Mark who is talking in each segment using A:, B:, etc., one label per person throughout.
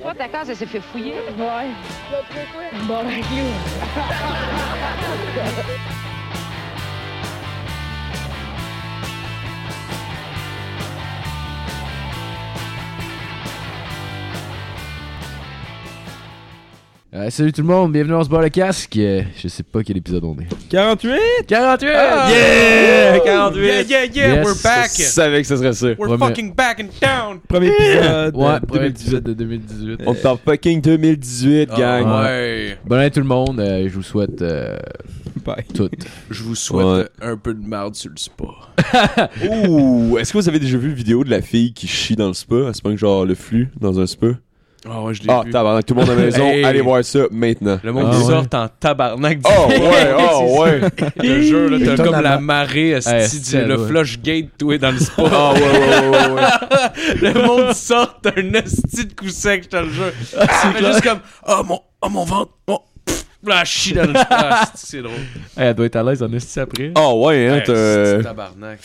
A: Toi, ta case, elle s'est fait fouiller.
B: Ouais. Bon, ben, clou.
C: Euh, salut tout le monde, bienvenue dans ce bar le casque. Euh, je sais pas quel épisode on est.
D: 48!
C: 48!
D: Yeah! 48!
E: Yeah, yeah, yeah,
C: Yes.
E: we're back.
C: Je
E: savais que ce serait ça. We're
C: Ouais, mais-
E: fucking back in town.
D: Premier épisode.
C: Ouais,
D: de
C: premier
D: 2018.
C: épisode de 2018.
D: On
C: Euh,
D: est en fucking 2018,
C: Ah,
D: gang.
C: ouais.
E: Ouais.
C: Bonne année tout le monde, euh, je vous souhaite euh,
D: Bye.
C: tout.
E: Je vous souhaite
D: Ouais.
E: un peu de merde sur le spa.
D: Ouh, est-ce que vous avez déjà vu une vidéo de la fille qui chie dans le spa? À ce point que genre le flux dans un spa?
E: Ah ouais, je l'ai
D: Ah,
E: vu.
D: tabarnak, tout le monde à la maison,
E: Hey.
D: allez voir ça maintenant.
E: Le monde
C: Ah
E: qui
C: ouais.
E: sort en tabarnak. du-
D: Oh ouais,
E: Ah
D: oh ouais.
E: Je te jure, là,
C: Et
E: t'as
C: ton
E: comme la
C: avant-
E: marée,
C: Ouais,
E: esti,
C: c'est
E: de- le
C: ça, ouais.
E: flush gate, tout est dans le spa.
D: Ah ouais, ouais, ouais, ouais, ouais.
E: le monde sort un esti de coup sec, je te le jure.
C: Ah,
E: C'est juste comme, oh mon, oh mon ventre, mon, pff, la chie dans le spa. Ah, esti, C'est drôle.
C: elle doit être à l'aise en esti après.
D: Ah ouais, hein,
E: Ouais,
D: t'as...
E: esti, tabarnak.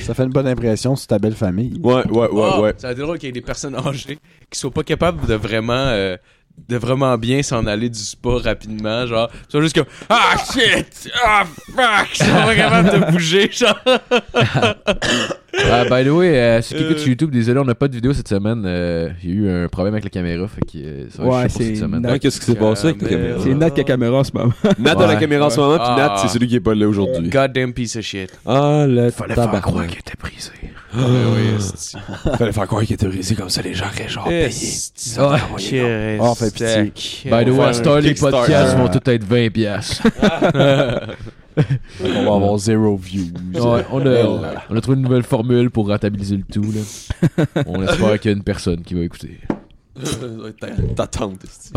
F: Ça fait une bonne impression sur ta belle famille.
D: Ouais, ouais, ouais,
E: Ah,
D: ouais. Hein,
E: Ça a été drôle qu'il y ait des personnes âgées qui soient pas capables de vraiment euh, de vraiment bien s'en aller du sport rapidement, genre ils sont juste comme ah shit, ah fuck, ils sont pas capables de bouger, genre.
C: Ah, by the way, euh, ceux qui
E: Euh.
C: écoutent sur YouTube, désolé, on n'a pas de vidéo cette semaine. euh, J'ai eu un problème avec la caméra, fait que euh, ça va
B: Ouais,
C: être chaud pour
B: c'est
C: cette semaine.
B: dingue.
D: Qu'est-ce qui s'est passé avec ta caméra?
B: C'est Nat qui a caméra en ce moment.
D: Nat a la
C: Ouais.
D: caméra en ce moment, puis
E: Ah.
D: Nat, c'est celui qui est pas là aujourd'hui.
E: Goddamn piece of shit.
D: Ah, le
C: Fallait faire croire
D: tabarnak.
C: qu'elle était prise.
E: Ah,
D: Fallait faire croire qu'il était brisé comme ça, les gens auraient genre payé.
E: Ah,
F: Oh, fait pitié.
C: By the way, à cette heure, les
D: Kickstarter.
C: podcasts vont tous être 20$. piastres.
F: On va avoir zéro views.
C: Ouais, on, a, on a trouvé une nouvelle formule pour rentabiliser le tout. Là. On espère qu'il y a une personne qui va écouter.
D: T'attends, esti.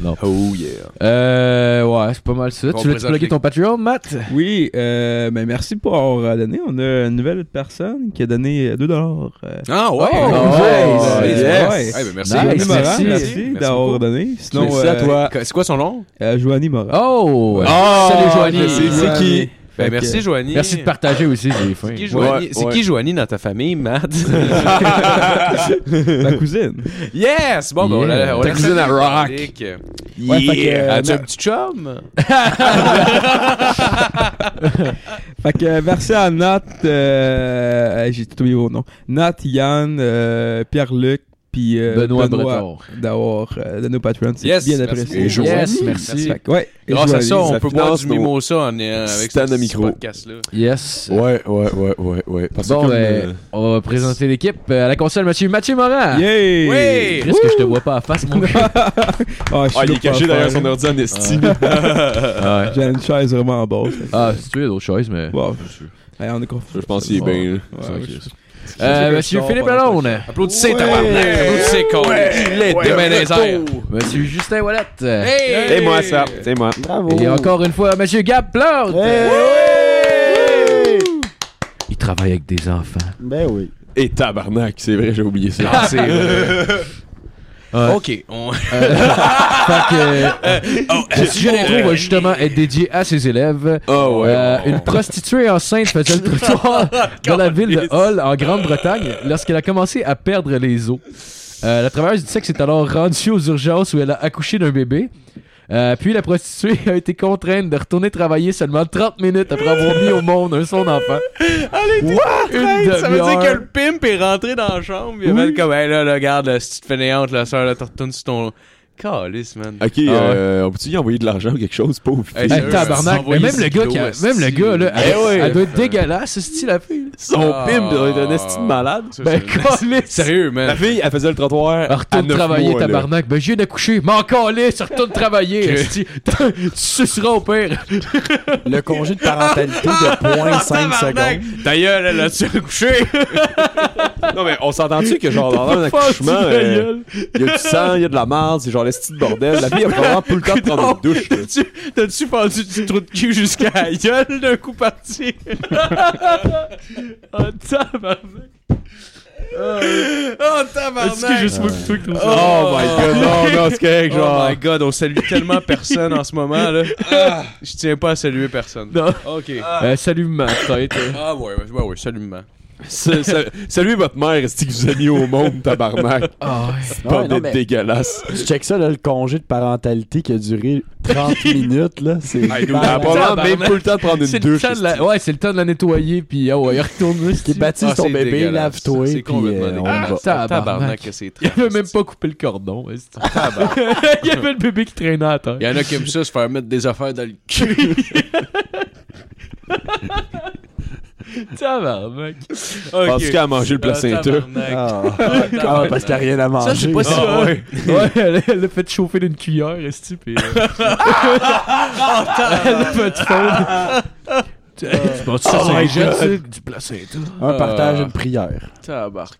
C: Non.
D: Oh yeah.
C: Euh, ouais, c'est pas mal ça.
E: On
C: tu veux-tu
E: présente
C: plugger
E: les-
C: ton Patreon, Matt?
B: Oui, euh, ben merci pour avoir donné. On a une nouvelle personne qui a donné euh, 2 dollars. euh,
E: Ah ouais.
C: Oh,
D: Ah,
B: nice.
E: nice.
B: Yes.
E: Ouais, ben, merci.
B: Joanie
C: Nice,
B: Morin,
C: merci.
B: merci,
E: Merci
B: d'avoir
E: beaucoup.
B: donné. Sinon,
D: Merci à
B: euh,
D: toi.
E: Qu- C'est quoi son nom
B: euh, Joanie Morin.
C: Oh!
D: Ah,
C: Salut, Joanie.
D: c'est- c'est qui?
E: Ben,
B: Fait
E: merci
B: que-
E: Joanie.
C: Merci de partager aussi, j'ai faim.
E: C'est qui Joanie-
D: Ouais,
E: c'est
D: ouais.
E: qui Joanie dans ta famille, Matt
B: Ma cousine.
E: Yes! Bon, ben, on
C: Yeah.
E: a- on a
D: Ta cousine à rock.
B: Ouais, fait que, euh,
E: As-tu
B: ma-
E: un petit chum?
B: Fait que euh, merci à Nat, euh, euh, j'ai tout oublié vos noms. Nat, Yann, euh, Pierre-Luc, puis euh,
C: Benoît, Breton.
B: d'avoir euh, donné nos patrons. C'est
E: Yes,
B: bien
E: merci
B: apprécié.
E: beaucoup.
D: Et Joanie.
C: Yes, merci.
B: Fait que, ouais, et
E: Grâce à
B: Joanie.
E: ça, on
D: ça
E: peut
D: finance
E: boire du
D: nos
E: mimosa en, euh, avec
D: stands
E: ce
D: de
E: petit
D: micro.
E: podcast-là.
C: Yes.
D: Ouais, ouais, ouais, ouais, ouais. Parce que
C: Bon,
D: comme,
C: ben,
D: euh,
C: on va présenter l'équipe euh, à la console, Mathieu, Mathieu Morin.
B: Yay!
E: Oui!
C: Qu'est-ce que je te vois pas à face, mon gars?
B: Ah, je suis
D: Ah, il
B: là
D: est
B: pour
D: caché
B: faire
D: derrière
B: peur,
D: son
B: là.
D: ordi en esti.
C: Ah,
B: J'ai une chaise vraiment en bas.
C: si
B: fait que-
C: tu veux, Ah, il y a d'autres choses, mais.
B: Bon,
C: sûr.
B: allez, on est confiants.
D: Je pense qu'il est bien. là.
B: Ouais,
C: Ça,
B: ouais,
C: ok.
B: je-
C: Euh,
B: je-
C: Monsieur
B: je-
C: Philippe
B: je-
C: Lalonde.
E: Applaudissez, tabarnak! Applaudissez, con! Il est demain les airs!
C: Monsieur Justin Wallet.
E: Hey!
D: C'est moi, ça. C'est moi.
F: Bravo.
C: Et encore une fois, Monsieur Gab Plante.
F: Hey!
C: Il travaille avec des enfants.
F: Ben oui.
D: Et tabarnak, c'est vrai, j'ai oublié ça.
E: Ah, c'est vrai.
C: Ouais.
E: Ok, on...
C: Fait que, euh, le sujet d'intro va justement être dédié à ses élèves.
D: Ah ouais.
C: Euh, une prostituée enceinte faisait le trottoir dans la ville de Hull, en Grande-Bretagne, lorsqu'elle a commencé à perdre les os. Euh, la travailleuse du sexe est alors rendue aux urgences où elle a accouché d'un bébé. Euh, puis la prostituée a été contrainte de retourner travailler seulement 30 minutes après avoir mis au monde un son enfant. Une
E: ça veut dire
C: demi-heure.
E: que le pimp est rentré dans la chambre. Il avait comme, hey là, là, regarde, la petite fainéante, la soeur, là, tu retournes sur ton. Calice, man.
D: Ok, euh, on peut-tu y envoyer de l'argent ou quelque chose, pauvre
E: Hey,
D: fille?
C: Ah, Hey, tabarnak, mais
E: S'envoyer
C: même le
E: Zido,
C: gars, qui a-
E: esti.
C: même le gars là, elle,
D: Eh ouais.
C: elle doit être dégueulasse, c'est la fille.
D: Son
E: Ah.
D: pimp doit être un esti de malade.
E: Ça,
C: Ben,
E: c'est-
C: calice.
E: Sérieux,
D: La
E: man.
D: fille, elle faisait le trottoir.
C: Ah,
D: à
C: Retourne
D: neuf
C: travailler,
D: mois, là.
C: tabarnak. Ben, je viens d'accoucher. M'en calisse, retourne travailler.
E: Que-
C: esti. tu suceras au père.
F: Le congé de parentalité de
B: Ah,
F: 0.5 secondes.
E: D'ailleurs, elle a-tu accouché?
D: Non, mais on s'entend-tu que genre, dans un accouchement, euh, il y a du sang, il y a de la merde, c'est genre l'esti de bordel. La fille, elle a vraiment plus le temps de
C: Oh,
D: prendre une douche. là.
E: T'as-tu- T'as-tu pendu du trou de cul jusqu'à la gueule d'un coup parti? oh tabarnak! Oh tabarnak!
B: Est-ce que juste moi plutôt que toi?
C: Ah.
D: Oh my god, non, non, c'est correct,
E: Oh
D: genre.
E: my god, on salue tellement personne en ce moment là. Ah. Je tiens pas à saluer personne.
C: Non.
E: Ok.
C: Euh, salut, ma tête.
E: Ah ouais, ouais, ouais, ouais, saluement.
D: C'est- c'est- Salut votre mère, est-ce que vous a mis au monde, tabarnak?
C: Ah ouais.
D: C'est
F: Non,
D: pas
F: ouais, non,
D: d'être
F: mais-
D: dégueulasse.
F: Tu check ça, là, le congé de parentalité qui a duré 30 minutes, là. C'est
E: Ah,
D: Hey, nous, t'as Ah, pas l'air même pas le temps de prendre une
C: C'est le
D: douche.
C: temps de la... Ouais, c'est le temps de la nettoyer, puis ah ouais, il retourne là.
F: Qui baptise
E: Ah,
F: ton
E: c'est
F: bébé,
E: dégueulasse.
F: lave-toi,
E: C'est
F: puis
E: complètement
F: euh, on
E: dégueulasse. Ah,
F: va.
C: Tabarnak.
E: Tabarnak, que c'est
C: Il
E: trash.
C: avait même pas coupé le cordon. ouais, c'est-
F: Ah, bah.
C: il y avait le bébé qui traînait à terre.
E: Il y en a qui aiment ça, se faire mettre des affaires dans le cul.
C: Tabarnak.
D: Parce qu'à manger le placenta.
F: Ah, Ah, parce qu'il n'y a rien à
E: Ça,
F: manger.
E: c'est pas si-
C: Ah, ouais. ouais, elle, a- elle a fait chauffer d'une cuillère, est-ce que
F: Oh,
C: Elle a fait fondre. Tu tu penses que
F: Oh
C: ça,
B: Oh,
C: c'est jeune, ça, du placenta?
F: Un partage,
E: Ah.
F: une prière.
E: Tabarnak.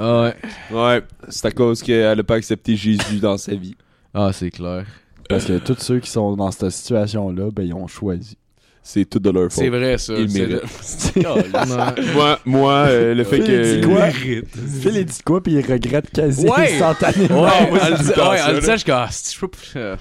C: Ah ouais.
D: Ouais, c'est à cause qu'elle a pas accepté Jésus dans sa vie.
C: Ah, c'est clair.
F: Parce que tous ceux qui sont dans cette situation-là, ben, ils ont choisi.
D: C'est tout de leur faute.
E: C'est vrai, ça.
D: Il
E: C'est-
D: mérite.
E: C'est Ouais.
D: Moi, moi euh, le fait
F: Phil,
D: que.
F: il dit quoi? Phil, il dit quoi, puis il regrette quasi
E: Ouais.
F: instantanément.
E: Ah, Ouais,
D: moi,
E: elle dit-
D: c'est tout le temps
E: ouais,
D: ça,
E: elle
D: là.
E: disait, je suis comme, Ah, c'est- je peux pas- euh,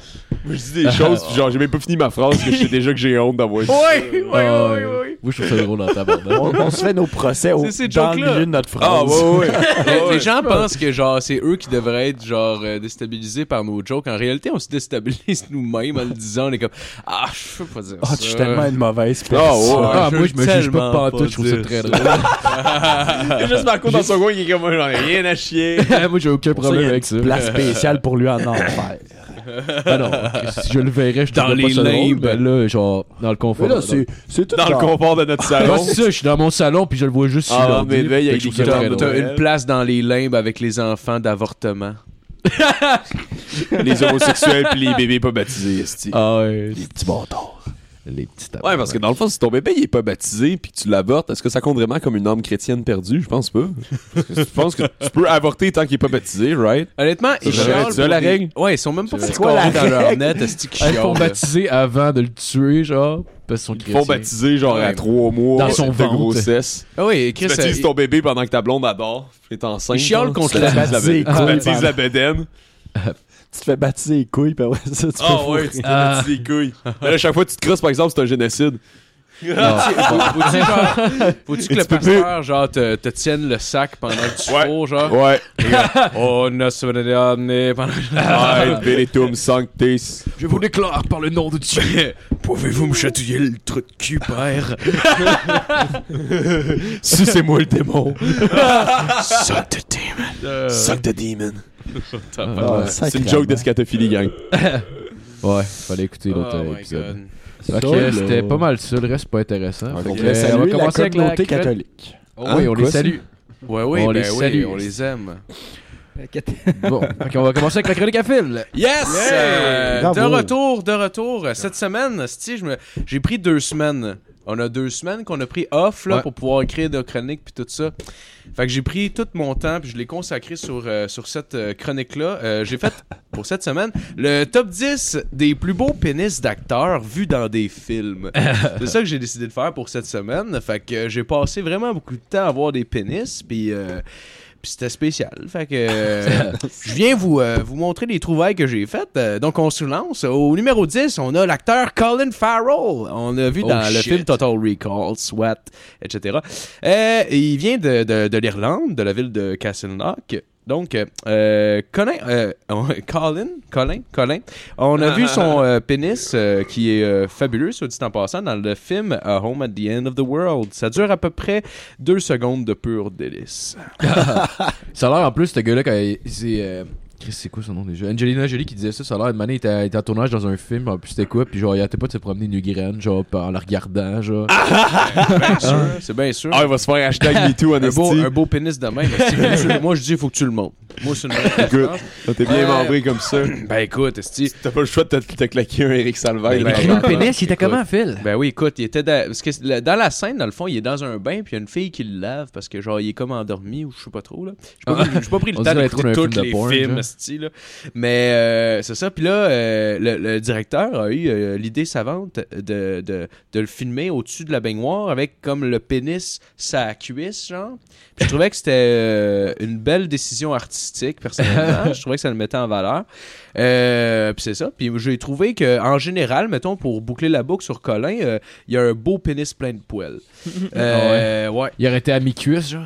D: Moi, je dis des choses, puis genre, j'ai même pas fini ma phrase, que je sais déjà que j'ai honte d'avoir dit.
E: Ouais, ouais,
C: Ah,
E: ouais, ouais, ouais.
C: Moi, je trouve ça drôle en tabarnak.
F: On, on se fait nos procès au,
E: C'est ces
F: dans le
E: jokes-là.
F: milieu de notre phrase.
D: Ah, ouais, ouais.
E: Les-
D: ouais.
E: Les gens pensent que genre c'est eux qui devraient être genre euh, déstabilisés par nos jokes. En réalité, on se déstabilise nous-mêmes en le disant. On est comme ah je peux pas dire
F: Ah,
E: ça.
F: tu es tellement une mauvaise
D: Ah,
F: personne.
D: ouais.
C: Ah,
E: je
C: moi,
E: veux
C: je me juge pas
E: tellement
C: pantoute,
E: pas
C: je trouve ça
E: dire
C: très
E: ça.
C: drôle.
D: juste Marco dans son coin, il est comme, j'en ai rien à chier.
C: moi, j'ai aucun
F: Ça, il y
C: problème
F: a une
C: avec ça.
F: petite place spéciale pour lui en enfer.
C: Ah non, si je le verrais, je
E: Dans
C: trouverais pas
E: les
C: ça drôle,
E: limbes.
C: mais là, genre, dans le confort.
F: Mais là, c'est c'est tout
D: Dans le
F: genre-
D: confort de notre
C: Ah,
D: salon.
C: c'est ça, je suis dans mon salon, puis je le vois juste sur
D: Ah,
C: l'ordi,
D: mais là, il y a
C: fait que je trouve
D: des
C: ça
E: T'as
C: très
D: caméras.
E: t'as
C: drôle.
E: une place dans les limbes avec les enfants d'avortement.
D: les homosexuels puis les bébés pas baptisés, esti.
C: Ah ouais,
F: Les petits bâtards.
C: les petits tabarnak.
D: Ouais, parce que dans le fond, si ton bébé il est pas baptisé puis que tu l'avortes, est-ce que ça compte vraiment comme une âme chrétienne perdue? Je pense pas. Parce que Je pense que tu peux avorter tant qu'il est pas baptisé, right?
E: Honnêtement, ils
D: devrait
E: chialent
D: être ça,
E: pour
D: la
E: des-
D: règle?
E: Ouais, ils sont même pas
F: C'est
E: fous
F: quoi la
E: dans leur
F: règle?
E: net, est-ce qu'ils
C: Elles font
E: chialent, là?
C: baptiser avant de le tuer, genre, parce qu'ils sont
D: euh, Ils font
C: chrétiens.
D: baptiser genre à
E: Ouais.
D: trois mois
C: Dans son
D: de
C: ventre.
D: grossesse.
E: Ah oui,
D: Tu
E: Chris, euh,
D: baptises ton bébé pendant que ta blonde adore. puis T'es enceinte.
E: Ils chialent
D: genre.
E: contre
D: Tu
E: la-
D: baptises la
F: baptiser
D: bed-
F: les
D: Tu
F: couilles.
D: baptises la bedaine.
F: Tu te fais baptiser les couilles, puis après ça, tu
D: Ah
F: peux
D: ouais,
F: fourrer.
D: tu te
C: Ah.
D: baptises les couilles. Là, à chaque fois que tu te crosses, par exemple, c'est un génocide.
E: faut- faut-tu genre- faut-tu que le pasteur genre te, te tienne le sac pendant que tu
D: Ouais.
E: cours, genre
D: Ouais.
E: Oh, nos souvenirs pendant
D: Aide veritum sanctis.
C: Je vous déclare par le nom de Dieu.
E: Pouvez-vous me chatouiller le truc de cul, père?
D: Sucez-moi le démon.
E: Suck the demon.
D: Suck the demon.
F: Ah,
D: C'est une
F: sacrément.
D: joke d'escatophilie, gang.
C: Ouais, fallait écouter l'autre
E: Oh my
C: épisode.
E: god.
C: Ok,
F: Ça, là.
C: c'était pas mal ça, le reste c'est pas intéressant.
F: Fait
C: Fait
F: qu'on
C: que,
F: voulait
C: euh,
F: saluer la communauté
C: crête.
F: catholique.
C: Oh, oui,
D: Hein,
C: on les
D: quoi, ça?
C: salue.
E: Ouais, oui,
C: On
E: ben
C: les
E: oui,
C: salue.
E: on les aime.
C: Bon, ok, on va commencer avec la chronique à fil.
E: Yes! Euh,
F: Bravo.
E: de retour, de retour. Cette semaine, sti, je me- j'ai pris deux semaines. On a deux semaines qu'on a pris off là,
C: Ouais.
E: pour pouvoir écrire nos chroniques puis tout ça. Fait que j'ai pris tout mon temps puis je l'ai consacré sur, euh, sur cette euh, chronique-là. Euh, j'ai fait, pour cette semaine, le top 10 des plus beaux pénis d'acteurs vus dans des films. C'est ça que j'ai décidé de faire pour cette semaine. Fait que euh, j'ai passé vraiment beaucoup de temps à voir des pénis puis... euh, puis c'était spécial. Fait que euh, je viens vous, euh, vous montrer les trouvailles que j'ai faites. Euh, donc on se lance. Au numéro 10, on a l'acteur Colin Farrell. On l'a vu
C: Oh
E: dans le
C: shit.
E: film Total Recall, SWAT, etc. Euh, il vient de, de- de l'Irlande, de la ville de Castleknock. Donc, euh, euh, Colin, euh, on- Colin, Colin, Colin, on a vu son euh, pénis euh, qui est euh, fabuleux, soit dit en passant, dans le film A Home at the End of the World. Ça dure à peu près deux secondes de pur délice.
C: Ça a l'air en plus, ce gars-là, quand il- c'est. euh, Chris, c'est quoi son nom déjà? Angelina Jolie qui disait ça, ça a l'air. Une manière, il était, il était en tournage dans un film, en plus c'était quoi, puis genre, il arrêtait pas de se promener nu graine, genre, en la regardant, genre. Hein?
E: C'est bien sûr.
D: Ah, il va se faire hashtag MeToo, en
E: un, beau,
D: esti.
E: un beau pénis de même. Esti. moi, je dis, il faut que tu le montes. Moi, c'est une bonne
D: Good.
E: référence.
D: Ah, T'es bien
E: Euh,
D: membré comme ça.
E: Ben écoute, Esti.
D: T'as pas le choix de te, te claquer un Eric Salvaille.
E: Ben,
D: là,
E: ben,
D: avant.
E: ben, pénis, il était comment,
C: Phil?
E: Ben oui, écoute, il était dans... Parce que la- dans la scène, dans le fond, il est dans un bain, puis il y a une fille qui le lave parce que, genre, il est comme endormi ou je sais pas trop, là. J'ai pas, j'ai pas pris
C: Ah. On
E: le temps
C: dirait trop
E: d'écouter
C: d'un
E: tous
C: film de
E: les
C: porn,
E: films,
C: genre.
E: asti, là. Mais euh, c'est ça. Puis là, euh, le, le directeur a eu euh, l'idée savante de, de, de le filmer au-dessus de la baignoire avec comme le pénis sa cuisse, genre. Puis je trouvais que c'était euh, une belle décision artistique, personnellement. je trouvais que ça le mettait en valeur. Euh, puis c'est ça. Puis j'ai trouvé que en général, mettons, pour boucler la boucle sur Colin, euh, il y a un beau pénis plein de poils. Euh, ouais.
C: Il aurait été à mi-cuisse, genre.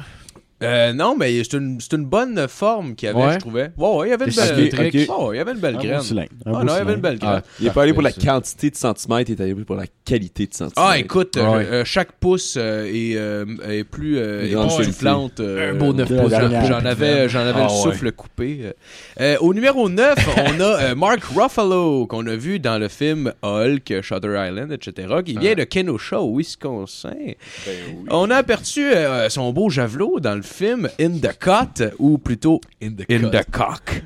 E: Euh, non, mais c'est une, c'est une bonne forme qu'il y avait,
C: Ouais.
E: je trouvais. Ouais, ouais, il y avait une
C: T'es
E: belle
D: symétrique.
E: Ouais, ouais, il y avait une belle
F: Un beau
E: graine.
F: cylindre.
E: Ah
F: Un beau
E: non, il y avait
F: cylindre.
E: une belle graine.
D: Il est pas allé pour la
C: Parfait, ça.
D: quantité de centimètres, il est allé pour la qualité de centimètres.
E: Ah, écoute, euh,
C: Ouais.
E: euh, chaque pouce euh, est, euh, est plus euh,
D: Une
E: est
D: grande
E: plus
D: selfie.
E: soufflante. euh,
C: Un beau neuf
F: de la
E: J'en-
C: pouces.
F: dernière.
C: là.
E: J'en avais, j'en avais le
D: Ah ouais.
E: souffle coupé. euh. Euh, au numéro 9, on a euh, Mark Ruffalo, qu'on a vu dans le film Hulk, Shutter Island, etc., qui vient de Kenosha, au Wisconsin.
C: Ben
E: On a aperçu euh, son beau javelot dans le film In the Cut, ou plutôt
C: In the
E: In
C: cut. Ah,
E: the cock.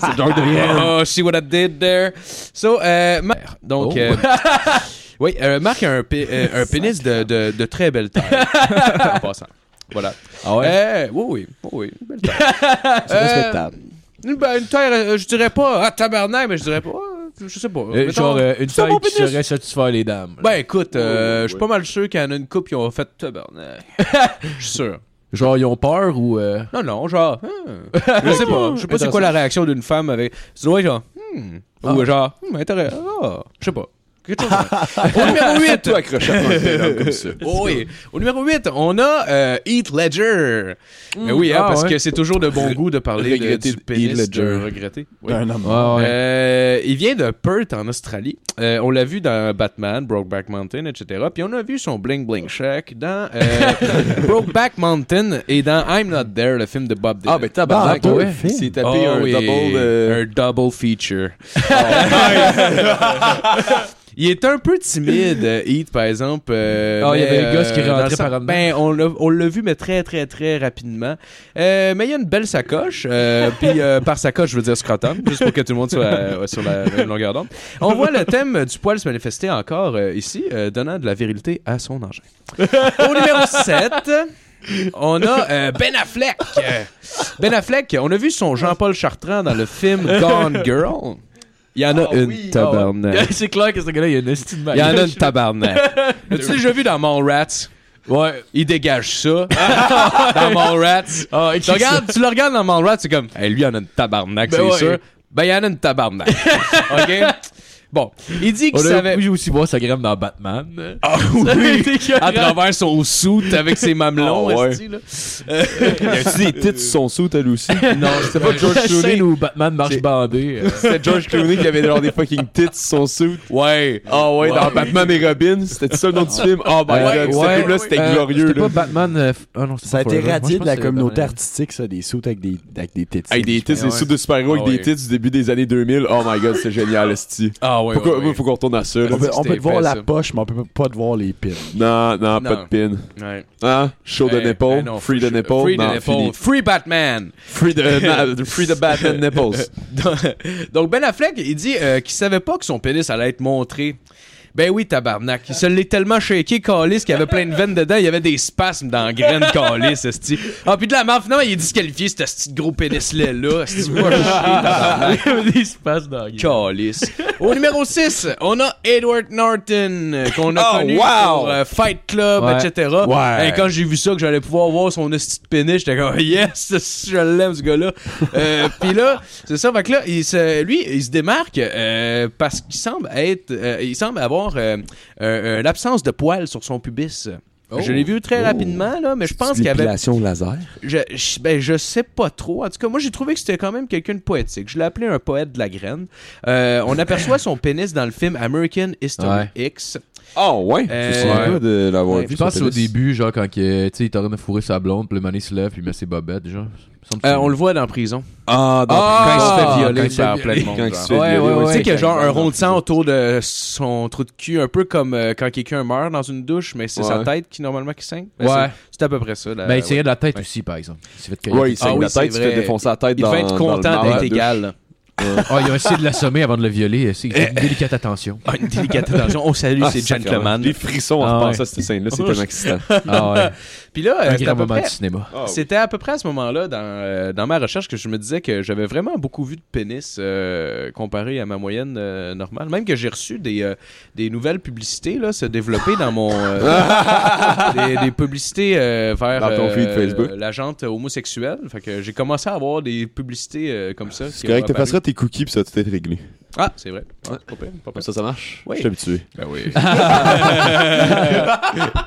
E: c'est George Oh, see what I did there. So, euh, Ma- donc,
C: Oh.
E: euh, oui, euh, Marc a un, pé- euh, un pénis de, de- de très belle taille. en passant. Voilà.
C: Ah ouais?
E: Euh, oui, oui, oui, oui, une belle taille.
F: C'est respectable.
E: Une, Euh, ben, une taille, euh, je dirais pas, ah, tabarnak, mais je dirais pas, ah, je sais pas.
C: Euh,
E: Mettons-
C: genre euh, une
E: c'est un
C: taille
E: bon
C: qui
E: pénis.
C: saurait satisfaire les dames. là.
E: Ben écoute, euh,
D: Oui,
E: je suis
D: oui.
E: pas mal sûr qu'il y en a une coupe qui ont fait tabarnak. Je suis sûr.
C: Genre, ils ont peur ou. euh,
E: Non, non, genre, hmm. je sais pas. Je sais pas c'est quoi la réaction d'une femme avec. C'est ouais, genre, hmm.
C: Ah.
E: Ou genre, hmm, intéressant. Ah, je sais pas. Quelque chose de- Au numéro 8.
D: Tout accroché à un bel homme comme ça.
E: Oh oui. Au numéro 8, on a euh, Heath Ledger. Mais oui, hein,
C: ah
E: parce
C: ouais.
E: que c'est toujours de bon goût de parler de,
D: regretter
E: du pénis
D: Heath Ledger.
E: de regretter. Oui.
F: Un homme.
C: Ouais, ouais.
E: Euh, il vient de Perth en Australie. Euh, on l'a vu dans Batman, Brokeback Mountain, etc. Puis on a vu son bling bling shack dans euh, Brokeback Mountain et dans I'm Not There, le film de Bob Dylan.
D: Ah, ben tabarnak,
F: Ah,
D: ouais.
F: ouais.
D: Il s'est tapé
E: Oh
D: un
E: oui,
D: double. euh, Oh,
E: un double feature. il est un peu timide, euh, Heath, par exemple. euh,
C: Ah, il y
E: mais,
C: avait le gosse qui
E: dans
C: rentrait
E: le
C: par
E: sens-
C: en dedans.
E: Ben, on l'a- on l'a vu, mais très, très, très rapidement. Euh, mais il y a une belle sacoche. euh, Puis, euh, par sacoche, je veux dire scrotum, juste pour que tout le monde soit euh, sur la même longueur d'onde. On voit le thème du poil se manifester encore euh, ici, euh, donnant de la virilité à son engin. Au numéro 7, on a euh, Ben Affleck. Euh, Ben Affleck, on a vu son Jean-Paul Chartrand dans le film Gone Girl. Il y en a une tabarnak.
C: c'est clair que ce gars-là, il a une estime
E: Il y en a une tabarnak. As-tu déjà vu dans Mallrats?
C: Ouais.
E: Il dégage ça. dans Mallrats.
C: Ah, et
E: Tu, regardes, tu le regardes dans Mallrats, c'est comme, hey, lui, il y en a une tabarnak,
C: Ben
E: c'est
C: ouais.
E: sûr. Ben, il y en a une tabarnak. OK? Bon, il dit qu'il
C: On a
E: savait...
C: pu aussi voir sa graine dans Batman.
E: Ah oui! à
C: À travers-
E: travers son soute avec ses mamelons.
D: Ah ouais.
E: esti, là.
D: Il y a-tu des titres sur son saut, elle aussi?
E: Non,
C: C'était pas George Clooney où Batman marche
D: C'est-
C: bandé. euh.
D: C'était George Clooney qui avait genre des fucking tits sur son suit.
E: Ouais.
D: Ah ouais, dans
E: Ouais. Ah.
D: Batman et Robin, c'était ça le nom du film. Oh my
C: Ouais,
D: god,
C: ouais,
D: ce film-là, c'était
C: Euh,
D: glorieux.
C: C'était
D: Là.
C: pas Batman. euh, f- Ah non, c'était
F: Ça a
C: pas
F: été
C: Forever.
F: radié
C: Moi, je
F: de
C: pense
F: la
C: que
F: communauté
C: Batman.
F: artistique, ça, des sauts avec des, avec des tétis.
D: Avec des tits,
E: Ouais.
D: des sous de super-héros
E: Ah
D: avec
E: ouais.
D: des tits du début des années 2000. Oh my god, c'est génial, Esti.
E: Ah ouais,
D: Pourquoi,
E: ouais, ouais.
D: Faut qu'on retourne à ça, là.
F: On peut, on peut
E: C'était
F: te voir
E: épais,
F: la
E: ça.
F: poche, mais on peut pas te voir les pins.
D: Non, non, pas de pin.
E: Ouais.
D: Hein? Show de
E: Hey,
D: nipple,
E: hey, Eh, non,
D: free de nipple,
E: Free
D: non,
E: the
D: fini.
E: nipple. Free Batman.
D: Free the, free the Batman nipples.
E: Donc Ben Affleck, il dit euh, qu'il savait pas que son pénis allait être montré. Ben oui, tabarnak. Il se l'est tellement shaké, Calis, qu'il y avait plein de veines dedans. Il y avait des spasmes dans la graine, Calis, esti. Ah, puis de la merde, finalement, il est disqualifié, ce petit gros pénis-là, esti. Va chier, tabarnak.
C: Il y avait des espaces dans la gueule.
E: Calice. Au numéro 6, on a Edward Norton, euh, qu'on a
D: Oh,
E: connu
D: wow!
E: pour euh, Fight Club,
C: Ouais.
E: etc.
D: Ouais.
E: Et quand j'ai vu ça, que j'allais pouvoir voir son esti de pénis, j'étais comme « Yes, je l'aime, ce gars-là! Euh, Puis là, c'est ça, fait que là, il se, lui, il se démarque euh, parce qu'il semble être... euh, il semble avoir euh, euh, euh, l'absence de poils sur son pubis.
D: Oh.
E: Je l'ai vu très rapidement, là, mais je pense qu'il y avait
D: laser.
E: je, je- ben, je sais pas trop. En tout cas, moi, j'ai trouvé que c'était quand même quelqu'un de poétique. Je l'ai appelé un poète de la graine. Euh, on aperçoit son pénis dans le film American History X.
D: Oh ouais,
E: Euh,
D: c'est sympa de l'avoir vu.
C: Je pense que
D: son
C: c'est au
D: pénis.
C: début, genre, quand que, tu sais, il t'aurait de fourrer sa blonde, puis le mané se lève, puis il met ses bobettes, genre. Il me semble que
E: Euh,
C: c'est-
E: on le voit dans la prison.
D: Ah, dans
E: quand il se fait
C: quand
E: violer
C: il se fait
E: par plein
C: violer.
E: de monde.
D: Quand il
E: genre.
D: se fait violer, ouais,
E: tu
D: c'est
E: sais qu'il y a
D: quand
E: genre
D: il
E: un
D: va dans
E: rond
D: le
E: de sang autour de son trou de cul, un peu comme euh, quand quelqu'un meurt dans une douche, mais c'est sa
D: Ouais.
E: tête qui normalement qui saigne.
C: Ouais.
E: Ben, c'est- C'est à peu près ça. là.
C: Ben, il tirait
E: Ouais.
C: de la tête
E: Ouais.
C: aussi, par exemple. Il s'est fait cueillir.
D: Ouais, il
E: Ah
D: saigne
E: oui,
D: la
E: c'est
D: tête, il se fait
E: vrai.
D: défoncer la tête
E: Il
D: dans
E: devait être
D: dans le
E: content
D: marbre.
E: d'être égal.
C: Ah, il a essayé de l'assommer avant de le violer. euh, C'est une délicate attention.
E: Ah, une délicate attention. On salue
D: Ah,
E: ces
D: sacrément.
E: gentlemen.
D: Des frissons en
C: Ah,
D: repensant à cette scène-là, c'est un accident.
C: Ah, ouais.
E: Puis là, euh,
C: Un
E: c'était à
C: grand
E: peu
C: moment du
E: près-
C: cinéma.
D: Ah oui.
E: C'était à peu près à ce moment-là, dans, euh, dans ma recherche, que je me disais que j'avais vraiment beaucoup vu de pénis euh, comparé à ma moyenne euh, normale. Même que j'ai reçu des, euh, des nouvelles publicités là, se développer dans mon. euh, des, des publicités euh, vers.
D: Dans ton
E: euh,
D: feed Facebook.
E: La jante homosexuelle. Fait que j'ai commencé à avoir des publicités euh, comme ça. qui
D: C'est correct,
E: ont apparu.
D: t'effaceras tes cookies pis ça va tout être réglé.
E: Ah, c'est vrai. Ouais, pas pire, pas pire.
D: ça marche?
E: Oui.
D: Je suis habitué.
E: Ben oui.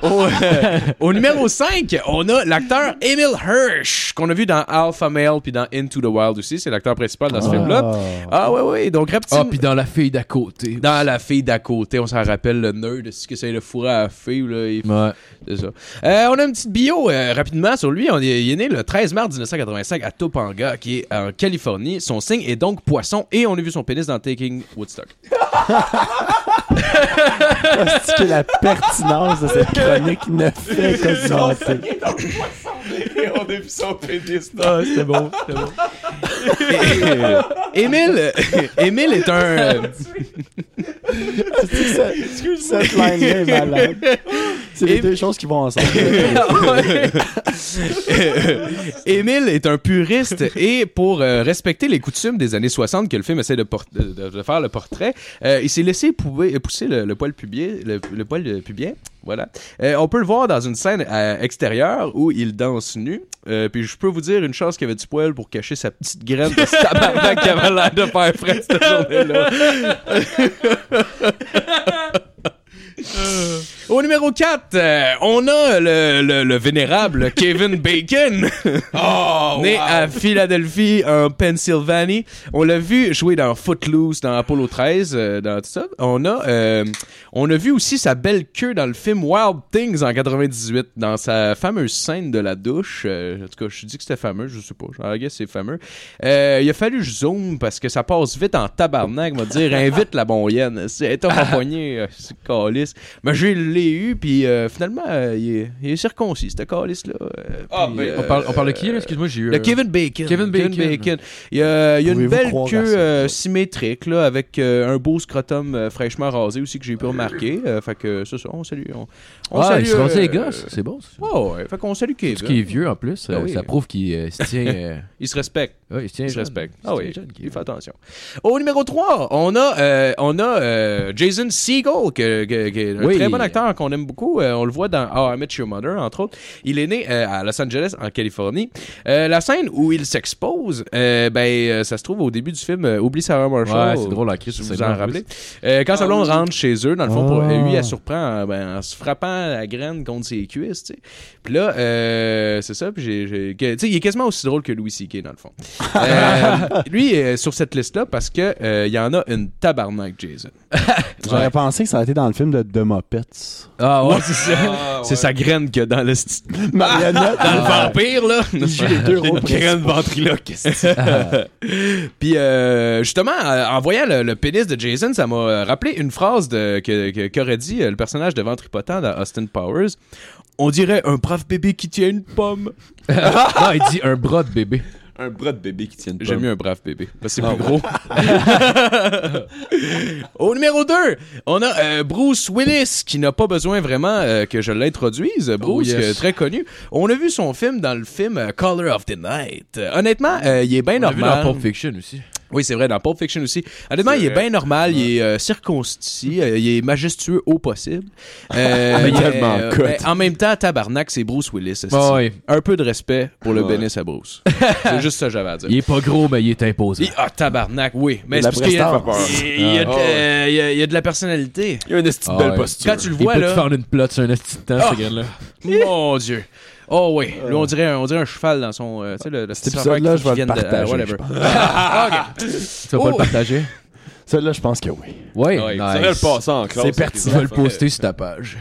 E: au, euh, au numéro 5, on a l'acteur Emil Hirsch, qu'on a vu dans Alpha Male puis dans Into the Wild aussi. C'est l'acteur principal dans ce film-là. Ah ouais, ouais. Donc, Reptile.
C: Ah, puis dans la fille d'à côté.
E: Dans la fille d'à côté, on s'en rappelle le nerd, c'est que c'est le fourré à la fille, là, il-
C: Ouais.
E: c'est ça. Euh, on a une petite bio euh, rapidement sur lui. On est- il est né le 13 mars 1985 à Topanga, qui est en Californie. Son signe est donc poisson et on a vu son pénis dans Taking Woodstock.
F: Est-ce que la pertinence de cette chronique ne fait que vanter?
E: on a vu son pénis. Ah, c'était bon, c'était bon. Émile, euh, Émile est un... euh,
F: Cette line-là est malade. C'est les
E: Et-
F: deux choses qui vont ensemble.
E: Émile est un puriste et pour euh, respecter les coutumes des années 60 que le film essaie de, por- de- de faire le portrait, euh, il s'est laissé pouver- pousser le, le poil pubien, le, le poil euh, pubien. Voilà. Euh, on peut le voir dans une scène euh, extérieure où il danse nu. Euh, puis je peux vous dire une chose qu'il avait du poil pour cacher sa petite graine de ce tabarnak qui avait l'air de faire frais cette journée-là. Au numéro 4, on a le, le- le vénérable Kevin Bacon. né à Philadelphie, en Pennsylvanie. On l'a vu jouer dans Footloose, dans Apollo 13, euh, dans tout ça. On a, euh, on a vu aussi sa belle queue dans le film Wild Things en 98, dans sa fameuse scène de la douche. Euh, en tout cas, je dis que c'était fameux, je sais pas. Je guess c'est fameux. Euh, il a fallu que je zoom parce que ça passe vite en tabarnak, me dire invite la bonne C'est un poignée, euh, c'est calice. Mais je l'ai eu, puis euh, finalement, euh, il, est, il est circoncis, ce calice-là. Euh,
D: Ah, ben,
C: On parle, on parle de qui, là? Excuse-moi, j'ai eu.
E: Le
C: un-
E: Kevin Bacon.
C: Kevin Bacon.
E: Il y a, il y a une
F: Pouvez-vous
E: belle
F: croire à
E: queue
F: ça?
E: euh, symétrique, là, avec euh, un beau scrotum euh, fraîchement rasé aussi que j'ai pu remarquer. Euh, fait que c'est ça, on salue. On, on
C: Ouais,
E: salue,
C: ils Ah, se rasent
E: euh,
C: les gosses. C'est bon, ça.
E: Ouais, ouais. Fait qu'on salue
C: Parce
E: Kevin.
C: qu'il est vieux en plus,
E: Ah
C: euh,
E: oui.
C: ça prouve qu'il euh, se tient. euh,
E: Il se respecte.
C: ouais, il se tient.
E: Il se
C: jeune.
E: respecte.
C: Il se
E: Ah
C: tient
E: oui,
C: jeune,
E: il
C: Kevin.
E: fait attention. Au numéro 3, on a, euh, on a euh, Jason Segel, que, que- qui est un
C: Oui.
E: très bon acteur qu'on aime beaucoup. Euh, on le voit dans How I Met Your Mother, entre autres. Il est né euh, à Los Angeles, en Californie. Euh, la scène où il s'expose, euh, ben, euh, ça se trouve au début du film euh, Oublie Sarah Marshall.
C: Ouais, c'est drôle en Christ, c'est
E: Si vous vous
C: bon, en
E: en
C: plus.
E: rappelez. Euh, quand sa blonde rentre chez eux, dans le fond, pour,
F: Ah.
E: lui, elle surprend euh, ben, en se frappant la graine contre ses cuisses, tu sais. Puis là, euh, c'est ça, puis j'ai... j'ai- que- Tu sais, il est quasiment aussi drôle que Louis C.K., dans le fond. Euh, lui, euh, sur cette liste-là, parce que euh, il y en a une tabarnak, Jason.
F: J'aurais pensé que ça aurait été dans le film de The Muppets.
C: Ah ouais,
E: c'est ça. C'est sa graine que dans le... sti-
F: Marionnette.
E: Dans le vampire, là.
F: joue les deux rôles
E: Une graine ventriloque. Puis euh, justement, euh, en voyant le, le pénis de Jason, ça m'a euh, rappelé une phrase de, que, que- qu'aurait dit euh, le personnage de Ventripotent dans Austin Powers. On dirait un brave bébé qui tient une pomme.
C: non, Ah, il dit un bras de bébé.
D: Un bras de bébé qui tient une
E: J'aime
D: pomme.
E: mieux un brave bébé. Parce que c'est plus gros. Ah Au numéro 2, on a euh, Bruce Willis, qui n'a pas besoin vraiment euh, que je l'introduise. Bruce,
C: Oh, yes.
E: euh, très connu. On a vu son film dans le film euh, Color of the Night. Euh, honnêtement, euh, il est bien
C: On l'a vu
E: normal.
C: dans Pulp Fiction aussi.
E: Oui, c'est vrai, dans Pulp Fiction aussi. Honnêtement, il est bien normal, il est euh, circoncis, euh, il est majestueux au possible. Euh,
D: Mais
E: il est-
D: tellement
E: euh,
D: cut.
E: mais en même temps, tabarnak, c'est Bruce Willis. c'est ça.
C: Ah, Ouais.
E: Un peu de respect pour le
D: Ouais.
E: bénis à Bruce. c'est juste ça que j'avais à dire.
C: Il est pas gros, mais il est imposant.
E: Il- Ah, tabarnak, oui. Mais
F: Il
E: c'est
F: a
E: parce qu'il y a,
F: prestance.
D: peur.
F: Fait
E: il- il y a de-
D: Ah ouais.
E: euh, il y a- il y a de la personnalité.
D: Il y a une petite
C: Ah
D: belle
C: ouais.
D: posture.
E: Quand tu le
C: Il
E: vois,
C: peut
E: là...
C: te faire une plotte sur un esti de temps,
E: Ah.
C: ce gars-là.
E: Mon Dieu. Oh oui, lui on dirait, un- on dirait un cheval dans son... euh, tu sais, le, le petit
F: Euh. épisode-là,
E: affaire
F: je
E: qui
F: vais le
E: vient de- euh,
F: partager,
E: whatever.
F: je
E: Ah, ok.
C: Tu vas pas
E: Oh.
C: le partager?
F: Celle-là, je pense que oui.
C: Ouais,
E: Ouais,
C: nice.
E: ça
D: Ça va le passer en classe.
F: C'est
C: Tu
F: pertinent.
C: vas le poster sur ta page.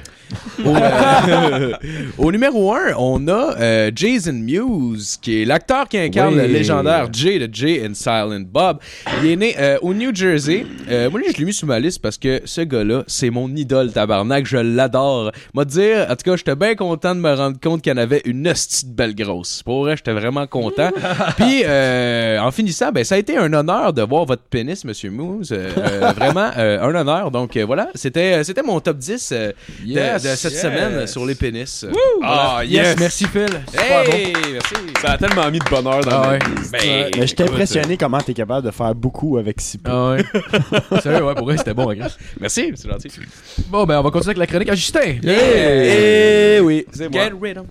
E: Au, euh, au numéro 1, on a euh, Jason Mewes, qui est l'acteur qui incarne
C: Oui.
E: le légendaire Jay de Jay and Silent Bob. Il est né euh, au New Jersey. Euh, moi, lui, je l'ai mis sur ma liste parce que ce gars-là, c'est mon idole tabarnak. Je l'adore. Moi, te dire, en tout cas, j'étais bien content de me rendre compte qu'il y en avait une hostie de belle grosse. Pour vrai, j'étais vraiment content. Puis, euh, en finissant, ben, ça a été un honneur de voir votre pénis, Monsieur Mewes. Euh, euh, euh, vraiment euh, un honneur. Donc euh, voilà, c'était euh, c'était mon top 10 euh, de-
C: Yes.
E: de, cette
C: Yes.
E: semaine sur les pénis.
D: Ah, yes!
C: merci Phil. Super bon.
E: Hey, merci.
D: Ça a tellement mis de bonheur dans
C: Ah
D: ma
C: ouais.
D: vie.
E: Ben,
F: Mais je
E: écoute,
F: t'ai
D: euh,
F: impressionné comment t'es capable de faire beaucoup avec si peu.
C: Ah ouais. Sérieux, ouais, pour vrai, c'était bon, ma graisse.
E: euh, Merci, c'est gentil.
C: Bon, ben, on va continuer avec la chronique à Justin.
D: Eh oui, c'est moi.
E: Get rid of.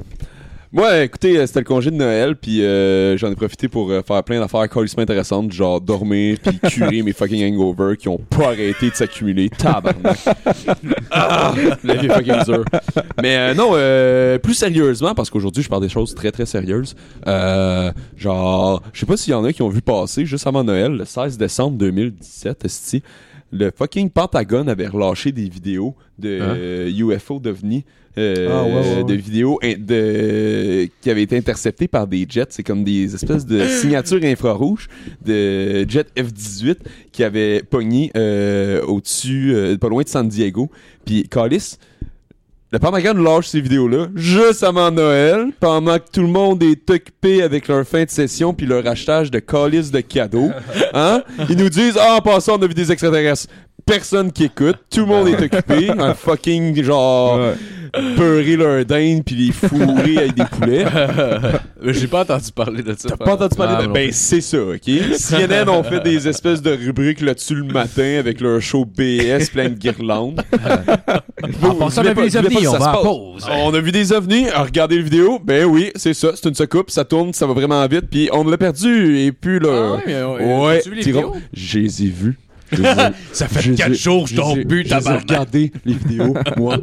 D: Moi, écoutez, euh, c'était le congé de Noël, puis euh, j'en ai profité pour euh, faire plein d'affaires colissement intéressantes, genre dormir, puis curer mes fucking hangovers qui ont pas arrêté de s'accumuler. Tabarnak. Ah, la vie est fucking dure. Mais euh, non, euh, plus sérieusement, parce qu'aujourd'hui, je parle des choses très, très sérieuses. Euh, genre, je sais pas s'il y en a qui ont vu passer, juste avant Noël, le 16 décembre 2017, esti, le fucking Pentagone avait relâché des vidéos de
C: Hein?
D: euh, UFO d'OVNI. euh,
F: Ah, ouais, ouais, ouais.
D: de vidéos in- de, qui avaient été interceptées par des jets. C'est comme des espèces de signatures infrarouges de jets F-18 qui avaient pogné euh, au-dessus, euh, pas loin de San Diego. Puis Callis, le Pentagon lâche ces vidéos-là juste avant Noël, pendant que tout le monde est occupé avec leur fin de session puis leur achetage de calices de cadeaux. Hein? Ils nous disent « Ah, en passant, on a vu des extraterrestres. » Personne qui écoute. Tout le monde est occupé. Un fucking, genre,
B: Ouais.
D: peurer leur dinde puis les fourrer avec des poulets.
E: J'ai pas entendu parler de ça.
D: T'as pas entendu parler de...
E: Ah, Non,
D: Ben, c'est ça, OK? CNN ont fait des espèces de rubriques là-dessus le matin avec leur show BS plein de guirlandes. Bon,
C: En passant, on a
D: je voulais
C: vu
D: pas-
C: les
D: je voulais
C: ovnis,
D: pas
C: on
D: que ça
C: va
D: se
C: à
D: passe.
C: pause.
D: On a vu des ovnis, Ah, regardez la vidéo. Ben oui, c'est ça, c'est une secoupe, ça tourne, ça va vraiment vite, puis on l'a perdu, et puis
E: Ah
D: là...
E: ouais, mais, euh,
D: ouais,
E: as-tu vu les
D: tira-
E: vidéos?
D: je les ai vus. Je les ai-
E: Ça
D: je
E: fait
D: les
E: 4
D: ai-
E: jours que je
D: je les ai-
E: tombe plus,
D: Je les ai
E: tabarnak.
D: regardés, les vidéos, moi.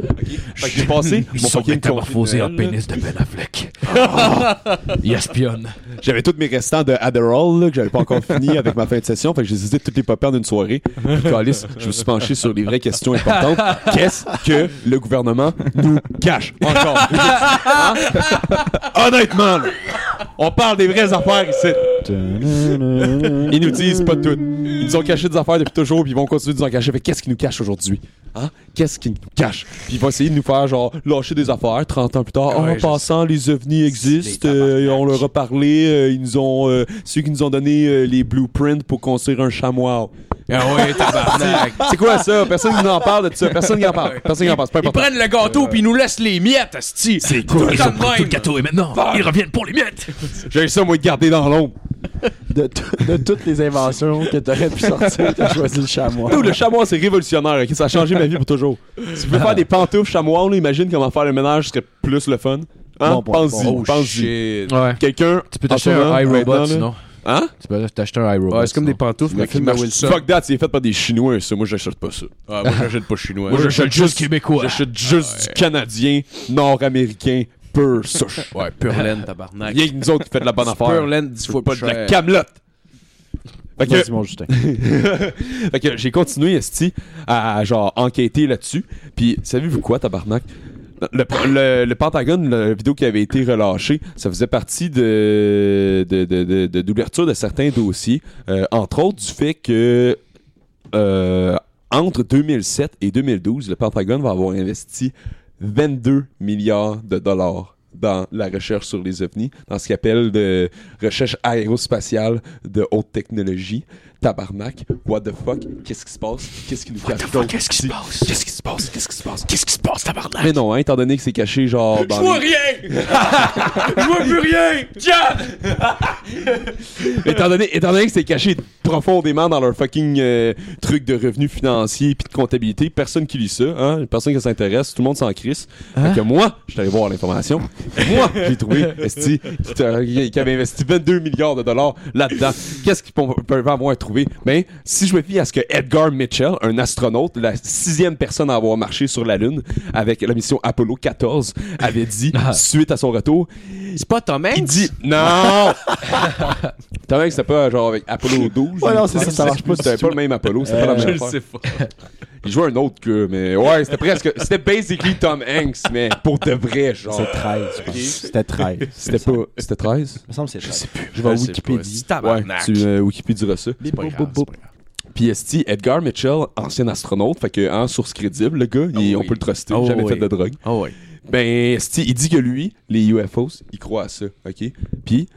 D: Fait que j'ai passé
C: Ils
D: mon
C: sont
D: fucking
C: métamorphosés en
D: congé de Noël, là.
C: pénis de Ben Affleck. Il espionne.
D: J'avais tous mes restants de Adderall là, que j'avais pas encore fini avec ma fin de session, fait que j'ai hésité toutes les popper en une soirée. Puis câlisse, je me suis penché sur les vraies questions importantes. Qu'est-ce que le gouvernement nous cache encore Hein? Honnêtement, là, on parle des vraies affaires ici. Ils nous disent pas toutes. Ils nous ont caché des affaires depuis toujours, puis ils vont continuer de nous en cacher. Fait que qu'est-ce qu'ils nous cachent aujourd'hui Hein Qu'est-ce qu'ils nous cachent Puis ils vont essayer de nous faire genre lâcher des affaires 30 ans plus tard. Ah,
E: Ouais,
D: en
E: je
D: passant, les ovnis existent.
E: Les
D: euh, et on leur a parlé. euh, ils nous ont euh, ceux qui nous ont donné euh, les blueprints pour construire un chamois.
E: Ah ouais, tabarnak.
D: C'est quoi ça Personne qui nous en parle de ça. Personne qui en parle. Personne qui en parle. C'est pas
E: Ils
D: important.
E: prennent le gâteau puis ils nous laissent les miettes, asti. Euh, C'est
C: Ils
E: cool.
C: ont
E: Tout le temps de
C: pris tout le
E: même.
C: gâteau et maintenant, ils reviennent pour les miettes.
D: J'ai ça moi de garder dans l'ombre.
F: De, tout- de toutes les inventions que t'aurais pu sortir, t'as choisi le chamois.
D: Nous, le chamois, c'est révolutionnaire. ok? Ça a changé ma vie pour toujours. Si tu peux faire des pantoufles chamois, là, imagine comment faire le ménage serait plus le fun. Hein?
F: Bon point,
D: pense-y,
F: bon.
D: pense-y.
C: Ouais.
D: Quelqu'un.
C: Tu peux
D: en
C: t'acheter
D: ce moment,
C: un iRobot
D: maintenant, là-
C: sinon.
D: Hein?
C: Tu peux t'acheter un iRobot.
E: Ouais, c'est comme des
C: sinon.
E: pantoufles, mais
D: Le
E: qui
D: film
E: me
D: de
E: Wilson.
D: Fuck that, c'est fait par des Chinois, ça. Moi, j'achète pas ça.
E: Ah, moi, j'achète pas chinois.
D: Moi,
C: j'achète
D: j'achète
C: juste
D: juste
C: québécois.
D: J'achète juste du Canadien, Nord-Américain, pur souche.
E: Ouais, pure laine, tabarnak.
D: Rien que nous autres qui fait de la bonne affaire.
E: Pure laine, dix fois
D: pas
E: plus
D: de la
E: cher.
D: camelote. Fait que,
F: Vas-y, mon Justin.
D: fait que j'ai continué esti à, à, genre enquêter là-dessus. Puis savez-vous quoi tabarnak le, le, le Pentagone, la vidéo qui avait été relâchée, ça faisait partie de de, de, de, de- de l'ouverture de certains dossiers, euh, entre autres du fait que euh, entre 2007 et 2012, le Pentagone va avoir investi 22 milliards de dollars dans la recherche sur les ovnis, dans ce qu'on appelle de recherche aérospatiale de haute technologie. Tabarnak, what the fuck, qu'est-ce qui se passe, qu'est-ce qui nous cache d'autre
C: Qu'est-ce qui se
D: ici?
C: passe?
D: Qu'est-ce qui se passe, qu'est-ce qui se passe?
C: Qu'est-ce qui se passe, tabarnak?
D: Mais non, hein, étant donné que c'est caché genre dans
E: Je vois
D: les-
E: rien! Je vois plus rien! Tiens!
D: étant donné, étant donné que c'est caché profondément dans leur fucking euh, truc de revenus financiers puis de comptabilité, personne qui lit ça, hein, personne qui s'intéresse, tout le monde s'en crisse. Fait que moi, je suis allé voir l'information. moi, j'ai trouvé Esti qui, t'a- qui avait investi 22 milliards de dollars là-dedans. Qu'est-ce qu'ils peuvent peuvent avoir trouvé Ben, si je me fie à ce que Edgar Mitchell, un astronaute, la sixième personne à avoir marché sur la Lune avec la mission Apollo 14, avait dit suite à son retour,
E: C'est pas Tom Hanks?
D: il dit non. T'as vu que c'était pas genre avec Apollo 12
F: Ouais,
D: je
F: non,
D: pense.
F: c'est ça, ça marche pas du
D: C'était pas le même Apollo, c'était pas la
F: Euh,
D: même
E: Je le
D: affaire.
E: sais pas.
D: Il jouait un autre que mais ouais, c'était presque c'était basically Tom Hanks mais pour de vrai genre.
F: C'est 13, je pense. C'était 13. Il
D: C'était pas c'était 13
F: me semble que c'est 13.
D: Je vais à
E: Je sais pas,
D: Wikipédia.
E: c'est tabarnak.
D: Ouais, tu euh, Wikipédia ça.
E: C'est pas grave, c'est pas grave.
D: Puis esti Edgar Mitchell, ancien astronaute, fait que en source crédible le gars, il-
E: Oh
D: on
E: oui.
D: peut le truster,
E: Oh
D: jamais
E: oui.
D: fait de drogue.
E: Ah ouais.
D: Ben, esti, il dit que lui, les UFOs, il croit à ça, OK? Puis,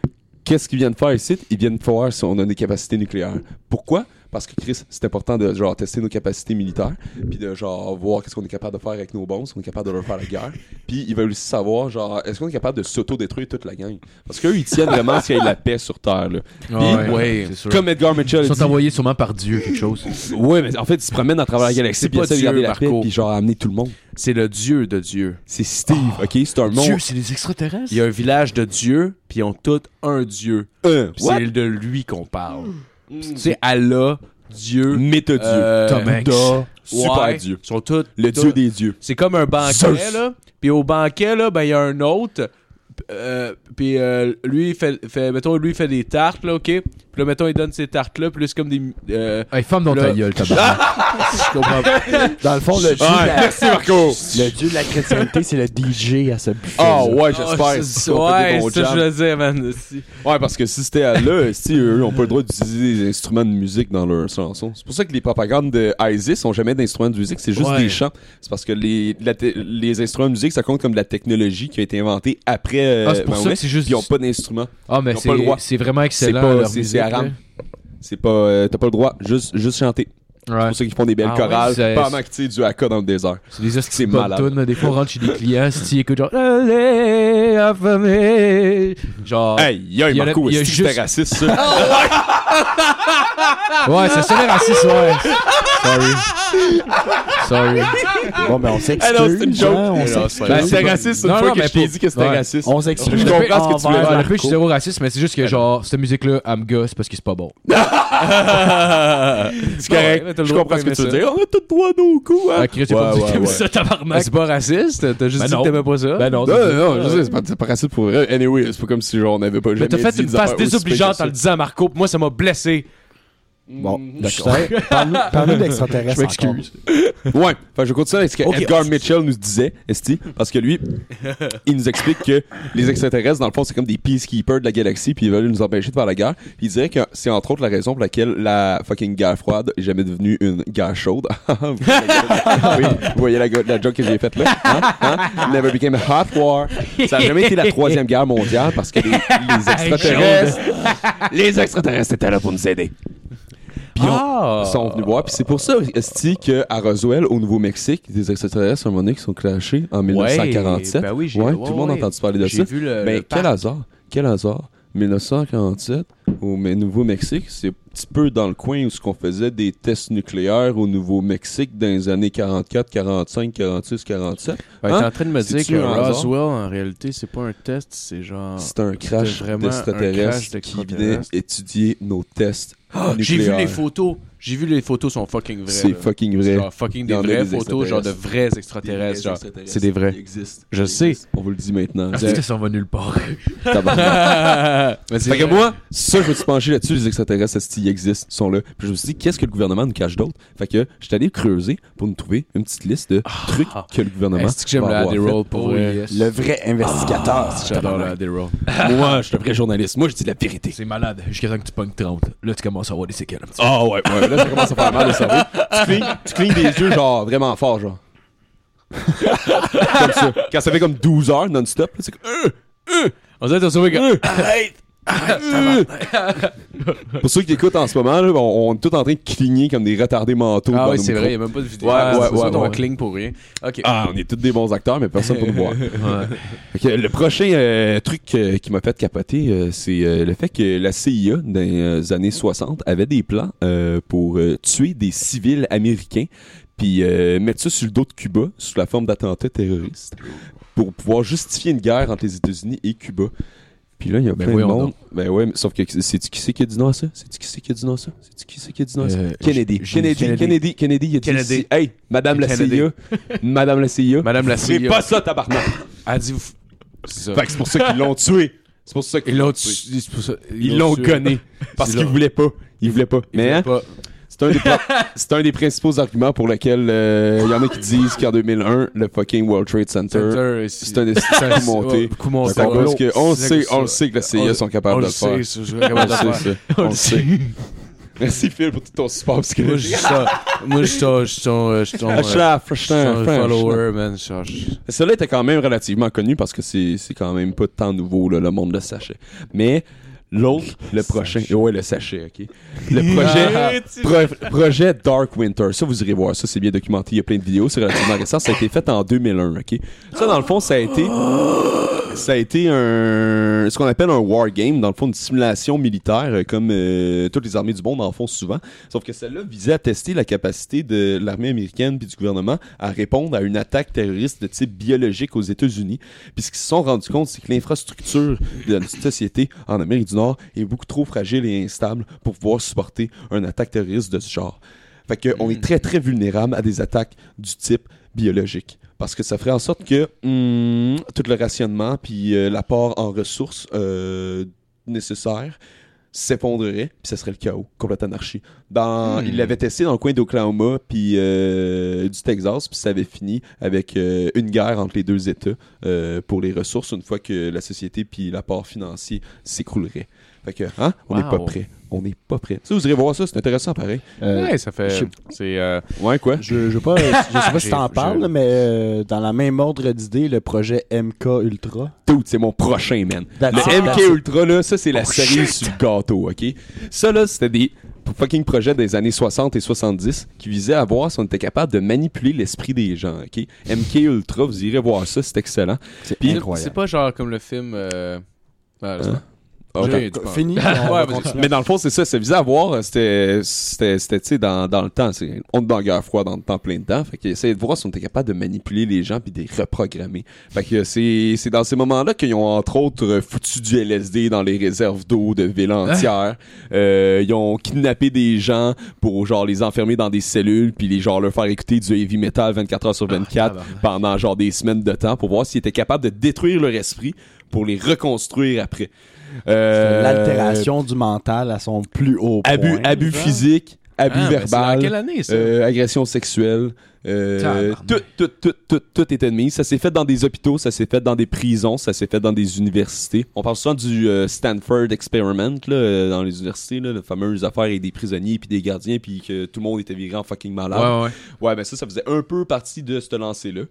D: qu'est-ce qu'ils viennent faire ici? Ils viennent voir si on a des capacités nucléaires. Pourquoi? parce que Chris, c'est important de genre tester nos capacités militaires, puis de genre voir qu'est-ce qu'on est capable de faire avec nos bombes, si on est capable de leur faire la guerre. Puis ils veulent aussi savoir genre est-ce qu'on est capable de s'auto-détruire toute la gang Parce qu'eux ils tiennent vraiment à ce qu'il y ait de la paix sur terre là. Puis,
C: Ah Ouais,
E: ouais,
C: c'est sûr.
D: Comme Edgar Mitchell
C: Ils
D: a
C: sont
D: dit,
C: envoyés sûrement par Dieu, quelque chose.
D: ouais, mais en fait, ils se promènent à travers la galaxie
E: C'est
D: puis ils
E: pas
D: essaient de
E: Dieu,
D: garder la
E: Marco.
D: paix puis genre amener tout le monde.
E: C'est le dieu de Dieu.
D: C'est Steve, OK, c'est un
C: Ah, Dieu,
D: monstre.
C: c'est des extraterrestres?
E: Il y a un village de dieux, puis ils ont tous un dieu.
D: Un,
E: Puis
D: what?
E: C'est de lui qu'on parle. Tu sais, Allah, Dieu,
D: Métodieu.
E: euh,
C: Tom Hanks.
E: Bouddha,
D: Super
E: ouais,
D: dieu.
E: Ils sont tous
D: le
E: tous-
D: dieu des dieux.
E: C'est comme un banquet
D: Zeus.
E: là, puis au banquet là, ben il y a un autre euh, puis euh, lui il fait, fait mettons lui il fait des tartes là, OK Puis là mettons il donne ces tartes là, puis là c'est comme des euh,
C: Hey, femme dans ta
E: Là.
C: gueule, tabarnak.
E: je comprends pas.
F: Dans le fond, le dieu, de la,
D: merci Marco.
F: le dieu de la chrétienté, c'est le DJ à ce buffet.
D: Ah ouais,
E: Ah,
D: j'espère.
E: c'est-
D: qu'on fait des
E: Ouais,
D: bons
E: c'est ça
D: jams.
E: que je le disais man. aussi.
D: Ouais, parce que si c'était à là, si eux ont pas le droit d'utiliser des instruments de musique dans leurs chansons. C'est pour ça que les propagandes de ISIS ont jamais d'instruments de musique, c'est juste
E: Ouais.
D: des chants. C'est parce que les, la te- les instruments de musique, ça compte comme de la technologie qui a été inventée après euh,
C: Ah, c'est pour ça
D: Mahomet,
C: que c'est juste-
D: puis ils ont pas d'instruments.
C: Ah, mais
D: Ils ont pas le
C: c'est
D: droit.
C: c'est vraiment
D: C'est
C: excellent.
D: pas
C: leur
D: c'est- c'est
C: musique, hein.
D: haram. C'est pas euh, t'as pas le droit, juste juste chanter.
C: là.
D: C'est
C: Ouais.
D: pour ça qu'ils font des belles
C: Ah ouais,
D: chorales,
C: c'est-
D: pas activer du haka dans le désert.
C: C'est des
D: C'est
C: hosties de bonnes
D: malade.
C: tunes, là. Des fois, on rentre chez des clients, si écoute genre... Allez, affamé. Genre...
D: Hey, y'a un
C: Ah. Il y en a-
D: Marco,
C: il y a
D: est-ce que c'était
C: juste-
D: raciste ça
C: Ouais, ça sonnait raciste, ouais. Sorry. Sorry.
F: Bon, mais on s'excuse.
D: Ah non, c'est une joke.
F: hein, on
E: Mais non,
F: s'excuse.
E: c'est pas-
D: C'était raciste une
C: Non,
D: fois
C: non,
D: que
C: mais
D: je t'ai
C: pour-
D: dit que c'était
C: ouais.
D: raciste.
F: On s'excuse.
D: Je comprends ce que tu veux
F: envers
D: dire.
C: Ouais,
F: Marco.
C: le plus, je suis zéro raciste, mais c'est juste que genre, cette musique-là, elle me gosse parce que c'est pas bon.
D: C'est
E: Non,
D: correct.
E: ouais, t'as le
D: je
E: droit
D: comprends
E: de
D: ce que
E: pas
D: tu veux
E: aimer
D: dire. On a tout droit nos coups. Hein?
C: Ah, Chris, j'ai pas dit comme ça,
E: Ben,
C: tabarnak.
E: c'est pas raciste, t'as juste
C: Ben
E: dit
C: non.
E: que t'aimais pas ça.
C: Ben non,
D: Non, non, non, je sais, c'est pas, c'est pas raciste pour vrai. Anyway, c'est pas comme si genre, on avait pas
E: mais
D: jamais
E: t'as fait
D: dit
E: une
D: des
E: face
D: affaires aussi
E: désobligeante en le
D: spéciales.
E: disant à Marco, puis moi ça m'a blessé.
F: Bon, d'accord. Parle-nous parle-nous d'extraterrestres.
C: Je m'excuse.
D: Ouais, enfin, je continue avec ce que
E: Ok,
D: Edgar
E: on-
D: Mitchell nous disait, esti, parce que lui, il nous explique que les extraterrestres, dans le fond, c'est comme des peacekeepers de la galaxie, puis ils veulent nous empêcher de faire la guerre. Puis il dirait que c'est entre autres la raison pour laquelle la fucking guerre froide est jamais devenue une guerre chaude. vous voyez la, oui, vous voyez la, go- la joke que j'ai faite là? Hein? Hein? Never became a hot war. Ça a jamais été la troisième guerre mondiale parce que les, les extraterrestres, les extraterrestres étaient là pour nous aider. Puis on-
E: Ah!
D: sont venus voir. Puis c'est pour ça, Esti, qu'à Roswell, au Nouveau-Mexique, des extraterrestres, à un moment donné, qui sont clashés en 1947.
E: ben oui, j'ai-
D: Ouais,
E: ouais,
D: tout le monde a
E: ouais.
D: entendu parler de
E: J'ai
D: ça.
E: vu le-
D: ben,
E: le
D: quel
E: parc.
D: hasard, quel hasard. 1947, au Me- Nouveau-Mexique, c'est un petit peu dans le coin où ce qu'on faisait des tests nucléaires au Nouveau-Mexique dans les années 44, 45, 46, 47.
E: Ben,
D: Hein?
E: T'es en train de me dire
D: C'est-tu
E: que
D: un hasard?
E: Roswell, en réalité, c'est pas un test, c'est genre.
D: C'était un crash
E: vraiment un crash
D: d'extraterrestres qui venait
E: d'extraterrestres. Ah,
D: étudier nos tests
E: J'ai vu
D: nucléaires.
E: les photos. J'ai vu les photos sont fucking vraies.
D: C'est
E: là.
D: fucking
E: C'est
D: vrai.
E: Genre fucking des
D: Il y en a
E: vraies
D: des
E: photos, genre de vrais extraterrestres. genre. C'est des vrais.
D: Ils existent.
E: Je
D: Ils
E: sais.
D: existent. On vous le dit maintenant.
C: Est-ce Ah, que ça en va nulle part?
D: Tabarnak.
E: Mais c'est
D: fait que
E: vrai.
D: moi, ça, je me suis penché là-dessus, les extraterrestres, est-ce qu'ils existent, ils sont là. Puis je me suis dit, qu'est-ce que le gouvernement nous cache d'autre? Fait que je suis allé creuser pour nous trouver une petite liste de trucs que le gouvernement.
E: Ah. Est-ce que j'aime
D: va
E: le
D: avoir
E: Adderall bah, pour
C: Oh,
E: vrai?
C: yes.
F: Le vrai investigateur. si
E: J'adore le
F: j'adore.
E: Adderall.
D: fait. Moi, je suis le vrai journaliste. Moi, je dis la vérité.
C: C'est malade. Jusqu'à temps que tu pognes 30. Là, tu commences à avoir des séquelles. un petit
D: Ah ouais, ouais. Là, ça commence à faire mal au cerveau. Tu clignes, tu clignes des yeux, genre, vraiment fort, genre. comme ça. Quand ça fait comme 12 heures non-stop, là, c'est comme.
E: On dirait que t'as sauvé que.
D: Pour ceux qui écoutent en ce moment, là, on, on est tous en train de cligner comme des retardés mentaux.
E: Ah
D: dans
E: oui,
D: nos
E: c'est
D: micros.
E: vrai, il a même pas de vidéo.
D: Ouais,
E: Ah,
D: ouais,
E: c'est ça,
D: ouais,
E: On
D: ouais.
E: cligne pour rien. Ok.
D: Ah, on est tous des bons acteurs, mais personne pour nous voir. Fait que le prochain euh, truc euh, qui m'a fait capoter, euh, c'est euh, le fait que la CIA, dans les années 60, avait des plans euh, pour euh, tuer des civils américains, puis euh, mettre ça sur le dos de Cuba, sous la forme d'attentats terroristes, pour pouvoir justifier une guerre entre les États-Unis et Cuba. Puis là, il y a
C: Ben
D: plein de
C: voyons
D: monde.
C: donc.
D: Ben ouais, mais sauf que c'est-tu qui c'est qui a dit non à ça? C'est-tu qui c'est qui a dit non à ça? C'est-tu qui c'est qui a dit non à ça?
C: Euh,
D: Kennedy.
C: j'ai-
D: Kennedy. Kennedy.
C: Kennedy.
D: Kennedy. Kennedy. il a dit
E: Kennedy.
D: si- Hey, Madame la
E: Kennedy.
D: CIA. Madame la CIA.
E: Madame euh, la
D: C'est
E: CIA.
D: pas ça, tabarnak.
E: Elle dit. vous- C'est ça.
D: Fait que c'est pour ça qu'ils l'ont tué. C'est pour ça qu'ils
E: Ils l'ont
D: tué.
E: tué, c'est pour ça-
D: Ils l'ont
E: tué.
D: gonné. Parce
E: Ils
D: qu'ils
E: l'ont-
D: voulaient pas. Ils voulaient pas. Mais hein,
E: Pas-
D: c'est un, des pro- c'est un des principaux arguments pour lequel il y en a qui disent qu'en 2001, le fucking World Trade Center,
E: Center, ici.
D: c'est un des
E: Ouais,
D: coup monté.
E: coup monté.
D: C'est à cause que on
E: C'est
D: sait,
E: ça.
D: on le sait que la CIA sont
E: On
D: capables
E: le
D: de le
E: sait,
D: faire.
E: ça, je suis capable de le
D: On le
E: faire.
D: sait, ça. On le sait. Merci Phil pour tout ton support
E: Moi, je
D: psychologique.
E: suis ça. Moi, je suis ton- je suis ton. euh, Je suis ton. euh,
D: Ah,
E: Je suis
D: chlaf,
E: ton
D: chlaf, chlaf.
E: follower, man. Je suis- je-
D: Celui-là était quand même relativement connu parce que c'est c'est quand même pas tant nouveau, là, le monde le sachait. Mais L'autre, le prochain. Ouais, le sachet, ok. Le projet, pro- projet Dark Winter. Ça, vous irez voir. Ça, c'est bien documenté. Il y a plein de vidéos. C'est relativement récent. Ça a été fait en 2001, ok. Ça, dans le fond, ça a été, ça a été un, ce qu'on appelle un war game. Dans le fond, une simulation militaire, euh, comme euh, toutes les armées du monde en font souvent. Sauf que celle-là visait à tester la capacité de l'armée américaine puis du gouvernement à répondre à une attaque terroriste de type biologique aux États-Unis. Puis ce qu'ils se sont rendus compte, c'est que l'infrastructure de la société en Amérique du Nord est beaucoup trop fragile et instable pour pouvoir supporter une attaque terroriste de ce genre. Fait que on est très très vulnérable à des attaques du type biologique. Parce que ça ferait en sorte que hmm, tout le rationnement puis euh, l'apport en ressources euh, nécessaires s'effondrerait, puis ça serait le chaos, complète anarchie. Dans, Il l'avait testé dans le coin d'Oklahoma, puis euh, du Texas, puis ça avait fini avec euh, une guerre entre les deux États euh, pour les ressources une fois que la société puis l'apport financier s'écroulerait. Fait que, hein, on n'est pas
C: Wow.
D: prêt. On n'est pas prêt. Ça, vous irez voir ça, c'est intéressant pareil.
F: Euh,
E: Ouais, ça fait.
F: je-
E: C'est. euh,
D: Ouais, quoi?
F: Je, je, sais pas, je sais pas si
E: J'ai-
F: t'en
E: je-
F: parles, mais euh, dans la même ordre d'idée, le projet MK Ultra.
D: Dude, c'est mon prochain, man.
F: That's
D: le
F: it,
D: MK
F: that's it.
D: Ultra, là, ça, c'est la série sur le gâteau, OK? Ça, là, c'était des fucking projets des années 60 et 70 qui visaient à voir si on était capable de manipuler l'esprit des gens, OK? MK Ultra, vous irez voir ça, c'est excellent.
F: C'est
D: Puis-
E: C'est
F: incroyable.
E: pas genre comme le film. euh, ah, c'est-
D: Hein? Ok.
E: J'ai- tu
F: Co-
E: parles.
F: Fini. on
E: Ouais,
F: va
E: vas-y.
F: continuer.
D: Mais dans le fond, c'est ça, ça visait à voir, euh, c'était, c'était, c'était, tu sais, dans, dans le temps, c'est, on est dans la guerre froide, dans le temps plein de temps, fait qu'ils essayaient de voir si on était capable de manipuler les gens puis de les reprogrammer. Fait que c'est, c'est dans ces moments-là qu'ils ont, entre autres, euh, foutu du LSD dans les réserves d'eau de villes entières, Euh, ils ont kidnappé des gens pour, genre, les enfermer dans des cellules puis les, genre, leur faire écouter du heavy metal 24 heures sur 24 pendant, genre, des semaines de temps pour voir s'ils étaient capables de détruire leur esprit pour les reconstruire après. Euh,
F: L'altération du mental à son plus haut point.
D: abus, abus physique, abus
E: Ah, mais c'est dans quelle
D: verbal,
E: année ça
D: euh, agression sexuelle. euh,
C: Tabarnak.
D: tout, tout, tout, tout, tout est ennemi. Ça s'est fait dans des hôpitaux, ça s'est fait dans des prisons, ça s'est fait dans des universités. On parle souvent du euh, Stanford Experiment là, euh, dans les universités, là, la fameuse affaire avec des prisonniers puis des gardiens puis que tout le monde était viré en fucking malade.
E: Ouais, ouais.
D: Ouais, ben ça, ça faisait un peu partie de ce lancer-là.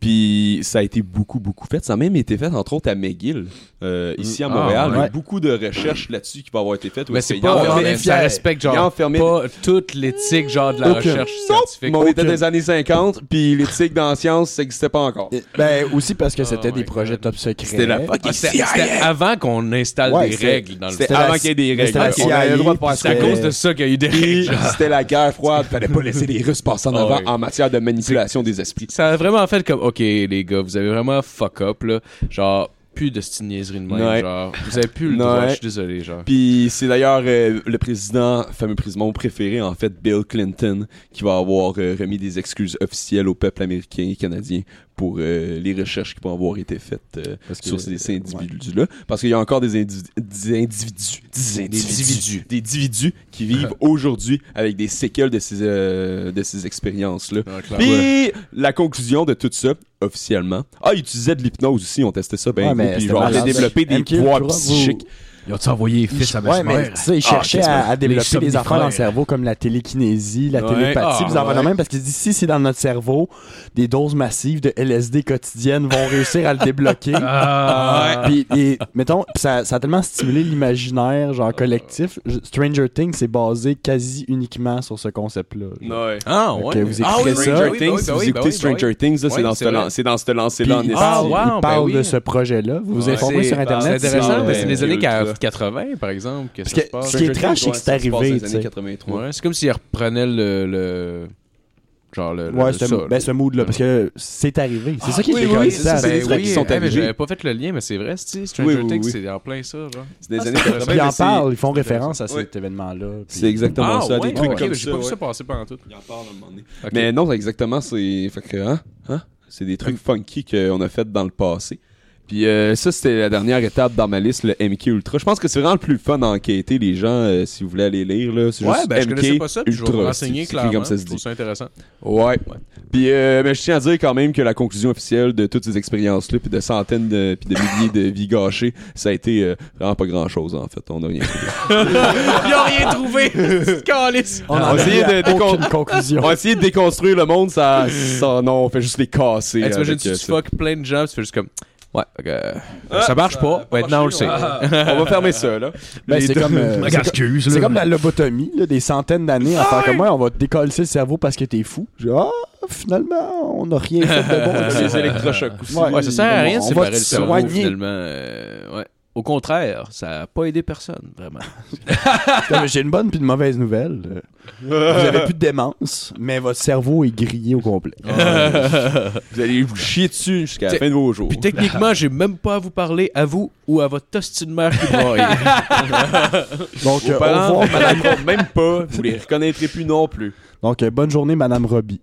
D: Puis ça a été beaucoup, beaucoup fait. Ça a même été fait, entre autres, à McGill, euh, ici à
E: Ah,
D: Montréal. Il y a
F: ouais.
D: beaucoup de recherches là-dessus qui vont avoir été faites. où
E: Mais
D: est-ce
E: c'est
D: qu'ils
E: pas.
D: ont
E: on
D: fait-
E: est- Ça respecte
D: il a
E: genre.
D: enfermé-
E: Pas toute l'éthique genre de la
F: Aucune.
E: recherche scientifique.
D: Mais on était
F: Aucune.
D: dans les années 50, puis l'éthique dans la science, ça n'existait pas encore.
F: Et- Ben, aussi parce que c'était
E: Oh
F: des
E: my
F: projets
E: God.
F: top secrets.
D: Ah, C'était la fucking
E: Ah, c'était- C'était
D: CIA.
E: avant qu'on installe
F: Ouais,
E: des
F: c'était-
E: règles dans le Ah,
D: C'était
F: c'était
D: avant
F: la-
D: qu'il y ait des
F: mais
D: règles.
F: c'était la
D: On avait le droit de faire
F: CIA,
E: C'est à
D: ça.
F: c'était-
E: cause de ça qu'il y a eu des
D: Puis,
E: règles.
D: C'était la guerre froide, fallait pas laisser les Russes passer en
E: Ah,
D: avant
E: ouais.
D: en matière de manipulation des esprits.
E: Ça a vraiment fait comme, ok, les gars, vous avez vraiment fuck up, là. Genre, plus de cette niaiserie de même.
D: Ouais.
E: Genre, vous avez plus le droit,
D: Ouais.
E: je suis désolé, genre.
D: Puis c'est d'ailleurs euh, le président, fameux président préféré en fait, Bill Clinton, qui va avoir euh, remis des excuses officielles au peuple américain et canadien pour euh, les recherches qui vont avoir été faites euh,
F: Parce que-
D: sur ces, ces individus-là. Parce qu'il y a encore des, indivi- des individus, des individus, des individus qui vivent aujourd'hui avec des séquelles de ces, euh, de ces expériences-là.
E: Ouais,
F: Ah, ben
E: clairement.
D: Puis la conclusion de tout ça, officiellement. Ah, ils utilisaient de l'hypnose aussi, on testait ça, ben,
F: Ouais, mais
D: gros, puis
F: c'était
D: genre, on a
F: malade.
D: développé des
F: MK
D: pouvoirs
F: Ultra, vous-
D: psychiques.
C: Ils ont-tu envoyé
F: Ils-
C: fils à ma
F: ouais, mais
C: mère?
F: tu sais,
E: Ah,
F: ils cherchaient à, à développer des
C: somnifères.
F: affaires dans le cerveau comme la télékinésie, la
E: Ouais.
F: télépathie,
E: Ah,
F: des affaires de
E: ouais.
F: même, parce qu'ils se disent si c'est dans notre cerveau, des doses massives de LSD quotidiennes vont réussir à le débloquer.
C: Ah,
F: Puis, et, mettons, pis ça, ça a tellement stimulé l'imaginaire, genre collectif. J- Stranger Things, c'est basé quasi uniquement sur ce concept-là. genre.
E: Ah,
F: Ok,
E: ouais.
F: vous
E: ah,
F: écoutez
E: oui, Stranger
F: ça.
D: Stranger Things,
E: Things,
D: si vous écoutez Stranger Things, là,
E: Oui,
D: bah c'est dans
E: c'est
D: ce
E: vrai.
D: lan- c'est dans ce
F: Puis
D: lancer-là en
F: il
D: esti.
E: Ah,
F: parle,
E: wow,
F: il parle
E: ben oui.
F: de ce projet-là. Vous vous
E: Ouais,
F: informez
E: c'est-
F: sur Internet. euh,
E: C'est intéressant,
D: c'est-
E: mais c'est les
D: ouais,
E: années
D: ultra.
E: 80, par exemple, que
F: Parce
E: ça se
F: que-
E: passe.
F: ce qui est trash, c'est que c'est
D: Stranger Things,
F: arrivé,
D: ouais,
F: tu
D: ça se passe dans les
F: sais.
D: années 83.
E: Ouais, c'est comme s'ils reprenaient le, le- Genre, le. le-
F: Ouais,
E: le-
F: ce,
E: ça, là.
F: ben, ce mood-là, parce que c'est arrivé. C'est ça qui est
D: oui, oui,
F: dégueulasse.
D: c'est ça, c'est
E: Ben
D: des trucs qui
E: oui,
D: sont
E: eh, mais
D: arrivés.
E: J'avais pas fait le lien, mais c'est vrai, c'est Stranger
D: Oui, oui,
E: Things,
D: oui.
E: c'est en plein ça, genre.
D: C'est des années 80.
F: Puis ils
D: Ben,
F: en
D: mais c'est-
F: parlent, ils font
E: c'est-
F: référence à
D: ouais.
F: cet événement-là. puis-
D: C'est exactement ça,
E: Ah, ouais,
D: des trucs
E: ok,
D: comme
E: mais
D: ça.
E: J'ai pas vu
D: ouais.
E: ça passer pendant tout.
D: Ils en parlent à un moment donné. Mais non, c'est exactement, c'est. Fait que, hein? Hein? C'est des trucs funky qu'on a fait dans le passé. Puis euh, ça, c'était la dernière étape dans ma liste, le MK Ultra. Je pense que c'est vraiment le plus fun à enquêter, les gens, euh, si vous voulez aller lire. Là, c'est
E: Ouais,
D: juste
E: ben je
D: MK
E: connaissais pas ça, puis je vais me
D: Ultra,
E: renseigner
D: c'est- c'est écrit
E: clairement.
D: comme ça se
E: je trouve
D: dit.
E: ça intéressant.
D: Ouais. Puis euh, mais je tiens à dire quand même que la conclusion officielle de toutes ces expériences-là, puis de centaines de, puis de milliers de vies gâchées, ça a été euh, vraiment pas grand-chose en fait. On a rien. trouvé.
E: Ils ont rien trouvé! Calice!
F: On
D: Ah,
F: a
D: essayez de- de-
F: aucune conclusion.
D: On a essayé de déconstruire le monde, ça, ça non, on fait juste les casser.
E: Hey, T'imagines,
D: avec,
E: tu
D: euh,
E: tu
D: ça.
E: fuck plein de gens, tu fais juste comme. Ouais. fait que, euh, ça marche pas. Maintenant, on le sait.
D: On va fermer ça, là.
F: Ben, c'est comme, euh, c'est co-
C: excuse,
F: c'est comme la lobotomie, là, des centaines d'années, en faire comme moi, on va te décoller le cerveau parce que t'es fou. Je dis, ah, finalement, on n'a rien fait de bon.
D: C'est les électrochocs aussi.
F: Ouais.
E: Ouais, ça sert à rien de
F: On va
E: séparer
F: te
E: le cerveau,
F: soigner.
E: finalement. euh, ouais. Au contraire, ça a pas aidé personne, vraiment.
F: Comme, J'ai une bonne puis une mauvaise nouvelle. Euh, Vous avez plus de démence, mais votre cerveau est grillé au complet.
D: Ah. Vous allez vous chier dessus jusqu'à la
E: T'es-
D: fin de vos jours.
E: Puis techniquement, j'ai même pas à vous parler, à vous ou à votre hostie de mère qui broye.
F: Donc,
D: Vos
F: euh, au
D: parents,
F: revoir,
D: vous
F: madame.
D: les- même pas. Vous les reconnaîtrez plus non plus.
F: Donc, euh, bonne journée, madame Robbie.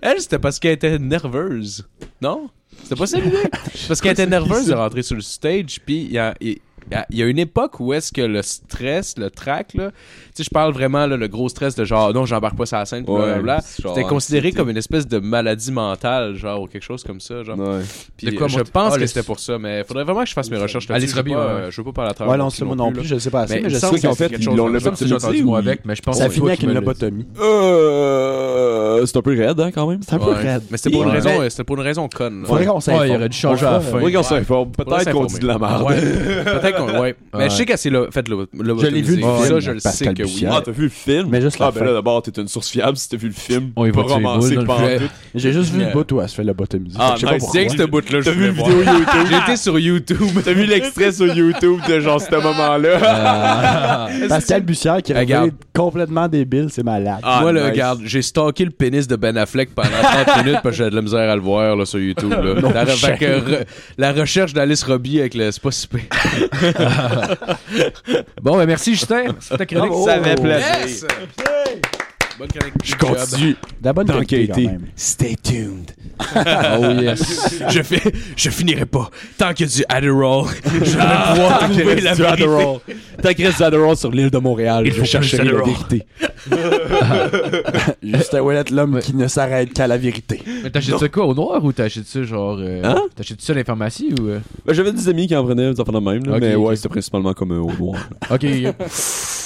E: Elle, c'était parce qu'elle était nerveuse. Non? C'était pas ça l'idée? C'est parce qu'elle était nerveuse de rentrer sur le stage, puis il y a... il- il y a- il y a une époque où est-ce que le stress, le trac, là, tu sais, je parle vraiment, là, le gros stress de genre, non, j'embarque pas sur la scène, puis
D: Ouais,
E: blablabla.
D: c'est genre
E: C'était considéré
D: anxiété.
E: comme une espèce de maladie mentale, genre, ou quelque chose comme ça, genre.
D: Ouais.
E: Puis,
C: De quoi,
E: je
C: mon-
E: pense
C: Ah,
E: que
C: le-
E: c'était pour ça, mais faudrait vraiment que je fasse mes recherches
C: Allez,
E: là-dessus. Je veux
C: Trabi,
E: pas,
C: ouais.
E: euh, je veux pas parler à travers
F: Ouais,
E: mon
F: non,
E: cul
F: ça, moi non
E: là.
F: plus, je sais pas assez,
E: Mais
F: mais
E: il
F: je sais
E: me semble
F: qu'ils
E: qu'il
F: ont
E: y a
F: fait.
E: quelque
F: ils
E: chose
F: l'ont-
D: comme
C: le
D: ça.
C: fait, c'est gentil moi avec, mais je pense
F: Ça
C: que c'est
F: finit
C: toi
F: avec
C: qui
F: une
C: me l'as dit.
F: lobotomie.
D: Euh, c'est un peu raide, hein, quand même.
F: C'est un peu
E: Ouais.
F: raide.
E: Mais c'était pour, une
C: Ouais.
E: raison, euh, c'était pour une raison conne. là.
F: Faudrait qu'on s'informe.
C: Ouais, il aurait dû changer à la fin.
D: Faudrait qu'on
E: Ouais.
D: s'informe.
E: Faudrait
D: Peut-être qu'on dit de la merde.
E: Ouais. Peut-être qu'on. Ouais. Mais
C: Ouais.
E: je sais qu'elle s'est lo- faite lo- lobotomiser.
F: Je l'ai vu, le
E: Ça,
F: film,
E: je le
F: Pascal
E: sais que oui.
F: Bichette.
D: Ah, t'as vu le film?
F: Mais juste la
D: Ah, ben
F: fin.
D: là, d'abord, t'es une source fiable si t'as vu le film.
C: On y va
D: Pas
C: tuer les
D: romancé,
C: boules dans
D: pas
C: le
D: en
C: fait.
D: tout.
F: J'ai juste vu le bout où elle se fait lobotomiser.
D: Ah,
F: Fait que je sais pas
D: nice.
F: pourquoi.
E: Dès que ce bout-là, je
D: T'as vu
E: voulais
D: le
E: voir.
D: vidéo YouTube?
E: J'étais sur YouTube.
D: T'as vu l'extrait sur YouTube de genre ce moment-là?
C: Euh.
F: Pascal Bussière qui est
E: Regarde.
F: revenu complètement débile, c'est malade.
D: Ah,
E: Moi, là,
D: nice.
E: regarde, j'ai stalké le pénis de Ben Affleck pendant 30 minutes parce que j'avais de la misère à le voir là, sur YouTube. Là. la, re- fait que re- la recherche d'Alice Robbie avec le. C'est pas si pire.
C: Bon, ben merci Justin. Merci pour ta chronique.
F: Bravo.
D: Ça
E: Oh.
D: fait plaisir.
E: Bonne chronique.
D: Je continue
F: De la bonne qualité, quand
D: d'enquêter.
F: même.
D: Stay tuned.
C: Oh yes.
E: Je, fais, je finirai pas. Tant qu'il y a du Adderall, je vais pouvoir
D: Tant qu'il
E: trouver la
D: reste du
E: vérité.
D: Adderall. Tant qu'il reste du Adderall sur l'île de Montréal,
E: Il faut
D: je
E: plus
D: chercherai la
E: d'Adderall.
D: vérité.
F: Justin Ouellet, l'homme qui ne s'arrête qu'à la vérité.
C: Mais t'achètes ça quoi au noir ou t'achètes ça genre. euh,
D: Hein?
C: T'achètes ça à l'informatie ou. euh?
D: Ben, J'avais des amis qui en prenaient des enfants de même, là,
C: Ok,
D: mais
C: ok.
D: ouais, c'était principalement comme euh, au noir. là.
C: Ok.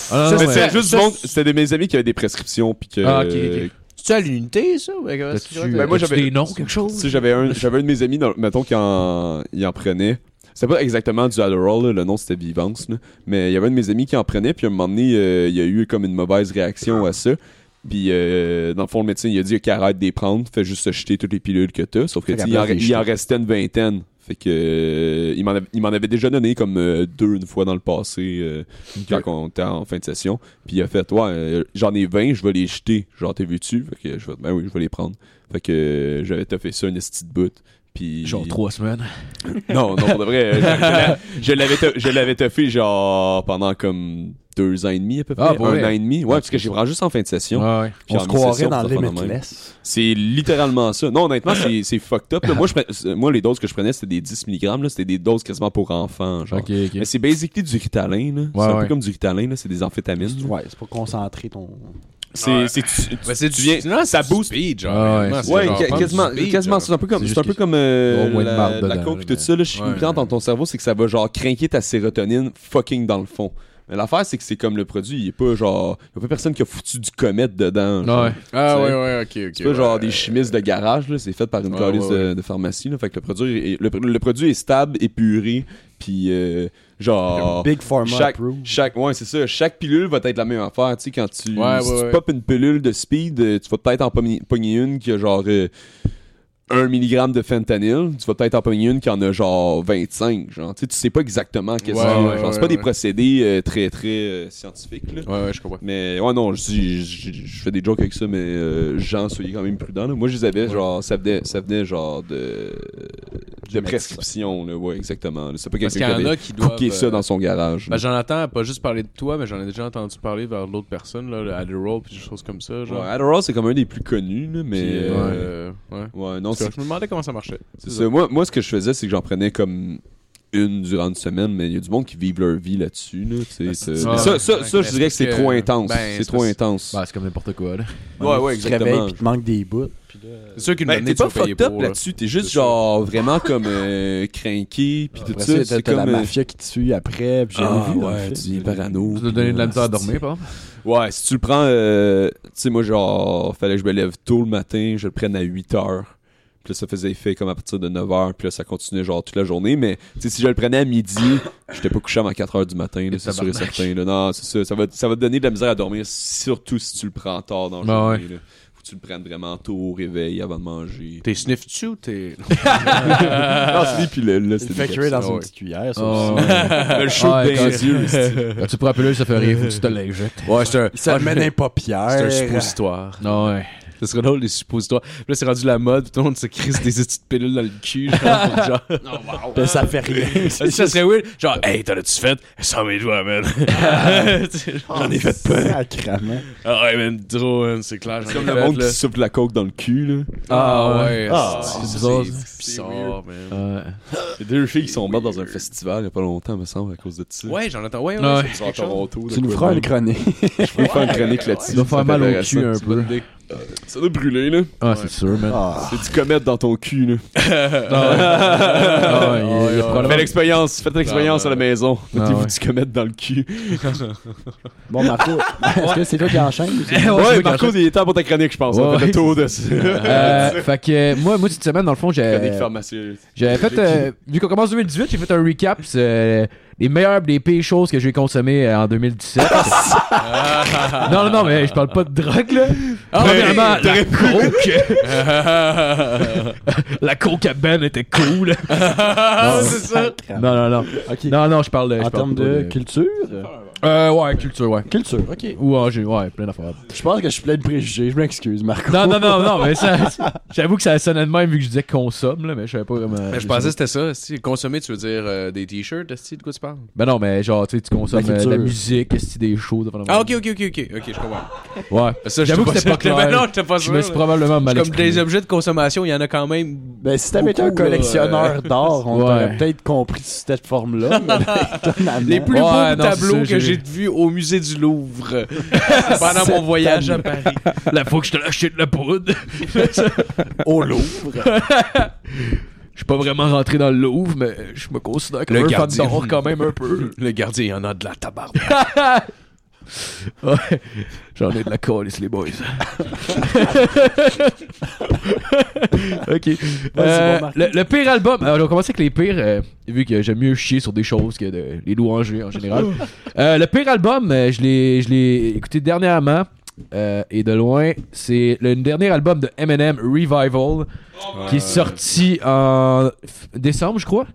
C: Ah, non, non,
D: Mais
C: ouais.
D: c'était juste du monde- c'était des mes amis qui avaient des prescriptions, puis que.
C: Ah, ok, ok.
E: C'est à l'unité, ça?
C: T'as-tu,
E: Ben,
C: euh,
D: moi,
C: t'as-tu
D: j'avais-
C: des noms quelque
D: Tu
C: chose
D: sais, j'avais un, j'avais un de mes amis, dans- mettons, qui en, il en prenait. C'était pas exactement du Adderall, là, le nom c'était Vivance, là. mais il y avait un de mes amis qui en prenait, puis à un moment donné, euh, il y a eu comme une mauvaise réaction à ça. Puis, euh, dans le fond, le médecin, il a dit, OK, arrête de les prendre, fais juste jeter toutes les pilules que t'as. Sauf que,
F: Fait
D: tu sais, il en,
F: qu'après,
D: il
F: c'est
D: en
F: chaud.
D: restait une vingtaine. Fait que, euh, il, m'en avait, il m'en avait déjà donné comme euh, deux une fois dans le passé, euh, quand on était en fin de session. Puis il a fait, ouais, euh, j'en ai 20, je vais les jeter. Genre, t'es vu-tu? Fait que, je vais, ben oui, je vais les prendre. Fait que euh, j'avais fait ça une petite bout. Puis...
C: Genre trois semaines.
D: Non, non, pour de vrai. euh, je- je l'a- Je l'avais tu- je l'avais toffé genre pendant comme deux ans et demi à peu près.
C: Ah, pour
D: un
C: vrai?
D: an et demi. Ouais, parce que j'ai prends juste en fin de session.
C: Ah, Ouais, ouais.
D: puis
F: on
D: en
F: se
D: mi-session,
F: croirait dans
D: puis ça fait de même.
F: Limitless.
D: C'est littéralement ça. Non, honnêtement, c'est c'est fucked up. là. Moi, je prenais- c'est- moi, les doses que je prenais, c'était des 10 mg. là. C'était des doses quasiment pour enfants. Genre.
C: Ok, ok.
D: Mais c'est basically du ritalin. là. c'est
C: Ouais,
D: un peu
C: ouais.
D: comme du ritalin. là. C'est des amphétamines.
F: Ouais, c'est pour concentrer ton.
D: C'est c'est- tu- tu-
E: c'est
D: tu viens-
E: Non, ça booste.
C: Ah, ouais.
D: Ouais, ca- quasiment, quasiment c'est un peu comme,
C: C'est
D: c'est un
C: juste
D: peu
C: que-
D: comme euh,
C: au moins de
D: la,
C: marde
D: la
C: dedans,
D: coke et
C: mais-
D: tout ça, là, je suis
E: Ouais.
D: mutant dans ton cerveau, c'est que ça va genre craquer ta sérotonine fucking dans le fond. Mais l'affaire, c'est que c'est comme le produit, il est pas genre, il y a pas personne qui a foutu du comète dedans. genre.
C: Ouais.
E: Ah,
D: Tu
E: ouais,
D: sais.
E: ouais, ok, ok.
D: C'est pas genre des chimistes de garage, là, c'est fait par une
E: Ouais,
D: calice
E: ouais, ouais.
D: De, de pharmacie, là, fait que le produit, est, le, le produit est stable, épuré, puis euh, genre...
F: Big Pharma
D: Chaque,
F: approved.
D: chaque, ouais, c'est ça. Chaque pilule va être la même affaire. Tu sais, quand tu,
E: Ouais,
D: si
E: ouais,
D: tu
E: ouais.
D: popes une pilule de speed, euh, tu vas peut-être en pogner pogner une qui a genre euh, 1 mg de fentanyl. Tu vas peut-être en pogner une qui en a genre 25. Genre, tu sais, tu sais pas exactement qu'est-ce
E: Ouais,
D: qu'il y a.
E: ouais,
D: Genre,
E: ouais,
D: c'est pas des
E: ouais.
D: procédés euh, très, très euh, scientifiques, là.
E: Ouais, ouais, je comprends.
D: Mais ouais, non, je dis- je je fais des jokes avec ça, mais euh, genre, soyez quand même prudents. là. Moi, je les avais, genre, ça venait, ça venait genre de, de prescription, là, ouais, exactement. là. C'est pas
E: Parce
D: quelqu'un qui
E: qu'il y en a
D: avait
E: qui doivent,
D: cooké ça
E: euh,
D: dans son garage.
E: Ben, j'en entends pas juste parler de toi, mais j'en ai déjà entendu parler vers l'autre personne, là, le Adderall, pis des choses comme ça, genre.
D: Ouais, Adderall, c'est comme un des plus connus, là, mais.
E: Puis,
D: euh,
E: euh, ouais.
D: ouais. non,
E: Parce
D: c'est
E: que Je me demandais comment ça marchait.
D: c'est ça. Moi, moi, ce que je faisais, c'est que j'en prenais comme une durant une semaine, mais il y a du monde qui vivent leur vie là-dessus, là, tu sais,
E: Ben,
D: c'est-
E: c'est-
D: ça,
C: ouais.
D: ça, ça,
E: Ouais,
D: je dirais que c'est
E: parce que-
D: trop intense.
E: ben,
D: c'est
E: c'est
D: trop
E: parce-
D: intense.
C: Bah, c'est comme n'importe quoi, là.
D: ouais, ouais,
F: Tu te réveilles
D: exactement.
F: puis tu manques des bouts. puis suis là.
E: C'est sûr qu'une
D: Ben,
E: année,
D: t'es
E: tu
D: pas
E: vas payer
D: fucked up
E: pour. là.
D: là-dessus, t'es juste
E: C'est sûr.
D: genre vraiment comme euh, craqué, pis tout
F: Après
D: ça,
F: ça, t'as-
D: c'est
F: t'as
D: comme...
F: la
D: euh,
F: mafia qui te suit après, puis j'ai
D: Ah,
F: vu dans le
D: ouais,
F: film.
D: tu viens parano.
C: Tu dois donner de la misère à dormir,
D: Ah,
C: par exemple.
D: Ouais, si tu le prends, euh, tu sais, moi, genre, fallait que je me lève tôt le matin, je le prenne à 8 heures. Puis là, ça faisait effet comme à partir de 9 heures, puis là, ça continuait genre toute la journée. Mais, tu sais, si je le prenais à midi, j'étais pas couché avant 4 heures du matin, là, c'est sûr et
C: tabarnak.
D: certain. Là. Non, c'est ça, ça va, ça va te donner de la misère à dormir, surtout si tu le prends tard dans la
C: Ben
D: journée. là. Faut que tu le prennes vraiment tôt au réveil avant de manger.
E: T'es sniff-tu ou t'es.
D: Ah, c'est des pilules, là, c'est
F: Il
D: des
F: fait cuire dans
D: capsules.
F: une petite cuillère, ça
C: Oh.
F: aussi.
D: Le chaud
C: Ouais,
D: dans les
C: quand-
D: yeux, c'est-
C: Quand tu prends la pilule, ça fait rien, faut que tu te l'injectes.
E: Ouais, c'est un.
F: Ça
E: Ah,
F: te met
E: je-
F: un paupière.
E: C'est un suppositoire.
C: Non, Ah, ouais.
E: Ce serait drôle, les suppositoires. Puis là, c'est rendu la mode, puis tout le monde se crisse des petites pilules dans le cul. Genre, genre.
F: Ben, ça fait rien.
E: Ah, ça serait weird. Genre, hey, t'en as-tu fait? 100 000 doigts, man. J'en ai fait pas.
F: Sacrement.
E: Ah ouais, man, trop, man, c'est clair.
D: C'est comme le monde qui souffle la coke dans le cul, là.
E: Ah ouais,
F: Ah,
E: c'est-
C: c'est
E: c'est
C: bizarre, ça.
E: bizarre,
D: Ah,
E: man.
C: Ouais.
D: Il y a deux filles qui sont mortes dans un festival il y a pas longtemps, me semble, à cause de ça.
E: Ouais, j'en entends. Ouais,
C: Ouais.
E: ouais, c'est
D: Genre à
E: quelque chose.
D: Toronto.
F: Tu nous feras une chronique.
D: Je peux faire une chronique là-dessus.
C: Ça doit faire mal au
D: intéressant.
C: cul un peu.
D: Ça doit brûler, là.
C: Ah, c'est sûr, man.
F: Ah.
D: C'est du comète dans ton cul, là.
C: Ah, ouais, il y a- il y a
D: Fais
C: probablement-
D: l'expérience, faites l'expérience à la maison.
C: Ah,
D: Mettez-vous
C: ouais.
D: du comète dans le cul.
F: Bon, Marco, ben, est-ce que c'est toi qui enchaîne?
C: Ah, Ouais,
D: Ouais,
C: c'est
D: Marco,
C: vrai
D: il est temps pour ta chronique, je pense.
C: Ouais,
D: On va faire
C: ouais.
D: le tour de ça.
C: Euh, fait que euh, moi, moi, cette semaine, dans le fond, j'ai.
D: Chronique pharmaceutique.
C: J'avais fait, euh, vu qu'on commence 2018, j'ai fait un recap euh, des meilleures, des pires choses que j'ai consommées euh, en 2017. non, non, non, mais je parle pas de drogue, là. Premièrement,
E: mais
C: la coke. la coke à Ben était cool.
E: Ah, c'est ça.
C: non, non, non.
F: Ok.
C: Non, non, je parle de. je
F: En
C: parle
F: termes
C: pas
F: de culture?
C: Euh, ouais, culture, ouais.
F: Culture, ok.
C: Ou en jeu, ouais, plein d'affaires.
F: Je pense que je suis plein de préjugés. Je m'excuse, Marco.
C: Non, non, non, non, mais ça. J'avoue que ça sonnait de même vu que je disais consomme, là, mais je savais pas vraiment.
F: Euh,
E: Mais je pensais que c'était ça. Si consommer, tu veux dire euh, des t-shirts, esti, de quoi tu parles?
C: Ben non, mais genre, tu sais, tu consommes
F: La
C: euh, de
F: culture.
C: la musique, est-ce des shows devant
E: Ah, ok, ok, ok, ok, ok, je comprends.
C: Ouais.
E: Ça,
C: J'avoue que
E: j'étais
C: c'était pas
E: sûr.
C: clair.
E: Ben non, j'étais pas
C: Je
E: sûr.
C: me suis
E: là.
C: probablement mal
E: Comme des
C: exprimé.
E: objets de consommation, il y en a quand même.
F: Ben, si t'avais été un
E: Beaucoup, là,
F: collectionneur d'art, on
C: Ouais.
F: t'aurait peut-être compris sous cette forme-là. mais étonnamment.
E: Les plus
C: Ouais,
E: beaux
C: non,
E: tableaux
C: c'est ça,
E: que
C: j'ai-
E: j'ai vus au musée du Louvre pendant mon voyage à Paris.
C: La fois que je te lâchais de la poudre.
F: au Louvre.
C: Je suis pas vraiment rentré dans le Louvre, mais je me considère comme
E: Le
C: un fan
E: gardien.
C: d'or quand même un peu.
E: Le gardien, il y en a de la tabarde.
C: Ouais. J'en ai de la colisse, les boys. ok. Euh,
F: bon, Marc.
C: le, le pire album. Alors, on va commencer avec les pires, euh, vu que j'aime mieux chier sur des choses que de les louanger en général. Euh, le pire album, euh, je l'ai je l'ai écouté dernièrement. euh, et de loin, c'est le dernier album de Eminem, Revival, qui est sorti en f- décembre, je crois.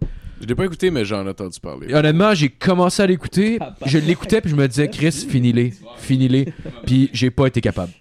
E: Je l'ai pas écouté, mais j'en ai entendu parler.
C: Et honnêtement, j'ai commencé à l'écouter, je l'écoutais, puis je me disais, Chris, finis-les, finis-les, puis j'ai pas été capable.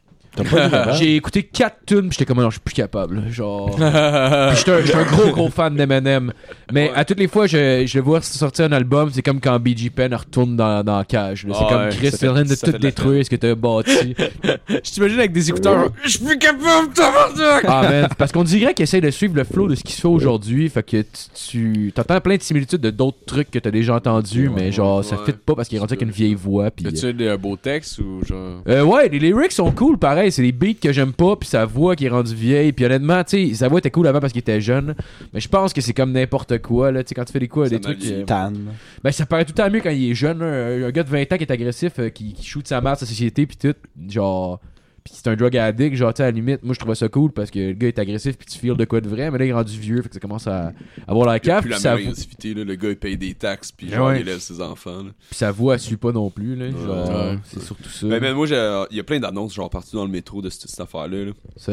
C: J'ai écouté 4 tunes, puis j'étais comme, non, je suis plus capable. là. Genre. Puis j'étais un, j'étais un gros, gros fan d'Eminem. Mais à toutes les fois, je, je vois sortir un album, c'est comme quand BG Penn retourne dans, dans la cage. là. C'est
D: Ah
C: comme,
D: ouais,
C: Chris,
D: ça
C: t'es en train de
D: fait- ça fait
C: tout
D: de la
C: détruire ce que t'as bâti.
E: Je t'imagine avec des écouteurs. Je suis plus capable, tabarnak!
C: Ah man, parce qu'on dirait qu'il essaie de suivre le flow de ce qui se fait aujourd'hui, fait que tu tu- t'entends plein de similitudes de d'autres trucs que t'as déjà entendus, mais genre ça
E: ouais.
C: fit pas parce qu'il est rendu avec une vieille voix puis
E: As-tu un beau texte ou genre.
C: euh, ouais, les lyrics sont cool, pareil. C'est des beats que j'aime pas, puis sa voix qui est rendue vieille. Puis honnêtement, tu sais, sa voix était cool avant parce qu'il était jeune. Mais je pense que c'est comme n'importe quoi, là. Tu sais, quand tu fais des quoi, des trucs. euh,
F: Tan.
C: ben, ça paraît tout le temps mieux quand il est jeune. là. Un, un gars de 20 ans qui est agressif, euh, qui, qui shoot sa mère, sa société, puis tout. Genre. Puis c'est un drug addict, genre, tu sais, à la limite, moi je trouvais ça cool parce que le gars est agressif, puis tu files de quoi de vrai. Mais là, il est rendu vieux, fait que ça commence à avoir la
D: Il y a
C: cave,
D: plus
C: puis
D: la
C: sa,
D: même
C: vo-
D: activité, là. Le gars, il paye des taxes, puis genre,
C: Ouais.
D: il élève ses enfants, là.
C: puis sa voix elle suit pas non plus, là. Genre,
D: Ouais.
C: c'est surtout ça.
D: Ben, ben, moi, j'ai- il y a plein d'annonces, genre, partout dans le métro de cette, cette affaire-là, là.
C: Ça-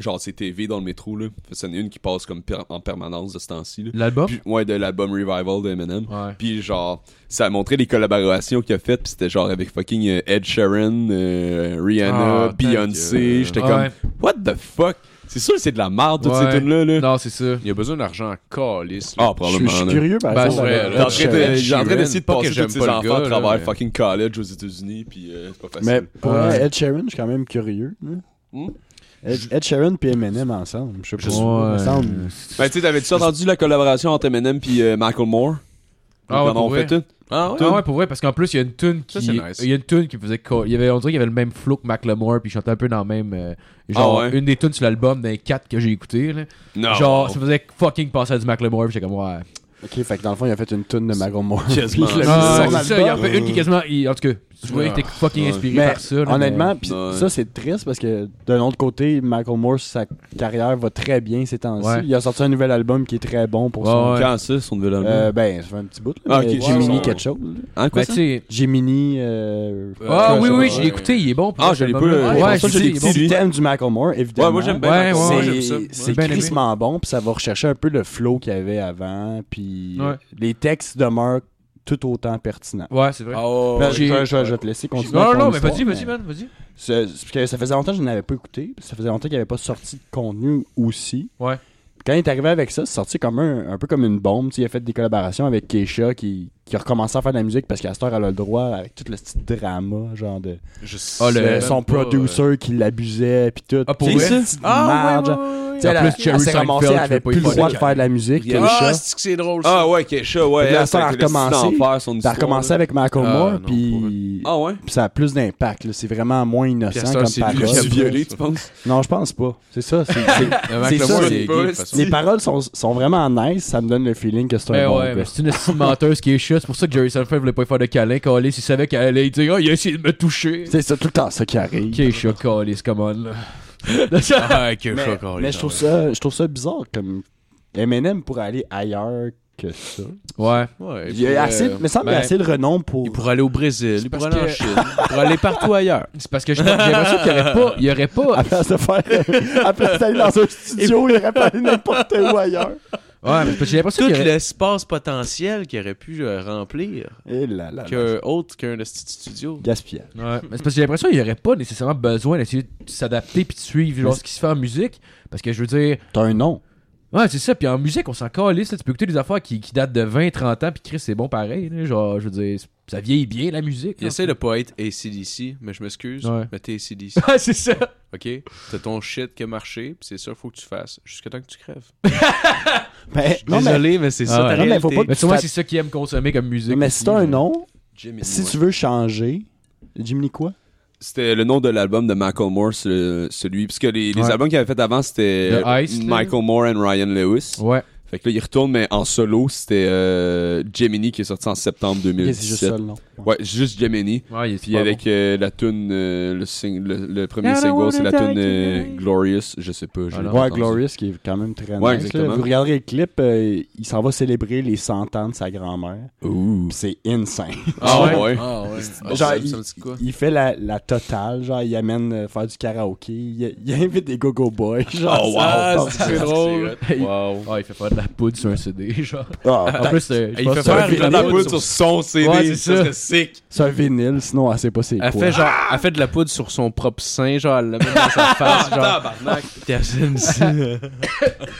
D: Genre, c'est TV dans le métro, là. Ça en est une qui passe comme per- en permanence de ce temps-ci, là.
C: L'album
D: Puis- ouais, de l'album Revival de Eminem.
C: Ouais.
D: Puis genre, ça a montré les collaborations qu'il a faites, puis c'était genre avec fucking euh, Ed Sheeran, euh, Rihanna,
E: Ah, ta
D: Beyoncé,
E: gueule.
D: j'étais
C: Ouais.
D: comme what the fuck. C'est sûr que c'est de la merde toutes
C: Ouais.
D: ces tunes là là.
C: Non, c'est ça.
E: Il y a besoin d'argent en calice.
D: Ah,
E: là.
F: Je suis-
D: probablement.
F: je suis
D: là.
F: curieux, par
C: Ben,
F: exemple.
E: c'est vrai,
F: avec
E: là.
D: J'en
F: Ed
D: serais
E: Ed
D: de-
E: Sheeran.
F: Sheeran.
D: J'ai en train d'essayer de
E: Pas que
D: passer
E: j'aime
D: tous ces
E: pas le
D: enfants
E: gars,
D: à
E: là,
D: travers
E: mais-
D: fucking college aux États-Unis, puis euh, c'est pas facile.
F: Mais pour
C: Ouais.
F: vrai, Ed Sheeran, je suis quand même curieux. hein.
D: Hmm?
F: Ed, Ed Sheeran puis Eminem ensemble. Je sais pas.
C: Ouais.
F: me semble.
D: Ben, tu sais, t'avais-tu entendu la collaboration entre Eminem puis euh, Michael Moore?
C: Ah ouais,
D: Quand
C: pour
D: on fait
C: vrai?
D: tout?
E: Ah ouais?
C: Ah ouais, pour vrai, parce qu'en plus, il y a une tune
E: Ça,
C: qui.
E: c'est nice.
C: Il y a une tune qui faisait. co- Il y avait, on dirait qu'il y avait le même flow que Macklemore, puis il chantait un peu dans le même. euh, genre,
D: Ah ouais?
C: une des tunes sur l'album d'un 4 que j'ai écouté. là.
D: Non.
C: Genre, ça faisait fucking passer à du Macklemore, puis j'étais comme, ouais.
F: Ok, fait que dans le fond, il a fait une toune de Macklemore.
D: Quasiment.
F: Puis il
C: Ah,
F: l'a mis sur
C: c'est ça, il y en
F: l'album.
C: fait une qui est quasiment. il- en tout cas, tu vois, il était fucking inspiré
F: Mais
C: par ça. là, mais-
F: Honnêtement, pis
D: Ouais.
F: ça c'est triste parce que d'un autre côté, Michael Moore, sa carrière va très bien ces temps-ci.
C: Ouais.
F: Il a sorti un nouvel album qui est très bon pour
C: Ouais,
F: son.
C: ouais.
D: Quand ça, son nouvel album?
F: Euh, ben, ça fait un petit bout.
D: Ah,
F: Là,
D: ok,
F: mais
D: ouais,
F: Jiminy
D: ouais.
F: quelque chose. là.
D: Hein, quoi
C: Ben, tu
D: ça?
C: sais.
F: Jiminy. euh,
C: Ah oui, oui,
E: ouais.
C: je l'ai écouté, il est bon. pour
D: Ah,
C: vrai,
D: je l'ai
C: cet
D: pas,
C: album-là.
D: euh,
F: Ouais,
C: Ouais,
D: je pense
C: je
D: que
C: l'ai
D: j'ai
C: écouté.
D: des petits-
F: le thème du Michael Moore, évidemment.
D: Ouais, moi, j'aime bien
C: Ouais,
D: Macklemore.
C: ouais, ouais,
E: j'aime ça.
F: C'est
E: Ouais.
F: c'est
C: Bien aimé.
F: crissement bon, puis ça va rechercher un peu le flow qu'il y avait avant, puis
C: Ouais.
F: les textes demeurent tout autant pertinents.
C: Ouais, c'est vrai.
E: Ah ouais,
F: Ben,
E: ouais.
F: je,
C: j'ai-
F: je- je vais te laisser continuer.
C: Non,
F: avec
C: non,
F: ton
C: mais
F: histoire,
C: vas-y, vas-y, man, vas-y.
F: C'est- c'est parce que ça faisait longtemps que je n'avais pas écouté. puis Ça faisait longtemps qu'il n'y avait pas sorti de contenu aussi.
C: Ouais.
F: Puis Quand il est arrivé avec ça, c'est sorti comme un, un peu comme une bombe. tu sais, Il a fait des collaborations avec Keisha qui, qui a recommencé à faire de la musique parce qu'à cette heure, elle a le droit avec tout le petit drama, genre de
E: Je
C: Ah, le- euh,
E: sais
F: de
E: même
F: son
E: pas,
F: producer qui l'abusait puis tout.
C: Ah, pour
F: Puis
C: vrai?
F: cette petite
E: Ah,
F: merde,
E: ouais,
F: genre.
E: ouais, ouais, ouais.
F: Tu sais,
C: En
F: elle a-
C: plus, Jerry
F: elle s'est ramassée,
C: Seinfeld, tu
F: elle
C: veux
F: avait
C: pas
F: plus
C: y
F: le droit
C: penser.
F: de faire de la musique. Ben, Keisha.
E: Ah, c'est que c'est drôle. ça.
D: Ah ouais, Kesha, ouais.
F: Puis là,
D: elle,
F: ça a
D: fait que le
F: recommencé.
D: petit enfer, son
F: T'as
D: histoire,
F: recommencé
D: là.
F: avec Michael
E: Ah,
F: Moore,
E: non,
F: puis
D: Ah ouais?
F: puis ça a plus d'impact. là. C'est vraiment moins
E: Puis à
F: innocent
E: cette
F: comme
E: heure, c'est lui
F: parole.
E: qui a
D: Tu violé, tu penses?
F: Non, je pense pas. C'est ça. c'est- c'est-
C: Euh, Mac
F: c'est
C: Lemore, il
F: ça,
C: est
D: c'est
C: gay, de toute
D: pas-
C: façon.
F: les paroles sont, sont vraiment nice. Ça me donne le feeling que c'est un
C: Ben
F: bon
C: ouais,
F: gars.
C: mais c'est une estime menteuse qui est chute. C'est pour ça que Jerry Seinfeld voulait pas y faire de câlin. Callis, il savait qu'elle allait dire Oh, il a essayé de me toucher.
F: C'est ça, tout le temps ça qui arrive.
C: Ok, chat, Callis, come on. là.
E: Ah, que
F: Mais,
E: choc, oh,
F: mais
E: les
F: je, trouve
E: gens,
F: ça, je trouve ça bizarre. Comme Eminem pourrait aller ailleurs que ça.
C: Ouais.
E: Ouais,
F: Il y
E: puis,
F: a assez,
E: euh,
F: mais semble qu'il
C: ben,
F: a assez le renom pour.
E: Il pourrait aller au Brésil, il
C: parce
E: pourrait aller en
C: que-
E: Chine, il pourrait aller partout ailleurs.
C: C'est parce que je pense- j'ai l'impression qu'il y aurait pas. Il y aurait pas.
F: À place de faire. à place d'aller dans un studio, il aurait pas allé n'importe où ailleurs. Ah,
C: Ouais, mais c'est parce que j'ai l'impression
E: Tout
C: qu'il y aurait.
E: l'espace potentiel qu'il aurait pu euh, remplir
F: Et là là. là.
E: qu'un autre qu'un esti de studio.
F: Gaspillage.
C: Ouais, mais c'est parce que j'ai l'impression qu'il y aurait pas nécessairement besoin d'essayer de s'adapter puis de suivre genre, ce qui se fait en musique. Parce que je veux dire.
F: T'as un nom.
C: Ouais, c'est ça. Puis en musique, on s'en calisse. là. Tu peux écouter des affaires qui, qui datent de 20, 30 ans. Puis Chris, c'est bon pareil. là. Genre, je veux dire, ça vieillit bien la musique.
E: Il
C: là.
E: essaie de pas être ACDC, mais je m'excuse,
C: Ouais.
E: mais t'es ACDC,
C: Ouais, c'est ça.
E: ok? T'as ton shit qui a marché, pis c'est ça faut que tu fasses, jusqu'à temps que tu crèves.
F: Ben, non, mais,
E: Désolé, mais, c'est ça
C: ouais.
E: ta
F: Non, mais faut
E: réalité.
C: Mais
F: pas-
C: tu vois, c'est ça qu'ils aiment consommer comme musique.
F: mais si
C: aussi,
F: t'as un
C: là.
F: nom,
D: Jiminy,
F: si
D: ouais.
F: tu veux changer. Jiminy quoi
D: C'était le nom de l'album de Michael Moore, ce- celui. Parce que les, les
C: Ouais.
D: albums qu'il avait fait avant, c'était
C: The Ice, là.
D: Michael Moore and Ryan Lewis.
C: Ouais.
D: Fait que là, il retourne, mais en solo, c'était euh, Gemini qui est sorti en septembre
F: Ok, C'est juste
D: 2017.
F: ça le nom. Ouais.
D: ouais, juste Gemini.
C: Ouais, il est
D: Puis
C: pas
D: avec euh, la tune, le, sing- le, le premier
C: I don't
D: single, c'est la
C: wanna
D: tune
C: die
D: euh,
C: tonight.
D: Glorious, je sais pas. je
C: Ah
D: l'ai
C: non.
D: pas
F: Ouais,
D: entendu.
F: Glorious qui est quand même très
D: Ouais,
F: nice.
D: exactement.
F: là. Vous regarderez le clip, euh, il s'en va célébrer les 100 ans de sa grand-mère.
D: Ouh.
F: Pis C'est insane.
D: Ah ouais.
E: Ah ouais.
F: Genre,
E: ça me-
F: il-
E: ça me dit quoi?
F: Il fait la, la totale, genre il amène euh, faire du karaoké, il, il invite des go-go boys. Genre,
D: Oh, wow.
F: ça
E: Ah,
F: part-
E: c'est drôle.
C: Il-
E: Wow.
C: bon. Ah, il fait pas de la poudre sur un CD, genre.
F: Ah,
C: En plus, euh, je
E: Il
C: pense
E: fait
C: que c'est un
E: faire
F: faire
E: de
F: de
E: la
F: la
E: poudre sur son CD,
C: Ouais, c'est
E: ça
C: ça.
E: serait sick.
F: c'est un vinyle, sinon elle sait pas c'est
E: Elle
F: quoi.
E: fait genre, elle fait de la poudre sur son propre sein, genre elle le met dans sa face, genre.
D: Tabarnak.
E: T'es assez-
F: Ouais,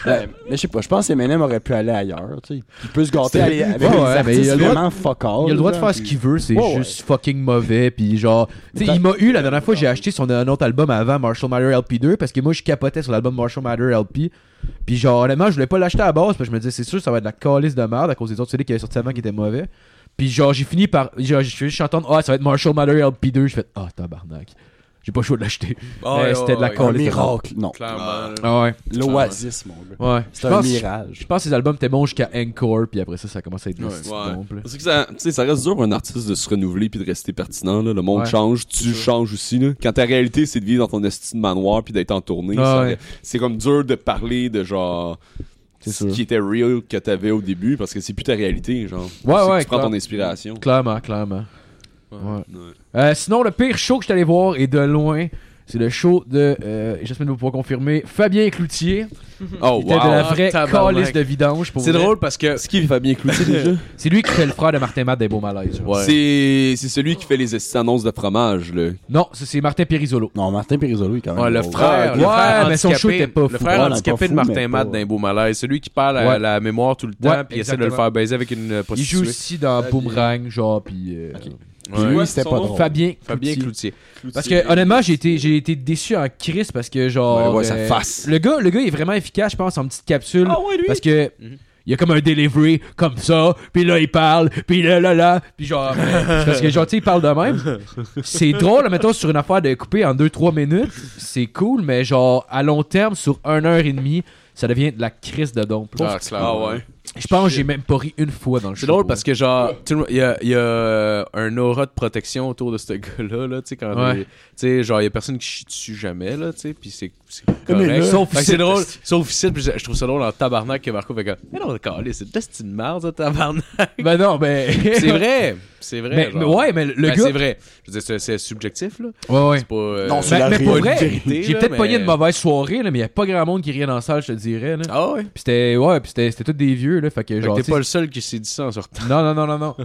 F: Ben, mais je sais pas, je pense que Eminem aurait pu aller ailleurs, tu sais. Il peut se gâter aller avec
C: Ouais,
F: des
C: ouais, mais il
F: artistes
C: a le droit
F: vraiment fuck all,
C: Il a le droit de
F: genre,
C: faire ce
F: puis-
C: qu'il veut, c'est
F: Ouais, Ben-
C: juste fucking mauvais. Puis genre, tu sais, il m'a eu la dernière fois, j'ai acheté son un autre album avant Marshall Matter LP2 parce que moi je capotais sur l'album Marshall Matter LP. Puis genre, honnêtement, je voulais pas l'acheter à la base parce que je me disais, c'est sûr, ça va être de la calice de merde à cause des autres CD qui avaient sorti avant qui étaient mauvais. Puis genre, j'ai fini par. Genre, j'ai fini j'entends, ah, ça va être Marshall Matter LP2. J'ai fait, ah, tabarnak. J'ai pas le choix de l'acheter.
E: Ah,
C: Mais
E: ouais,
C: c'était de la
E: ouais,
F: Un
C: calice.
F: miracle, non.
E: Clairement. là.
C: Ah ouais.
F: L'oasis, mon gars.
C: Ouais.
F: C'est
C: Je
F: un
C: pense-
F: mirage.
C: Je pense que les albums étaient bons jusqu'à Encore, puis après ça, ça commence à être ouais.
D: Ouais.
C: bon.
D: Parce que ça, tu sais, ça reste dur pour un artiste de se renouveler puis de rester pertinent. Là. Le monde
C: Ouais.
D: change, tu changes aussi. Là. Quand ta réalité, c'est de vivre dans ton esti de manoir puis d'être en tournée,
C: Ah
D: ça-
C: ouais.
D: c'est comme dur de parler de genre
C: C'est
D: ce
C: sûr.
D: qui était real que t'avais au début parce que c'est plus ta réalité. Genre,
C: Ouais,
D: C'est que
C: ouais,
D: tu prends
C: clair.
D: ton inspiration.
C: Clairement, clairement. Ouais.
D: Ouais.
C: Euh, sinon, le pire show que je suis allé voir est de loin. C'est le show de, euh, j'espère de vous pouvoir confirmer, Fabien Cloutier.
D: Oh,
C: C'était de la
D: wow.
E: Ah,
C: vraie
E: tabarnak.
C: calice de vidange. pour
E: C'est
C: vrai.
E: drôle parce que.
D: C'est qui Fabien Cloutier déjà
C: C'est lui qui fait le frère de Martin Matt des Beaux Malaises. genre.
D: C'est c'est celui qui fait les esti annonces de fromage. Là.
C: Non, ça, c'est Martin Pirisolo.
F: Non, Martin Périsolo est quand même.
E: Ouais, Ah, le
F: drôle.
E: frère, le
C: Ouais,
E: frère
C: mais son
E: handicapé-
C: show était pas fou.
E: Le frère
F: Ouais,
E: handicapé
F: pas
E: de
F: fou, mais
E: Martin Matt
F: pas-
E: d'un beau malaise. Celui qui parle à
C: Ouais.
E: la mémoire tout le temps,
C: Ouais,
E: puis il essaie de le
C: exactement.
E: faire baiser avec une euh,
C: Il joue
E: prostituée.
C: aussi dans Boomerang, genre, puis euh,
F: Puis
E: Ouais.
F: lui, c'était
D: son
F: pas
D: nom?
F: drôle.
C: Fabien,
E: Fabien
C: Cloutier.
E: Cloutier.
C: Parce que honnêtement, j'ai été, j'ai été déçu en crise parce que genre.
D: Ouais, ouais, sa
C: euh,
D: face.
C: Le gars, le gars est vraiment efficace, je pense, en petite capsule. Parce que.
E: Ah Mhm.
C: il y a comme un delivery comme ça, puis là il parle, puis là là là, puis genre c'est parce que genre tu sais, il parle de même. C'est drôle, mettons sur une affaire de couper en 2-3 minutes, c'est cool, mais genre à long terme sur 1 heure et demie, ça devient de la crise de dompe.
E: Ah, clairement. ouais.
C: Je pense que j'ai même pas ri une fois dans le show.
E: C'est drôle parce que, genre, tout le monde- il y a, il y a, euh, un aura de protection autour de ce gars-là, là, tu sais, quand
C: Ouais.
E: il- tu sais, genre, il y a personne qui chie dessus jamais, là, tu sais, puis c'est c'est
F: Mais là-
E: correct.
C: Sauf
E: Fait que
C: ici.
E: c'est drôle, sauf ici, puis je je trouve ça drôle en tabarnak que Marco fait comme, mais non, calé, c'est juste une merde, ça, tabarnak.
C: Ben non, mais
E: c'est vrai, c'est vrai.
C: Mais,
E: genre.
C: mais ouais, mais le
E: Ben,
C: gars
E: C'est vrai. Je veux dire, c'est- c'est subjectif, là.
C: Ouais ouais.
E: C'est pas. euh,
F: Non,
C: Ben, Mais,
F: la
C: mais pour
F: réalité,
C: vrai,
E: là,
C: j'ai peut-être
E: mais-
C: pogné une mauvaise soirée là, mais il y a pas grand monde qui riait dans la salle, je te dirais là.
E: Ah ouais.
C: Puis c'était ouais, puis c'était c'était tous des vieux là, fait que
E: Fait que
C: genre
E: t'es
C: tu sais,
E: pas le seul qui s'est dit ça en sortant.
C: Non, non, non, non, non.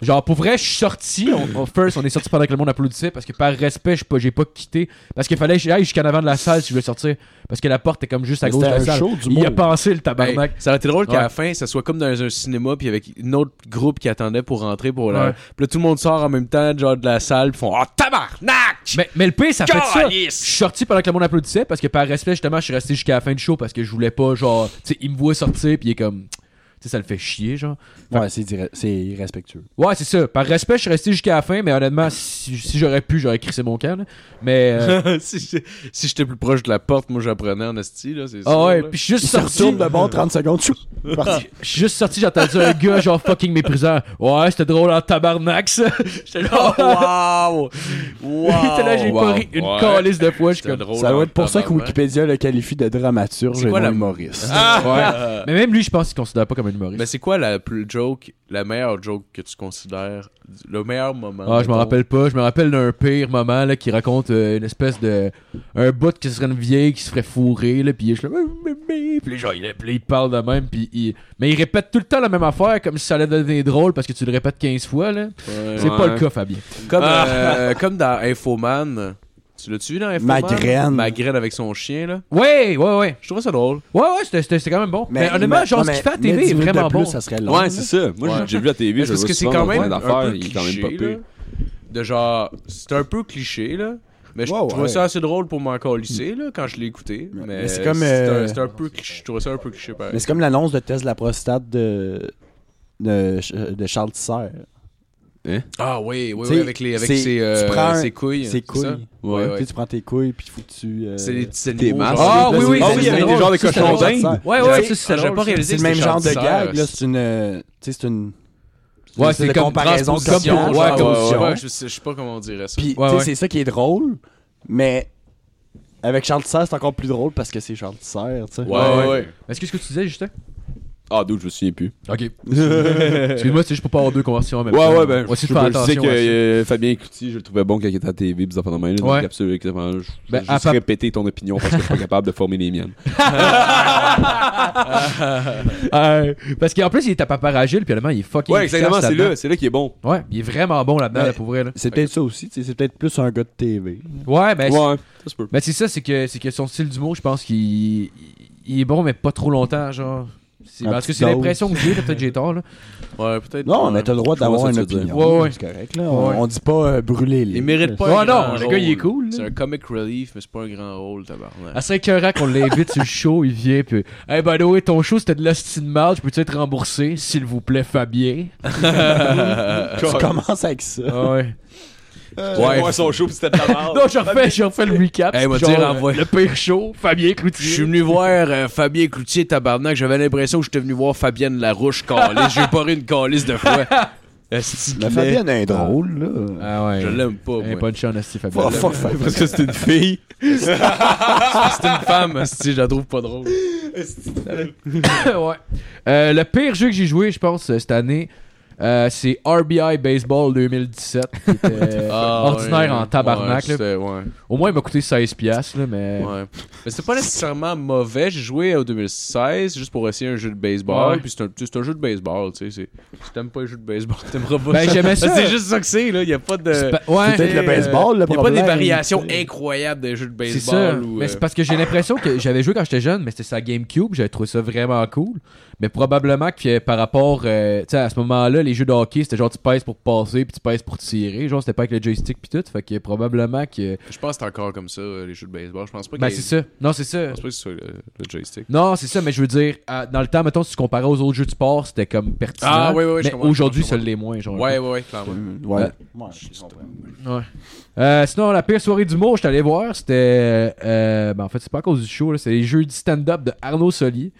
C: Genre, pour vrai, je suis sorti. On, on- first, on est sorti pendant que le monde applaudissait parce que par respect, je suis pas- j'ai pas quitté. Parce qu'il fallait que j'aille jusqu'en avant de la salle si je voulais sortir. Parce que la porte était comme juste à
F: Mais
C: gauche de
F: c'était
C: la
F: un
C: salle.
F: show d'humour.
C: Il a pensé le
E: Hey,
C: tabarnak.
E: ça aurait été drôle qu'à
C: Ouais.
E: la fin, ça soit comme dans un cinéma, puis avec un autre groupe qui attendait pour rentrer. pour la...
C: Ouais.
E: Puis là, tout le monde sort en même temps, genre de la salle, puis font Ah, tabarnak!
C: Mais, mais le pire, ça fait ça. Je
E: Calisse!
C: suis sorti pendant que le monde applaudissait parce que par respect, justement, je suis resté jusqu'à la fin du show parce que je voulais pas, genre, tu sais, il me voit sortir puis il est comme, tu sais, ça le fait chier, genre.
F: Ouais, c'est dire- c'est irrespectueux.
C: Ouais, c'est ça. Par respect, je suis resté jusqu'à la fin, mais honnêtement, si, si j'aurais pu, j'aurais crissé mon camp, là. Mais. euh,
E: si je- si j'étais plus proche de la porte, moi j'apprenais en esti, là, c'est
C: Ah
E: sûr,
C: ouais,
E: là.
C: puis je suis juste
F: Il se
C: sorti.
F: retourne de bon 30 secondes. chou, parti.
C: Je suis juste sorti, j'ai entendu un gars genre fucking méprisant. Ouais, c'était drôle en tabarnak ça. J'étais là,
E: Oh, wow! Oh, Wow!
C: J'étais là, j'ai pas
E: Wow!
C: ri une
E: Ouais.
C: calice de fois. Je suis
E: C'était
C: comme...
E: drôle,
F: Ça doit être pour
E: hein,
F: ça que
E: tabarnak.
F: Wikipédia le qualifie de dramaturge
E: C'est
F: et
E: quoi
F: non
E: la- Ah!
F: humoriste.
C: Ouais. Mais même lui, je pense qu'il considère pas comme un humoriste.
E: Mais c'est quoi la plus joke, la meilleure joke que tu considères, le meilleur moment?
C: Ah, je m'en
E: mettons?
C: rappelle pas. Je me rappelle d'un pire moment là, qui raconte euh, une espèce de. Un bout qui serait une vieille qui se ferait fourrer, là, pis je suis là. Puis là, genre, il, est- puis là, il parle de même, pis il. Mais il répète tout le temps la même affaire comme si ça allait devenir drôle parce que tu le répètes 15 fois, là.
E: Ouais.
C: C'est pas le cas, Fabien.
E: Comme,
D: Ah.
E: euh, comme dans Infoman. Tu l'as-tu vu dans Infoman?
F: Ma graine.
E: Ma graine avec son chien, là.
C: Ouais, ouais, ouais.
E: Je trouvais ça drôle.
C: Ouais, ouais, c'était- c'était c'était quand même bon. Mais, honnêtement, genre, ce qu'il fait à TV est vraiment bon.
F: ça serait long.
D: Ouais, c'est ça. Moi, j'ai-
E: Ouais.
D: j'ai vu la TV,
E: Mais
D: je
E: parce
D: le
E: que
D: vois
E: c'est
D: souvent
E: quand
D: dans
E: même
D: plein
E: un
D: d'affaires,
E: peu
D: il est
E: cliché,
D: quand même pas
E: là.
D: pire.
E: De genre, c'est un peu cliché, là. Mais je
F: Ouais,
E: trouvais
F: ouais.
E: ça assez drôle pour m'en calisser, là, quand je l'ai écouté. Mais,
F: mais c'est comme,
E: c'était
F: euh,
E: un- c'était un, peu cliché. Je trouvais ça un peu cliché, pareil.
F: Mais c'est comme l'annonce de test de la prostate de, de, de Charles Tisser.
E: Ah oui, oui,
F: T'sais,
E: oui, avec, les, avec
F: c'est-
E: ses, euh,
F: tu prends un-
E: ses couilles.
F: Ses
E: c'est ça?
F: couilles.
E: Ouais, ouais.
F: Tu sais, Tu prends tes couilles, puis il faut que tu. euh,
E: C'est les petits
D: Des
E: animaux,
D: masques.
E: genre.
C: Ah oui, oui,
D: Ah
C: c'est
D: oui, il y avait
C: drôle.
D: des genres de
C: Ça, c'est
D: cochons
F: drôle.
D: d'Inde.
C: Ouais,
E: J'avais-
C: ouais, ça, c'est
E: ah, j'avais
C: drôle.
E: pas réalisé
F: C'est le
E: que
F: même
E: c'était
F: genre de
E: Charles
F: gag,
E: Tissère.
F: là. C'est une. euh, Tu sais, c'est une. c'est une
C: Ouais,
F: espèce
C: c'est
F: de
C: comme
F: comparaison de
C: transposition,
F: copiage,
C: ouais,
F: genre,
C: comme-
F: ouais, ouais.
E: je, sais- je sais pas comment on dirait ça.
F: Puis,
C: Ouais,
F: tu sais,
C: ouais.
F: c'est ça qui est drôle, mais avec Charles Tisser, c'est encore plus drôle parce que c'est Charles Tisser, tu sais.
E: ouais, ouais, ouais.
C: Est-ce que ce que tu disais, Justin
D: Ah, d'où je me souviens plus.
C: Ok. Excuse-moi, c'est juste pour pas avoir deux conversations en même
D: Ouais,
C: temps.
D: ouais, ben,
C: On va essayer de
D: je,
C: faire
D: je disais
C: attention.
D: que
C: à ça.
D: euh, Fabien Couty, je le trouvais bon quand il était à la TV, pis ça pendant même, là,
C: Ouais.
D: donc absolument, exactement, je
C: Ben,
D: ben,
C: à
D: juste
C: pap-
D: répéter ton opinion parce que je suis pas capable de former les miennes.
C: Euh, parce qu'en plus, il est à paparagile, puis honnêtement, il est fucking.
D: Ouais, exactement,
C: efficace
D: c'est
C: là-dedans.
D: là, c'est là qui est bon.
C: Ouais, il est vraiment bon là-dedans,
F: Mais-
C: là, pour vrai. Là.
F: C'est peut-être ça aussi, tu sais, c'est peut-être plus un gars de TV.
C: Ouais, ben.
D: Ouais,
C: c'est-
D: ça se peut.
C: Ben, c'est ça, c'est que, c'est que son style d'humour, je pense qu'il il est bon, mais pas trop longtemps, genre. C'est,
F: Un
C: parce que
F: petit
C: c'est
F: dose.
C: l'impression que j'ai, là, peut-être que j'ai tort, là.
E: Ouais, peut-être. hein.
F: Non,
E: ouais.
F: mais t'as le droit
D: Je vois
F: d'avoir
D: ça que
F: une
D: tu veux dire.
F: opinion.
C: Ouais, ouais.
F: C'est correct, là. On,
C: Ouais.
F: on dit pas euh, brûler les.
E: Il mérite pas
C: Ouais,
E: un grand
C: non, le
E: rôle. Ah,
C: gars, il est cool, là.
E: C'est un comic relief, mais c'est pas un grand rôle, tabarnak.
C: À 5 heures qu'on l'invite sur le show, il vient, puis. Hey, by the way, ton show, c'était de l'hostie de marde, peux-tu être remboursé, s'il vous plaît, Fabien
F: Tu commences avec ça.
C: Ah ouais.
D: Euh, Ouais, ouais, son show, pis c'était de la merde.
C: Non, je refais, je refais le recap.
E: Hey, m'a
C: genre,
E: dire, envoie.
C: Le pire show, Fabien
E: Je suis
C: Cloutier.
E: venu voir euh, Fabien Cloutier, tabarnak. J'avais l'impression que j'étais venu voir Fabienne Larouche, calice. J'ai pas ri une calice de fois. Esti de
F: La
E: lait.
F: Fabienne est drôle, là.
C: Ah ouais.
E: Je l'aime pas,
C: Hey,
E: moi.
C: punch en esti, Fabien.
F: Oh, fuck, Fab-
D: Parce que c'est une fille.
E: C'est une femme, esti, je la trouve pas drôle.
C: ouais. Euh, le pire jeu que j'ai joué, je pense, euh, cette année, euh, c'est RBI Baseball 2017. qui était euh,
E: Ah,
C: ordinaire
E: ouais.
C: en tabarnak.
E: Ouais,
C: là.
E: c'était- ouais.
C: Au moins, il m'a coûté 16$, piastres, là, mais.
E: Ouais. Mais c'était pas nécessairement mauvais. J'ai joué au 2016 juste pour essayer un jeu de baseball.
C: Ouais.
E: Puis c'est un, tu sais, c'est un jeu de baseball, tu sais. c'est- Si t'aimes pas les jeux de baseball, t'aimeras pas
C: Ben, j'aimais ça.
E: C'est juste ça que c'est, là. Y a pas de.
C: C'est pas- ouais.
F: C'est peut-être
E: euh,
F: le baseball, le
E: y a pas
F: problème.
E: des variations
F: tu sais.
E: incroyables des jeux de
C: C'est ça.
E: baseball. Ou,
C: Mais
E: euh,
C: c'est parce que j'ai l'impression que j'avais joué quand j'étais jeune, mais c'était sa GameCube, j'avais trouvé ça vraiment cool. Mais probablement que euh, par rapport, euh, tu sais, à ce moment-là, les jeux de hockey, c'était genre tu pèses pour passer, puis tu pèses pour tirer. Genre, c'était pas avec le joystick, puis tout. Fait que probablement que.
E: Je pense que c'est encore comme ça, euh, les jeux de baseball. Je pense pas que
C: Ben,
E: les-
C: c'est ça. Non, c'est ça.
E: Je pense pas que ce soit le, le joystick.
C: Non, c'est ça, mais je veux dire, à- dans le temps, mettons, si tu comparais aux autres jeux de sport, c'était comme pertinent.
E: Ah, oui, oui, oui, je
C: mais
E: comprends,
C: aujourd'hui,
E: je
C: ça
E: comprends.
C: l'est moins. Genre,
E: Ouais, ouais, ouais, clairement.
F: ouais.
C: Euh,
F: Ouais, je comprends.
C: Ouais. Euh, sinon, la pire soirée d'humour, je suis allé voir, c'était. euh, ben, en fait, c'est pas à cause du show, là, c'est les jeux de stand-up de Arnaud Soli.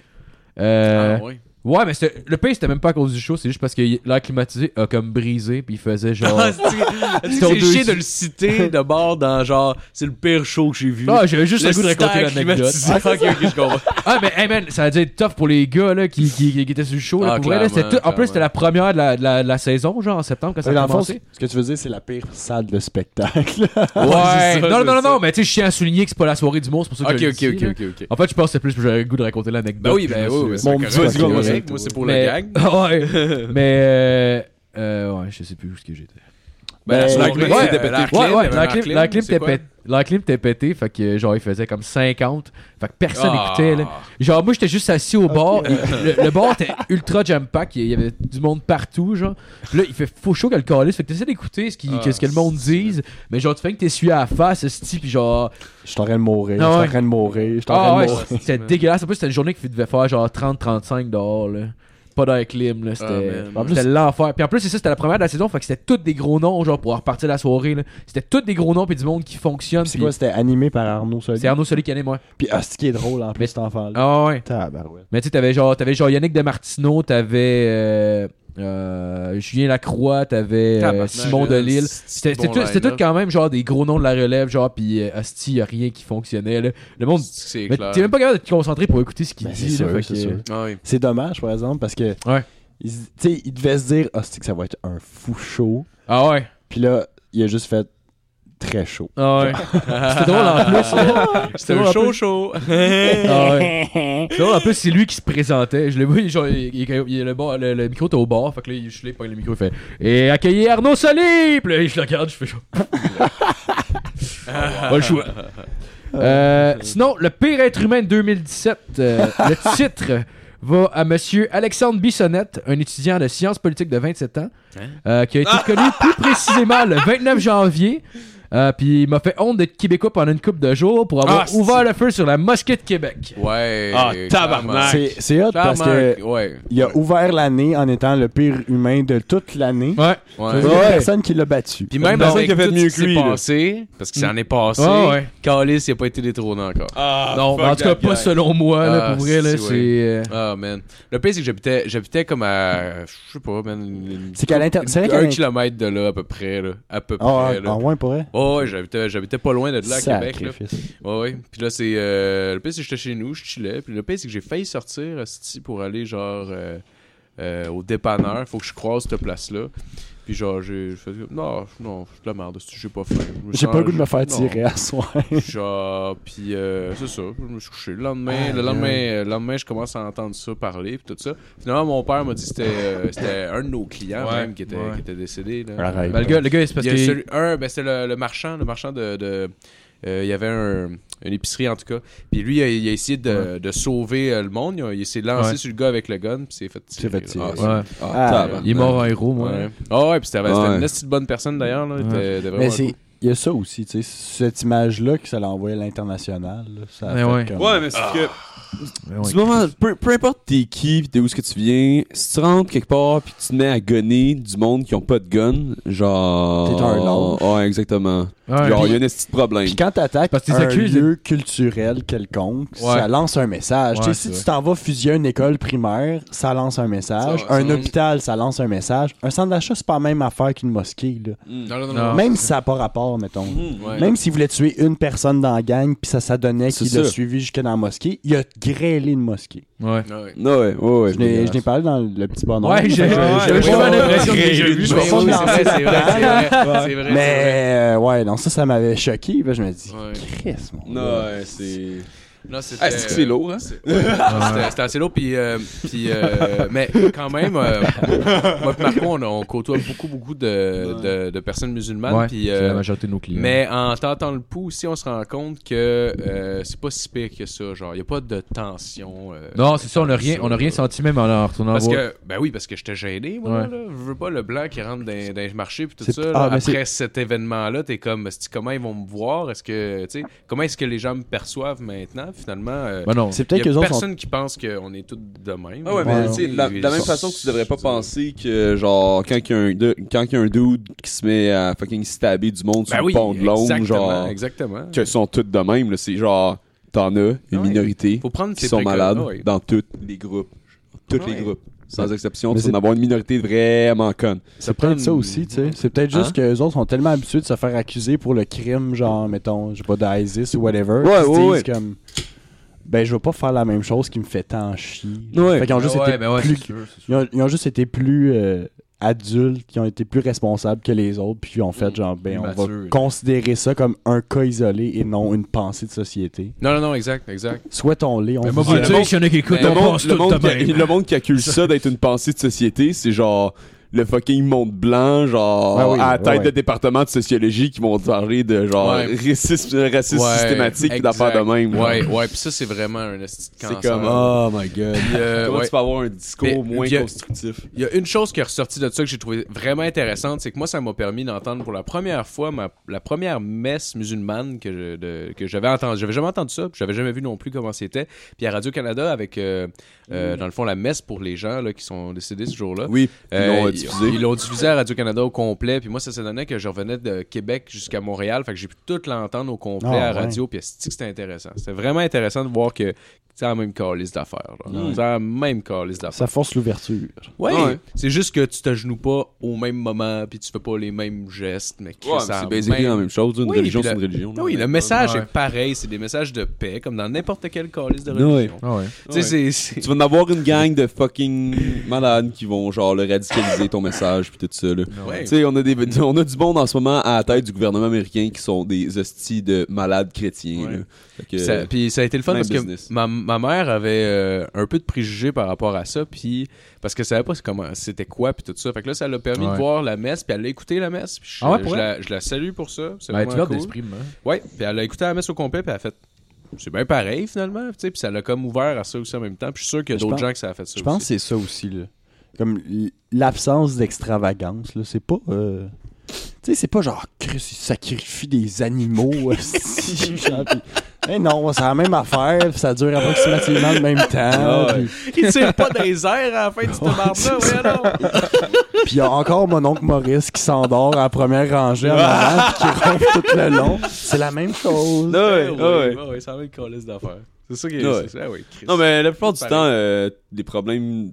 C: Euh,
E: Ah, ouais.
C: ouais. mais c'était- le pire, c'était même pas à cause du show, c'est juste parce que y- l'air climatisé a comme brisé, puis il faisait genre.
E: Ah, c'est-
C: Ton
E: c'est
C: deux-
E: chier de le citer de bord dans genre, c'est le pire show que j'ai vu.
C: Ah, j'avais juste le, goût de raconter
E: stag
C: l'anecdote.
E: climatisé. Ok, ok, je comprends.
C: Ah, mais hey man, ça a dû être tough pour les gars là, qui, qui, qui étaient sur le show. là,
E: Ah,
C: pour vrai, là, c'était
E: clairement,
C: tout- En plus,
E: clairement.
C: c'était la première de la, de la- de la saison, genre en septembre, quand ça
F: Dans
C: a
F: le fond,
C: commencé.
F: ce ce que tu veux dire, c'est la pire salle de spectacle.
E: Ouais, c'est ça,
C: non, non,
E: c'est
C: non,
E: ça.
C: non, mais tu sais, je tiens à souligner que c'est pas la soirée d'humour, c'est pour ça que
E: Ok,
C: je le
E: ok,
C: dis,
E: ok,
C: là.
E: ok, ok.
C: En fait, je pense que c'est plus que j'avais le goût de raconter l'anecdote.
E: Ben oui,
C: puis
E: ben
C: je me
E: oui,
C: suis-
E: c'est
F: Mon
E: correct.
F: petit
E: Vas-y,
F: papier,
E: vas-y,
F: ouais.
E: Moi, c'est pour
C: Mais-
E: le gag.
C: ouais. Mais euh, euh, ouais, je sais plus où ce que j'étais.
E: Ben, la
F: Ben,
E: soirée,
F: ouais,
C: euh,
E: c'était pété.
C: ouais, ouais, la clim, la clim t'es pété. La clim t'es pété, fait que genre il faisait comme 50, fait que personne
E: Ah.
C: écoutait là. Genre moi j'étais juste assis au bord, le, le bord était ultra jam pack, il y avait du monde partout genre. Puis là il fait faux chaud que le calice, fait que t'essaies d'écouter ce, qui,
E: Ah,
C: que- ce que le monde
E: c'est-
C: dise, mais genre tu fais que t'essuies à la face, ce pis genre
F: Je suis en train de mourir,
C: Ah
F: je suis
C: ouais.
F: en train de mourir, je suis en train
C: ah
F: de
C: ouais,
F: mourir.
C: c'était dégueulasse. En plus c'était une journée qui devait faire genre 30-35 dehors là. Pas d'air clim là, c'était
E: Ah, man.
F: En plus,
C: c'était l'enfer. Puis en plus, c'est ça, c'était la première de la saison, fait que c'était tous des gros noms, genre pour repartir la soirée. là. C'était tous des gros noms, puis du monde qui fonctionne.
F: c'est
C: puis
F: quoi, c'était animé par Arnaud Soli.
C: C'est Arnaud Soli qui est moi.
F: Puis ah, c'est qui est drôle en plus, cet enfant-là.
C: Ah ouais.
F: Tabarouette.
C: Mais tu sais, t'avais genre, t'avais genre Yannick Demartino, t'avais euh, euh, Julien Lacroix, t'avais euh,
E: Tabarnak,
C: Simon
E: euh,
C: Delille.
E: c'est-
C: C'était c'était
E: bon
C: tout- c'était
E: line-up.
C: tout quand même genre des gros noms de la relève, genre, puis euh, Asti, y a rien qui fonctionnait. là. Le monde.
E: C'est
C: Mais
E: clair.
C: t'es même pas capable de te concentrer pour écouter ce qu'il
F: Ben, c'est
C: dit. là,
F: sûr,
C: fait
F: c'est
C: que-
F: sûr.
E: Ah oui.
F: C'est dommage, par exemple, parce que.
C: Ouais.
F: il se- Tu sais, il devait se dire, ah, c'est que ça va être un fou chaud.
C: Ah ouais.
F: Puis là, il a juste fait très chaud.
C: Ah ouais. C'était drôle en plus. là.
E: C'était
C: drôle
E: un
C: en
E: show show.
C: Ah ouais. Puis là, en plus, c'est lui qui se présentait. Je l'ai vu, genre, il, il- il- le, bord- le- le micro était au bord. Fait que là, je suis là, il pogne le micro, il fait Et accueillez Arnaud Soli! Puis là, je le regarde, je fais genre. Pas le choix. Euh, sinon, le pire être humain de 2017, euh, le titre va à monsieur Alexandre Bissonnette, un étudiant de sciences politiques de 27 ans, euh, qui a été connu plus précisément le 29 janvier. Euh, Puis il m'a fait honte d'être québécois pendant une couple de jours pour avoir
E: Ah, c'est-
C: ouvert le feu sur la mosquée de Québec.
E: Ouais.
B: Ah,
E: clairement.
B: tabarnak.
F: C'est c'est hot parce
E: Clairement,
F: que.
E: ouais.
F: Il a ouvert l'année en étant le pire humain de toute l'année.
C: Ouais.
F: Il
E: Ouais.
F: y a
B: Ouais.
F: personne qui l'a battu.
E: Puis même
B: Non. Personne
E: avec
B: qui a fait
E: tout
B: mieux
E: ce qui
B: que
E: s'est
B: lui, là.
E: passé, parce que ça en est passé,
C: Ah ouais.
E: Calis, il a pas été détrôné encore.
B: Ah,
C: non, mais en tout cas, pas selon moi, là,
E: Ah,
C: pour vrai, là,
E: si,
C: c'est. euh,
E: Ah, man. Le pire, c'est que j'habitais, j'habitais comme à, je sais pas, man. une-
F: C'est qu'à l'inter- c'est vrai
E: un
F: qu'à l'in-
E: kilomètre de là, à peu près, là. À peu
F: Ah,
E: près,
F: ah,
E: là.
F: ouais, pour vrai?
E: Oh, ouais, j'habitais, j'habitais pas loin de là, à Québec, là.
F: Sacrifice.
E: Ouais, ouais. Puis là, c'est. euh, le pire, c'est que j'étais chez nous, je chillais. Puis le pire, c'est que j'ai failli sortir hostie, pour aller, genre, euh, euh, au dépanneur. Faut que je croise cette place-là. Puis genre, j'ai j'ai fait. comme, Non, non, je de la merde, hostie, j'ai pas faim. Je me
F: J'ai
E: sens-
F: pas le goût de me faire
E: non.
F: tirer à soi.
E: Genre, puis euh, c'est ça, je me suis couché. Le lendemain, le, lendemain, euh, le lendemain, je commence à entendre ça parler, puis tout ça. Finalement, mon père m'a dit que c'était euh, c'était un de nos clients,
C: Ouais,
E: même, qui était,
C: ouais.
E: qui était décédé. Là.
F: Arrête.
C: ben, le gars, le gars, c'est
E: Il
C: parce
E: y a
C: que.
E: celui- un, ben, c'était le, le marchand, le marchand de... de- euh, il y avait un- une épicerie, en tout cas. Puis lui, il a, il a essayé de, de sauver euh, le monde. Il, a- il s'est lancé
C: Ouais.
E: sur le gars avec le gun, puis s'est fait tirer.
F: s'est
E: là.
F: fait tirer.
E: Ah, c'est-
C: Ouais.
F: Ah,
C: Il est
D: bah,
C: mort en héros, moi.
E: Ouais. Ah ouais, puis c'était c'était
D: Ouais.
E: une petite bonne personne, d'ailleurs. là. Il était- était vraiment
F: Mais
E: cool.
F: c'est. Il y a ça aussi, tu sais, cette image-là que ça l'a envoyé à l'international. là, Ça a
C: Mais
F: fait
C: Eh ouais.
F: comme-
D: Ouais, mais
E: Ah.
D: c'est que.
C: Ouais, ouais.
D: Du moment, peu, peu importe t'es qui, pis t'es où est-ce que tu viens, si tu rentres quelque part pis tu te mets à gunner du monde qui ont pas de gun, genre.
F: T'es un lâche.
D: Ouais, exactement.
C: Ouais,
D: genre,
C: puis-
D: il y a un petit problème.
F: Puis quand t'attaques
C: Parce que t'es
F: un
C: accusé.
F: lieu culturel quelconque, ça lance un message.
C: Ouais,
F: Tu sais,
C: c'est
F: si
C: vrai.
F: tu t'en vas fusionner une école primaire, ça lance un message.
E: Ça, ça
F: un
E: lance-
F: hôpital, ça lance un message. Un centre d'achat, c'est pas la même affaire qu'une mosquée. là.
E: Non, non, non.
C: Non.
E: non.
F: même si ça n'a pas rapport, mettons.
D: Hmm,
E: Ouais.
F: Même s'il voulait tuer une personne dans la gang, puis ça s'adonnait
D: C'est
F: qu'il l'a
D: ça.
F: suivi jusque dans la mosquée, il a grêlé une mosquée.
C: Ouais.
E: Ah Ouais.
D: Non, ouais, ouais, ouais.
F: Je n'ai je n'ai parlé dans le petit bonheur.
C: Ouais, j'ai- j'ai j'ai vraiment
E: ouais,
C: l'impression que
E: ouais,
C: j'ai vu.
E: Oui,
F: Je
E: oui,
F: vais
E: oui,
F: pas me
E: c'est vrai,
F: lancer
E: c'est vrai, c'est vrai, c'est vrai.
F: Mais euh, ouais, non, ça, ça m'avait choqué. puis je me dis,
E: Ouais.
F: Chris, mon
D: Non,
F: gars.
D: ouais, c'est.
E: Non, c'était.
D: Ah, c'est que c'est lourd, hein?
E: c'est- ouais, Ah,
C: Ah,
E: c'était- C'était assez lourd, puis, euh, puis, euh, mais quand même, euh, moi et Marco, on, on côtoie beaucoup, beaucoup de, de, de personnes musulmanes,
C: Ouais,
E: puis,
C: c'est la
E: euh,
C: majorité de nos clients.
E: mais en tentant le pouls aussi, on se rend compte que euh, c'est pas si pire que ça, genre, il n'y a pas de tension. euh,
C: non, c'est ça, on n'a rien, on a rien
E: sur-
C: senti même en- en retournant
E: Parce
C: voir.
E: que, ben oui, parce que j'étais gêné,
C: Ouais.
E: moi, là. Je veux pas le blanc qui rentre dans, dans les marchés puis tout
F: C'est-
E: ça. là.
F: ah, mais
E: Après cet événement-là, t'es comme, Esti, comment ils vont me voir? Est-ce que, tu sais, comment est-ce que les gens me perçoivent maintenant, finalement? Euh,
C: Ben non.
F: C'est
E: y a
F: peut-être que les autres sont.
E: personne qui pense qu'on est tous de même.
D: Ah ouais,
F: Ouais.
D: mais tu sais, de la, de la même
E: Ils-
D: façon que tu devrais pas
E: je veux dire.
D: penser que, genre, quand il y a un, de- quand il y a un dude qui se met à fucking stabber du monde sur
E: Ben oui,
D: le pont de Londres,
E: exactement,
D: genre,
E: Exactement.
D: que sont toutes de même, là, c'est genre, t'en as une
E: Ouais.
D: minorité
E: Faut prendre
D: qui
E: ces
D: sont
E: précautions.
D: malades
E: Ouais.
D: dans tous les groupes. Tous les
E: Ouais.
D: groupes. Sans exception,
F: Mais
D: tu vas en
F: c'est-
D: avoir une minorité vraiment conne.
F: C'est peut-être ça aussi, tu sais. C'est peut-être juste
E: Hein?
F: que les autres sont tellement habitués de se faire accuser pour le crime, genre, mettons, je sais pas, d'ISIS ou whatever.
D: Ouais,
F: qu'ils se
D: ouais,
F: disent
D: ouais.
F: comme. Ben, je vais pas faire la même chose qui me fait tant chier.
D: Ouais. ben,
F: Fait
E: Ben
F: qu'ils ont juste été plus Ils ont, ils ont juste été plus euh, adultes, qui ont été plus responsables que les autres, puis ils ont fait genre, ben, on va
E: Matures.
F: considérer ça comme un cas isolé et non une pensée de société.
E: Non, non, non, exact, exact.
F: Souhaitons-les, on
C: Mais
F: vous
C: moi, vous
F: aime.
C: dire qu'il y en a qui écoutent,
D: le,
C: on
D: monde,
C: pense
D: le,
C: tout
D: monde
C: de
D: qui,
C: même.
D: le monde qui accuse ça d'être une pensée de société, c'est genre le fucking monde blanc, genre
F: Ah oui,
D: à la tête
F: ouais.
D: de département de sociologie qui vont parler de genre
E: Ouais.
D: racisme, euh, racisme
E: Ouais,
D: systématique et
E: exact.
D: d'affaires de même. genre.
E: Ouais, ouais, puis ça, c'est vraiment un esti de cancer.
D: C'est comme oh my god.
E: Puis, euh,
D: Comment
E: ouais.
D: tu peux avoir un discours
E: Mais-
D: moins
E: puis-
D: constructif
E: Il y a une chose qui est ressortie de ça que j'ai trouvé vraiment intéressante, c'est que moi, ça m'a permis d'entendre pour la première fois ma, la première messe musulmane que, je- de- que j'avais entendue. J'avais jamais entendu ça, puis j'avais jamais vu non plus comment c'était. Puis à Radio-Canada, avec, euh, euh, dans le fond, la messe pour les gens là, qui sont décédés ce jour-là.
D: Oui, ils
E: Euh,
D: l'ont
E: ils-
D: diffusé.
E: Ils l'ont diffusé à Radio-Canada au complet. Puis moi, ça se donnait que je revenais de Québec jusqu'à Montréal. Fait que j'ai pu tout l'entendre au complet
F: Ah,
E: à
F: ouais.
E: radio. Puis esti que c'était intéressant. C'était vraiment intéressant de voir que c'est la même calice d'affaires. là.
D: Mm.
E: C'est la même calice d'affaires.
F: Ça force l'ouverture.
E: Ouais.
D: Ouais.
E: C'est juste que tu t'agenouilles pas au même moment, puis tu fais pas les mêmes gestes, mais Chris,
D: Ouais, mais
E: ça
D: c'est
E: en
D: basically
E: même-
D: la même chose, une
E: Oui,
D: religion
E: puis
D: c'est
E: la-
D: une religion. là.
E: Oui, le message
C: Ouais.
E: est pareil, c'est des messages de paix, comme dans n'importe quelle calice de
D: Ouais.
E: religion.
C: Ah ouais.
E: Tu sais, c'est- c'est...
D: Tu vas en avoir une gang de fucking malades qui vont genre le radicaliser ton message puis tout ça là.
E: Ouais.
D: Tu sais, on a des on a du monde en ce moment à la tête du gouvernement américain qui sont des hosties de malades chrétiens.
E: Ouais.
D: là. Fait que-
E: Ça- puis ça a été le fun
D: euh, Même
E: parce
D: business.
E: que ma, ma mère avait euh, un peu de préjugés par rapport à ça, puis parce qu'elle savait pas c'est comment c'était quoi puis tout ça. Fait que là, ça l'a permis
C: Ouais.
E: de voir la messe, puis elle a écouté la messe. puis je,
C: Ah ouais, pour
E: je
C: vrai?
E: la, je la salue pour ça. C'est
C: Ben, tu
E: vraiment
C: verras
E: cool.
C: d'esprit, moi.
E: Ouais, puis elle a écouté la messe au complet, puis elle a fait. C'est bien pareil finalement, tu sais, puis ça l'a comme ouvert à ça aussi en même temps. Puis je suis sûr qu'il y a
F: Je
E: d'autres
F: pense-
E: gens que ça a fait ça.
F: Je pense que
E: aussi.
F: c'est ça aussi, là. Comme l- l'absence d'extravagance, là. C'est pas. euh, Tu sais, c'est pas genre, Chris, il sacrifie des animaux. hostie, genre, puis- Eh non, c'est la même affaire, puis ça dure approximativement le même temps.
D: Ah ouais.
F: puis-
E: Il tire pas des airs à la fin de cette marde-là, voyons
F: Puis il y a encore mon oncle Maurice qui s'endort à la première rangée en avant puis qui ronfle tout le long. C'est la même chose.
D: Ouais, ouais, ouais.
E: Eh ah ouais, ça va être une d'affaires. C'est ça qui est.
D: Ouais.
E: c'est- ah ouais, Christ.
D: Non, mais la plupart du
E: Pareil.
D: temps, euh, les problèmes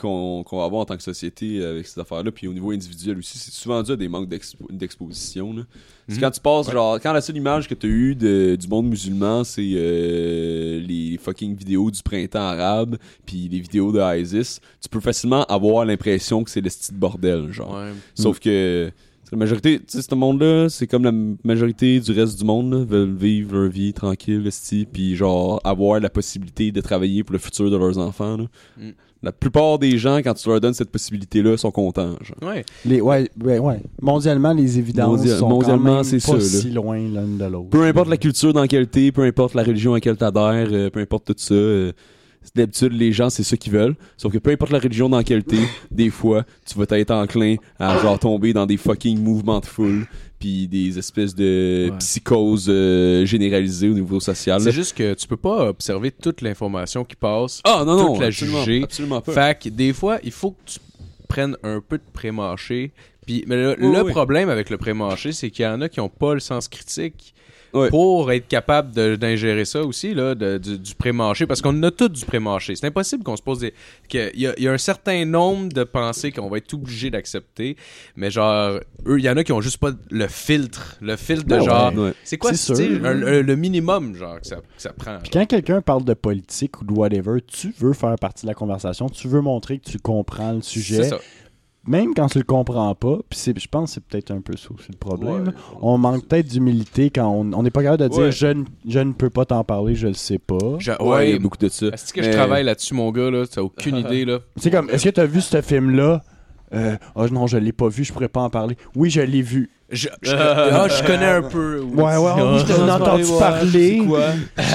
D: qu'on qu'on va avoir en tant que société avec ces affaires-là, puis au niveau individuel aussi, c'est souvent dû à des manques d'expo- d'exposition. là. C'est
E: Mhm.
D: quand tu passes,
E: Ouais.
D: genre, quand la seule image que tu as eue de- du monde musulman, c'est euh, les fucking vidéos du printemps arabe, puis les vidéos de ISIS, tu peux facilement avoir l'impression que c'est le style bordel, genre.
E: Ouais.
D: Sauf que c'est la majorité, tu sais, ce monde-là, c'est comme la m- majorité du reste du monde, là, veulent vivre leur vie tranquille, esti, puis genre avoir la possibilité de travailler pour le futur de leurs enfants. là.
E: Mm.
D: La plupart des gens, quand tu leur donnes cette possibilité-là, sont contents. Genre.
E: Ouais.
F: Les, ouais, ouais, ouais. Mondialement, les évidences
D: Mondia-
F: sont
D: mondialement,
F: quand même
D: c'est
F: pas
D: ça, là.
F: si loin l'un de l'autre.
D: Peu importe la culture dans laquelle t'es, peu importe la religion à laquelle t'adhères, euh, peu importe tout ça. euh, D'habitude, les gens, c'est ça qu'ils veulent. Sauf que peu importe la religion dans laquelle t'es, des fois, tu vas être enclin à genre tomber dans des fucking mouvements de foule, puis des espèces de
C: Ouais.
D: psychoses euh, généralisées au niveau social. Ah, là.
E: C'est juste que tu peux pas observer toute l'information qui passe.
D: Ah non, non,
E: toute la
D: absolument,
E: juger.
D: absolument pas.
E: Fait que des fois, il faut que tu prennes un peu de pré-marché. Puis, mais le,
D: Oui,
E: le
D: oui.
E: problème avec le pré-marché, c'est qu'il y en a qui ont pas le sens critique
D: Ouais.
E: pour être capable de- d'ingérer ça aussi, là, de- du, du pré-marché. Parce qu'on a tout du pré-marché. C'est impossible qu'on se pose des. qu'il y, a- il y a un certain nombre de pensées qu'on va être obligé d'accepter. Mais genre, eux, il y en a qui ont juste pas le filtre. Le filtre de
F: Ben Ouais,
E: genre.
D: Ben ouais.
E: C'est quoi
F: C'est
E: tu sais,
F: sûr.
E: un- le, le minimum, genre, que ça, que ça prend? genre.
F: Puis quand quelqu'un parle de politique ou de whatever, tu veux faire partie de la conversation, tu veux montrer que tu comprends le
E: C'est
F: sujet.
E: ça.
F: même quand tu le comprends pas, puis c'est- je pense que c'est peut-être un peu ça aussi le problème.
D: Ouais.
F: on manque peut-être d'humilité quand on on n'est pas capable de
D: Ouais.
F: dire je, ne- je ne peux pas t'en parler, je le sais pas.
E: Je-
D: Ouais, il y a
E: ouais,
D: beaucoup de ça.
E: est-ce que
D: Mais-
E: je travaille là-dessus, mon gars, là? T'as aucune idée, là.
F: C'est comme, est-ce que t'as vu ce film-là? Euh, oh non, je l'ai pas vu, je pourrais pas en parler. Oui, je l'ai vu.
E: Je, je- ah, je connais un peu.
F: Ouais, ouais, ouais, je t'en ai entendu parler.
B: C'est quoi?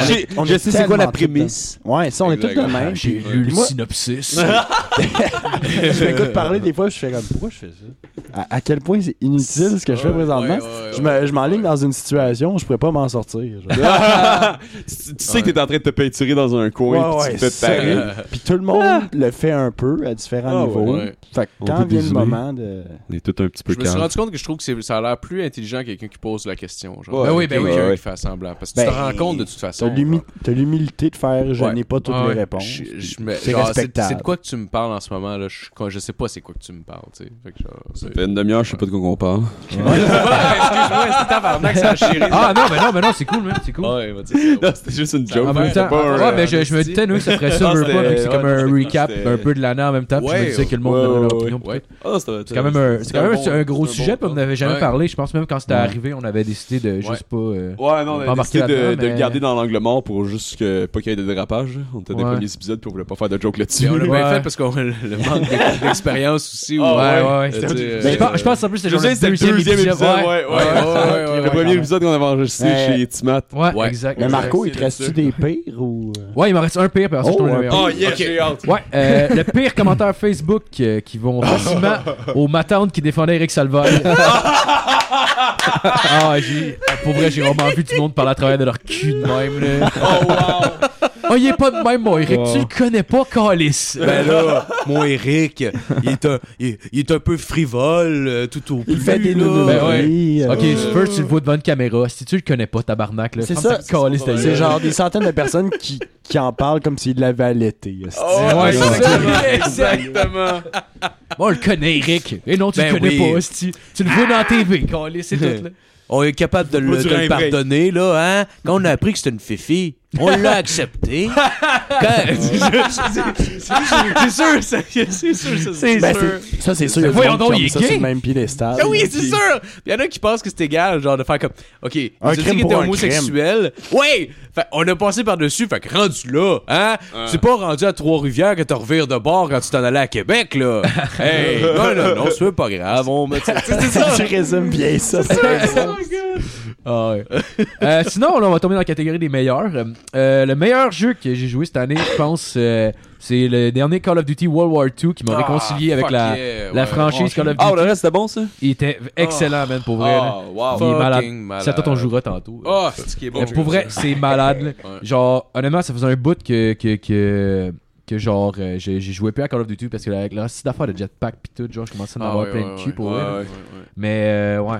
D: J'ai-
F: On
D: Je
F: est
D: sais c'est quoi la
F: tellement tout
D: prémisse.
F: Ouais, ça, on est tous de
D: Exactement.
F: même.
C: J'ai lu le
F: Moi-
C: synopsis.
F: je m'écoute parler des fois, je fais comme, pourquoi je fais ça? À, à quel point c'est inutile ce que je fais présentement? je me- je m'enligne dans une situation, je pourrais pas m'en sortir. genre.
D: tu, tu sais que t'es en train de te peinturer dans un coin
F: Ouais,
D: pis
F: ouais,
D: tu te fais
F: sérieux.
D: taire.
F: Puis tout le monde le fait un peu à différents
D: Ah,
F: niveaux.
E: Ah. ouais.
F: Fait que
D: On
F: quand
D: peut
F: vient le
D: désoler.
F: moment de.
D: On est tout un petit peu
E: Je me suis
D: calme.
E: rendu compte que je trouve que c'est- ça a l'air plus intelligent que quelqu'un qui pose la question. Genre.
D: Ouais,
C: Ben oui, ben
E: Que
C: oui.
E: quelqu'un
D: Ouais, ouais.
E: qui fait semblant. Parce que
F: Ben,
E: tu te rends compte de toute façon.
F: T'as l'humi- t'as l'humilité de faire je
E: Ouais.
F: n'ai pas toutes
E: Ah ouais.
F: les réponses.
E: Je- je me-
F: C'est
E: genre,
F: respectable.
E: C'est de quoi que tu me parles en ce moment? Là? Je, quand- je sais pas c'est quoi que tu me parles. tu sais. Fait que genre, c'est-
D: Ça fait une demi-heure, je sais pas de quoi qu'on parle.
E: Excuse-moi, c'est tabarnak, ça a chéré.
C: Ah non, mais non, mais non, c'est cool, man, c'est cool.
E: Ouais, vas-y.
D: Non, c'était juste une joke.
C: En
E: Ah,
C: même
E: ben,
C: temps,
D: C'est pas,
C: ah,
D: euh,
C: ben, je, je me disais, nous, que ça ferait ça,
D: Non,
C: veut pas,
D: c'était-
C: mais c'est comme
D: ouais,
C: un
D: non, c'était-
C: recap un peu de l'année en même temps, puis je me
E: Ouais,
C: disais que le monde
D: ouais,
C: donnait leur
D: ouais,
C: opinion.
E: ouais.
C: peut-être.
D: Ah, c'était-
C: C'est quand même un, c'est quand même
D: bon-
C: un, gros
D: c'est
C: sujet,
D: bon
C: puis on n'avait jamais
E: Ouais.
C: parlé. Je pense même quand c'était
F: Ouais.
C: arrivé, on avait décidé de juste pas. euh,
D: Ouais, non, on
C: Pas
D: a
C: embarqué
D: décidé de,
C: là-dedans,
D: de le
C: mais-
D: garder dans l'angle mort pour juste que pas qu'il y ait de dérapage. On était dans
C: Ouais.
D: les premiers épisodes puis on voulait pas faire de joke là-dessus.
E: Mais on l'a bien
C: Ouais.
E: fait parce qu'on le le manque d'ex- d'expérience aussi.
D: Ah,
C: Ouais,
D: ouais.
C: ouais, ouais.
E: Euh, tu sais,
C: Mais
E: euh,
C: je pense- je pense en plus que
D: Je
C: c'était genre
D: sais,
C: le
D: c'était
C: deuxième épisode. ouais.
D: ouais, ouais.
E: Ouais, ouais, ouais, ouais,
D: Le
E: ouais,
D: premier
E: ouais.
D: épisode qu'on avait enregistré
F: Ouais.
D: chez Timat.
C: Ouais,
E: Ouais.
C: exact.
F: Mais
C: exact.
F: Marco, il
D: c'est
F: te reste-tu
D: le
F: des pires ou. euh?
C: Ouais, il m'en reste un pire, puis ensuite je
F: Oh,
C: tourne le
F: un
C: meilleur.
D: Oh yes,
E: Ok.
D: j'ai hâte.
C: Ouais, euh, le pire commentaire Facebook euh, qui vont facilement aux matantes qui défendaient Eric Salvaille. ah, j'ai, pour vrai, j'ai vraiment vu tout le monde parler à travers de leur cul de même. Là.
D: Oh wow.
C: Oh, il est pas de même, mon Eric.
B: Wow.
C: Tu le connais pas, Calis.
E: Ben là, mon Eric, il est un, il, il est un peu frivole, euh, tout au plus.
F: Il fait des
E: là.
F: nounouneries.
C: Ben ouais.
F: euh,
C: Ok, first, tu le vois devant une caméra. Si tu le connais pas, tabarnak, là.
F: C'est
C: ferme ta
F: ça.
C: calice de
F: C'est
C: gueule.
F: genre des centaines de personnes qui, qui en parlent comme s'ils l'avaient allaité. hostie.
C: Oh, ouais,
F: Ouais.
C: exactement,
E: exactement.
C: Bon, on le connaît, Eric. Et non, tu
E: Ben
C: le connais
E: oui.
C: pas, hostie. Tu le vois dans TV, Calis, c'est tout, là.
E: On est capable de le,
D: durer
E: de
D: un
E: le
D: break.
E: pardonner, là, hein? Quand on a appris que c'était une fifi, on l'a accepté. Quand- C'est sûr, c'est c'est sûr, c'est
F: Ben,
E: sûr.
F: c'est- ça, c'est sûr. il y a du
C: Voyons
F: monde
C: donc,
F: qui
C: il est
F: ont mis ça sur
C: gay. Ben
F: le même piédestal.
E: Ah oui, c'est
F: Puis-
E: sûr! Il y en a qui pensent que c'est égal, genre de faire comme. Ok, ils
F: Un
E: ont dit
F: crime
E: qu'il
F: pour
E: était
F: un
E: homosexuel. Ouais! Fait, on a passé par-dessus, fait que rendu là, hein? C'est pas rendu à Trois-Rivières que t'as revire de bord quand tu t'en allais à Québec, là! hey! Non, non, non, c'est pas grave, on met C'est ça!
F: Tu résumes bien ça.
C: Oh, Ah ouais. Euh, sinon, là, on va tomber dans la catégorie des meilleurs. Euh, euh, le meilleur jeu que j'ai joué cette année, je pense, euh, c'est le dernier Call of Duty World War II qui m'a
E: Ah,
C: réconcilié avec la, la franchise Call of Duty.
D: Ah, le reste, c'était bon ça?
C: Il était excellent, man, pour vrai. là.
D: Ah, wow.
C: Il est malade.
E: oh, Fucking malade.
C: C'est à toi, on jouera tantôt.
E: Oh, c'est ce qui est bon.
C: Euh, pour vrai, c'est malade. là.
E: Ouais.
C: Genre, honnêtement, ça faisait un bout que, que, que, que genre, euh, j'ai j'ai joué plus à Call of Duty parce que avec la petite affaire de jetpack pis tout, genre, je commençais à en
E: Ah,
C: avoir
E: ouais,
C: plein
E: ouais,
C: de
E: ouais.
C: cul pour
E: Ouais,
C: vrai.
E: ouais, ouais.
C: Mais euh, ouais.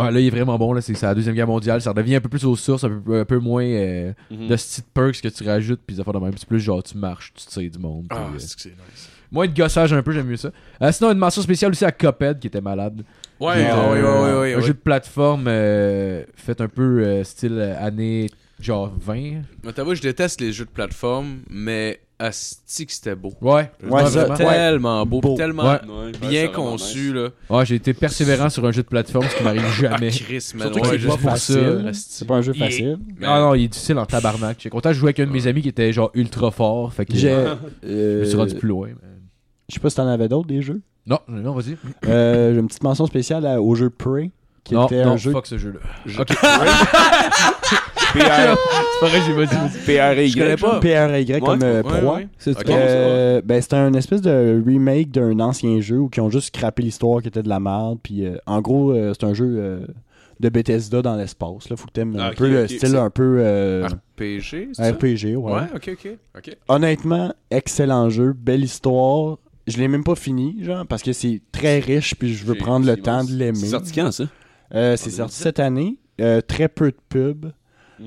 C: Ouais, là, il est vraiment bon. là. C'est c'est la Deuxième Guerre mondiale. Ça devient un peu plus aux sources, un peu, un peu moins euh,
E: Mm-hmm.
C: de ce petit perks que tu rajoutes. Puis ça fait de même. C'est plus genre tu marches, tu tires du monde. puis,
E: Ah,
C: euh,
E: c'est que c'est nice.
C: moins de gossage un peu, j'aime mieux ça. Euh, sinon, une mention spéciale aussi à Cophead qui était malade.
E: Ouais,
C: Qui est,
E: ouais, ouais,
C: euh,
E: ouais, ouais,
C: Un
E: ouais.
C: jeu de plateforme euh, fait un peu euh, style euh, année genre 20.
E: Mais t'avoue, je déteste les jeux de plateforme, mais Asti que c'était beau.
C: Ouais,
F: Ouais, ça,
C: vraiment.
F: t'es-
E: Tellement beau,
F: Beau.
E: tellement
C: Ouais.
E: bien conçu, là.
C: Ouais, j'ai été persévérant sur un jeu de plateforme, ce qui m'arrive
E: Ah,
C: jamais.
E: Chris, man.
C: Surtout que
E: ouais,
C: c'est
E: je-
C: pas pour
F: facile.
C: ça.
F: C'est pas un jeu facile.
C: Ah non, il est difficile en tabarnak. J'ai content de jouer avec un de mes amis qui était genre ultra fort. Fait que
F: J'ai.
C: je me
F: euh,
C: suis rendu plus loin. mais-
F: Je sais pas si t'en avais d'autres des jeux.
C: Non, non, vas-y.
F: Euh, J'ai une petite mention spéciale à- au jeu Prey, qui
C: non,
F: était
C: non,
F: un jeu.
C: fuck ce jeu-là.
D: PR,
C: C'est pareil, j'ai pas dit.
D: PRY.
E: Je connais pas.
F: PRY comme
E: Ouais,
F: euh, proie.
E: ouais.
B: C'est
E: Ok.
B: quoi?
F: Euh, ben, c'était un espèce de remake d'un ancien jeu où qui ont juste scrappé l'histoire qui était de la merde. Puis euh, en gros, euh, c'est un jeu euh, de Bethesda dans l'espace. Là, faut que t'aimes un
D: Ah, ok,
F: peu le
D: ok,
F: style
D: c'est-
F: un peu euh,
E: RPG, c'est ça?
F: RPG. Ouais.
E: Ouais, ok, ok. ok.
F: Honnêtement, excellent jeu, belle histoire. Je l'ai même pas fini, genre, parce que c'est très riche. Puis je veux
D: J'ai-
F: prendre le
D: c'est
F: temps
D: bon.
F: de l'aimer.
D: C'est sorti quand ça?
C: Ah,
F: Euh, c'est sorti cette année. Euh, très peu de
E: Mhm.
F: pubs.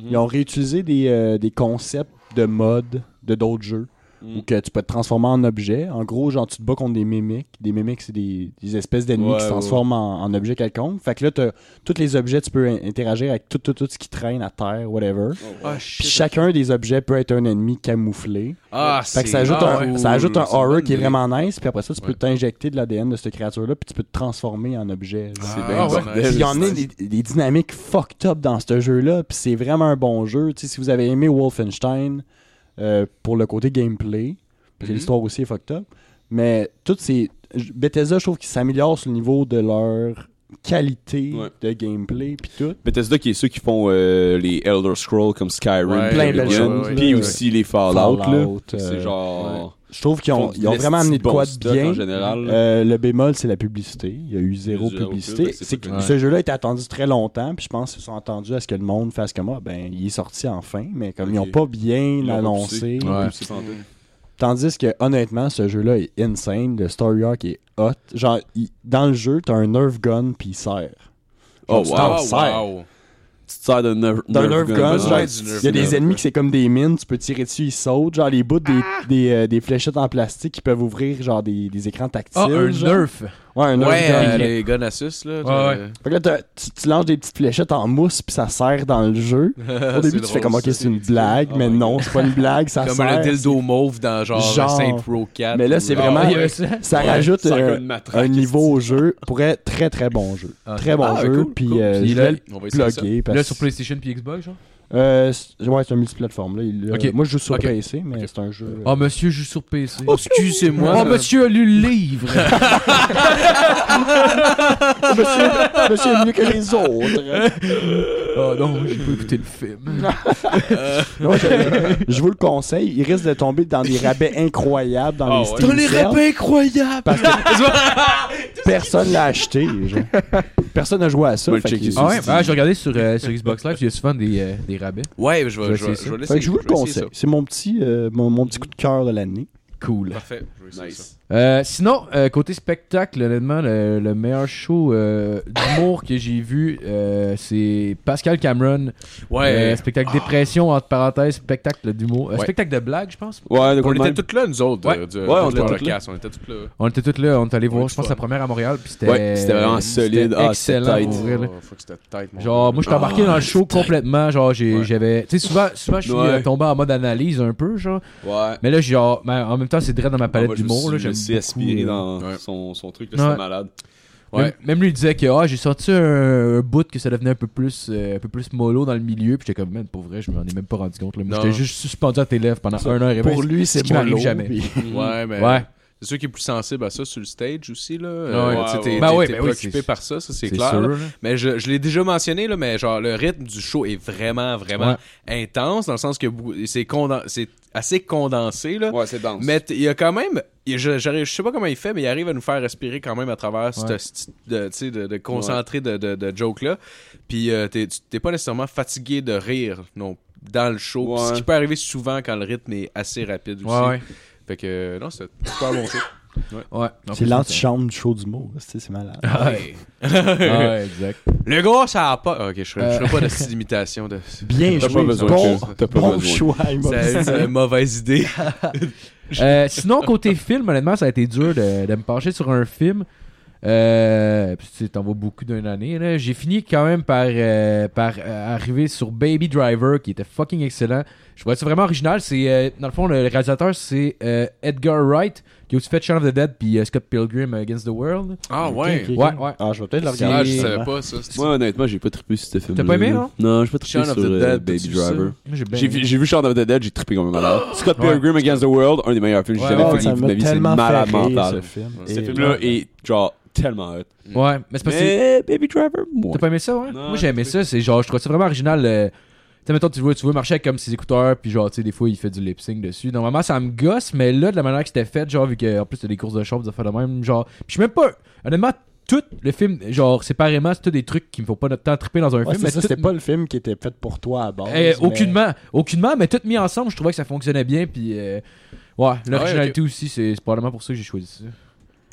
F: Ils ont réutilisé des, euh, des concepts de mode de d'autres jeux.
D: Mm.
E: Mhm.
F: ou que tu peux te transformer en objet. En gros, genre, tu te bats contre des mimiques. Des mimiques, c'est des, des espèces d'ennemis
D: Ouais,
F: qui se
D: ouais.
F: transforment en, en objets quelconques. Fait que là, t'as- tous les objets, tu peux in- interagir avec tout, tout, tout ce qui traîne à terre, whatever.
E: Ah,
F: Puis
E: shit.
F: chacun des objets peut être un ennemi camouflé.
E: Ah,
F: Fait que ça
E: c'est-
F: ajoute,
E: ah,
F: un,
E: ouais.
F: ça ajoute un
E: C'est une
F: horror
E: bonne
F: qui est
E: idée.
F: vraiment nice. Puis après ça, tu peux
E: Ouais.
F: t'injecter de l'ADN de cette créature-là. Puis tu peux te transformer en objet. genre.
E: Ah,
D: C'est bien
E: ouais.
D: bordel.
F: Il y en a des, des dynamiques fucked up dans ce jeu-là, puis c'est vraiment un bon jeu. Tu sais, si vous avez aimé Wolfenstein euh, pour le côté gameplay, puis
D: Mm-hmm.
E: Mhm.
F: l'histoire aussi est fucked up, mais toutes ces. j- Bethesda, je trouve qu'ils s'améliorent sur le niveau de leur qualité
D: Ouais.
F: de gameplay, puis tout.
D: Bethesda qui est ceux qui font euh, les Elder Scrolls comme Skyrim,
E: Ouais,
F: plein de belles
D: Oblivion,
F: choses, là.
D: puis aussi les Fallout, là.
F: Fallout,
D: C'est
F: euh,
D: genre
F: Je trouve qu'ils ont,
D: font
F: ils ont
D: du
F: vraiment amené de
D: bon
F: quoi de
D: stock
F: bien.
D: en général.
F: Euh, le bémol, c'est la publicité. Il y a eu zéro
D: Zéro
F: publicité.
D: pub, c'est
F: C'est
D: pas
F: que
C: grave.
F: ce jeu-là a été attendu très longtemps, puis je pense qu'ils se sont attendus à ce que le monde fasse comme ah, ben il est sorti enfin, mais comme ils
D: Ok.
F: n'ont pas bien
D: Ils l'ont pas
F: annoncé.
D: poussé.
C: Ouais.
D: C'est sans doute.
F: Tandis que honnêtement, ce jeu-là est insane. Le story arc est hot. Genre, il- dans le jeu, t'as un Nerf gun puis il sert.
D: Oh,
F: tu
D: wow.
F: t'en
E: Ah,
F: sers.
E: wow.
D: Tu te sers d'un nerf,
F: D'un Nerf gun,
E: ouais, du
F: genre, il
E: Nerf
F: y a
E: gun,
F: des ennemis
E: ouais.
F: qui c'est comme des mines, tu peux tirer dessus, ils sautent. Genre, les bouts des, des, euh, des fléchettes en plastique qui peuvent ouvrir genre des, des écrans tactiles.
C: Ah, un
F: genre.
C: nerf.
F: Ouais, un Nerf
E: Ouais,
F: gun.
E: euh, les guns à suce, là.
C: Ouais,
E: de-
F: Fait que là, t'as- tu, tu lances des petites fléchettes en mousse, puis ça sert dans le jeu. Au début,
E: Ah, C'est
F: tu fais
E: drôle,
F: comme, ok,
E: ça.
F: c'est une blague,
D: Oh
F: mais
D: my
F: non, c'est pas une blague, ça
E: Comme
F: sert.
E: le dildo mauve dans genre,
F: Genre.
E: Saint Pro 4.
F: Mais là, c'est
E: ou-
F: vraiment-
C: Ah, il y avait ça.
F: Ça
D: Ouais,
F: rajoute
D: sans
F: euh,
D: gun matraque,
F: un niveau au jeu. Pour être très, très bon jeu.
C: Ah,
F: très bon
E: ah,
F: jeu,
E: cool,
F: puis
E: cool.
F: euh,
C: Puis
F: je
C: là,
F: vais
E: On va
F: le
E: essayer ça.
F: plugger. parce-
C: Là, sur PlayStation puis Xbox, genre.
F: Euh, c'est- ouais, c'est un multiplateforme. Là. il-
C: Ok.
F: Moi, je joue sur
C: Ok.
F: PC, mais c'est un jeu...
C: Oh, monsieur, je joue sur PC.
E: Oh, excusez-moi.
C: Oh, monsieur a lu le livre.
F: monsieur, Ah, monsieur est mieux que les autres.
C: oh non, j'ai pas écouté le film.
F: Ouais, je, je vous le conseille. Il risque de tomber dans des rabais incroyables dans
D: Ah
F: les
D: ouais.
F: Steam sales.
E: incroyables!
F: Parce que personne l'a acheté. genre. Personne n'a joué à ça.
D: Moi, le
F: fait
D: checker
F: que-
D: sur
C: Ah ouais, bah, j'ai regardé sur, euh, sur Xbox Live, il y a souvent des, euh, des rabais.
E: Ouais, je
C: Je vais
E: vais, je vais,
C: essayer
E: je vais
F: Fait
E: l'essayer.
F: que je vous le
E: vais essayer
F: conseille. C'est mon petit, euh, mon, mon petit coup de cœur de l'année.
C: Cool.
E: ça. Parfait. Je vais essayer
D: Nice.
C: Euh, sinon, euh, côté spectacle, honnêtement, le, le meilleur show euh, d'humour que j'ai vu, euh, c'est Pascal Cameron.
E: ça. Ouais.
C: Euh, spectacle dépression, entre parenthèses, spectacle d'humour. Euh,
E: Ouais.
C: Spectacle de blague, je pense.
D: Ouais, de
E: on
D: quoi de
E: était
D: même.
E: toutes là, nous autres.
C: Ouais.
E: euh, du-
D: Ouais,
E: du
D: on était toutes
E: podcast, On était toutes là.
C: On était tous là, on est allé
E: Ouais,
C: voir, je
E: c'est
C: pense,
E: fun.
C: la première à Montréal. Puis c'était.
D: Ouais, c'était vraiment solide.
C: c'était
D: Ah,
C: excellent.
D: c'était tight. Ah,
C: pour vrai, là.
E: Oh, fuck, c'était tête, mon Ah,
C: Genre,
E: gars.
C: moi, je suis embarqué dans le show complètement. Genre, j'ai-
E: Ouais.
C: j'avais. Tu sais, souvent, souvent, je suis
D: Ouais.
C: euh, tombé en mode analyse un peu, genre.
D: Ouais.
C: Mais là, j'ai genre. mais en même temps, c'est direct dans ma palette
D: Ah, bah,
C: d'humour, là.
D: Je me
C: J'aime
D: suis
C: beaucoup,
D: aspiré
C: euh,
D: dans
E: Ouais.
D: son, son truc, là,
C: Ouais.
D: c'était malade.
C: Même-
E: Ouais.
C: Même, lui il disait que ah, j'ai sorti un, un bout que ça devenait un peu plus euh, un peu plus mollo dans le milieu puis j'étais comme man pour vrai je m'en ai même pas rendu compte là. Moi,
E: Non.
C: j'étais juste suspendu à tes lèvres pendant un heure et vingt.
F: Pour lui,
C: ce
F: c'est
C: qui
F: mon
C: m'arrive
F: lot,
C: jamais.
F: puis-
E: Ouais, mais.
C: Ouais.
E: C'est sûr qu'il est plus sensible à ça sur le stage aussi, là. Euh,
C: Ouais,
E: tu sais,
D: ouais,
E: t'es-
D: ouais.
C: Bah
E: t'es-
C: ouais,
E: t'es
C: bah oui,
E: préoccupé
C: c'est-
E: par ça, ça c'est clair. là.
C: là.
E: Mais je, je l'ai déjà mentionné, là, mais genre, le rythme du show est vraiment, vraiment intense, dans le sens que beaucoup- c'est conden- c'est assez condensé, là.
D: Ouais, c'est dense.
E: Mais t- il y a quand même. il- Je, j'arrive- je sais pas comment il fait, mais il arrive à nous faire respirer quand même à travers
C: Ouais.
E: cette sti- de, tu sais, de, de concentré de, de, de joke-là. Puis euh, t'es, tu- t'es pas nécessairement fatigué de rire non, dans le show.
D: Ouais.
E: Ce qui peut arriver souvent quand le rythme est assez rapide aussi.
C: Ouais, ouais.
E: Fait que euh, non, c'est super bon show.
C: ouais. En
F: C'est
C: plus, Ah,
F: l'antichambre du show du mot. C'est malade.
E: Ouais.
C: Ouais, exact.
E: Le gars, ça a pas. ah, Ok, je ferai, je ferai
C: Euh.
E: pas de style d'imitation de.
F: Bien
D: T'as
F: joué.
D: pas besoin
F: bon
D: Chris. T'as pas
F: bon
D: besoin.
F: choix,
E: C'est
F: humoriste.
E: c'est une mauvaise idée.
C: Euh, sinon, côté film, honnêtement, ça a été dur de, de me pencher sur un film. Euh, puis tu sais, t'en vois beaucoup d'une année. là. J'ai fini quand même par, euh, par euh, arriver sur Baby Driver, qui était fucking excellent. Je trouvais ça vraiment original. C'est euh, dans le fond le réalisateur, c'est euh, Edgar Wright, qui a aussi fait Shaun of the Dead puis euh, Scott Pilgrim Against the World.
E: Ah
F: Ok,
E: ouais.
F: ok, ok.
C: Ouais, ouais.
F: Ah, je vais peut-être le
C: C'est-
E: Ah,
F: regarder.
E: je savais
F: justement.
E: pas ça. c'est-
D: Moi, honnêtement, j'ai pas trippé sur ce film.
C: pas aimé, non?
D: Non, j'ai pas trippé
E: hein? Shaun of
D: sur
E: the
D: euh,
E: Dead,
D: Baby
E: t'as-tu vu
D: Driver.
E: ça?
C: Moi, j'ai bien
D: J'ai vu, j'ai vu Shaun of the Dead, j'ai trippé comme un malade. Scott
C: Ben Ouais.
D: Pilgrim Against the World, un des meilleurs films que
C: Ouais,
D: j'ai jamais
C: ouais,
D: vu
F: ça
D: de
F: m'a
D: ma vie, c'est
F: tellement
D: malade
F: fait rire,
D: mental.
F: ce film.
D: Ce
F: Et-
D: film-là est genre tellement hot.
C: Ouais, mais c'est parce que
D: Mais Baby Driver, moi.
C: T'as pas aimé ça, ouais?
D: Non,
C: Moi, j'ai aimé
D: j'ai
C: ça. C'est genre, je trouve ça vraiment original. euh, Tu sais, mettons, tu vois, tu vois marcher avec comme ses écouteurs, puis genre, tu sais, des fois, il fait du lip sync dessus. Normalement, ça me gosse, mais là, de la manière que c'était fait, genre, vu que, en plus, t'as des courses de chauffes, des affaires de même, genre. Puis je suis même pas. Honnêtement, tout le film, genre, séparément, c'est tout des trucs qui me font pas notre temps triper dans un
F: Ouais,
C: film.
F: c'est
C: mais
F: ça,
C: tout-
F: c'était pas le film qui était fait pour toi à base.
C: Eh,
F: mais-
C: Aucunement, aucunement, mais tout mis ensemble, je trouvais que ça fonctionnait bien, puis. euh, Ouais, l'originalité aussi, c'est c'est probablement pour ça que j'ai choisi ça.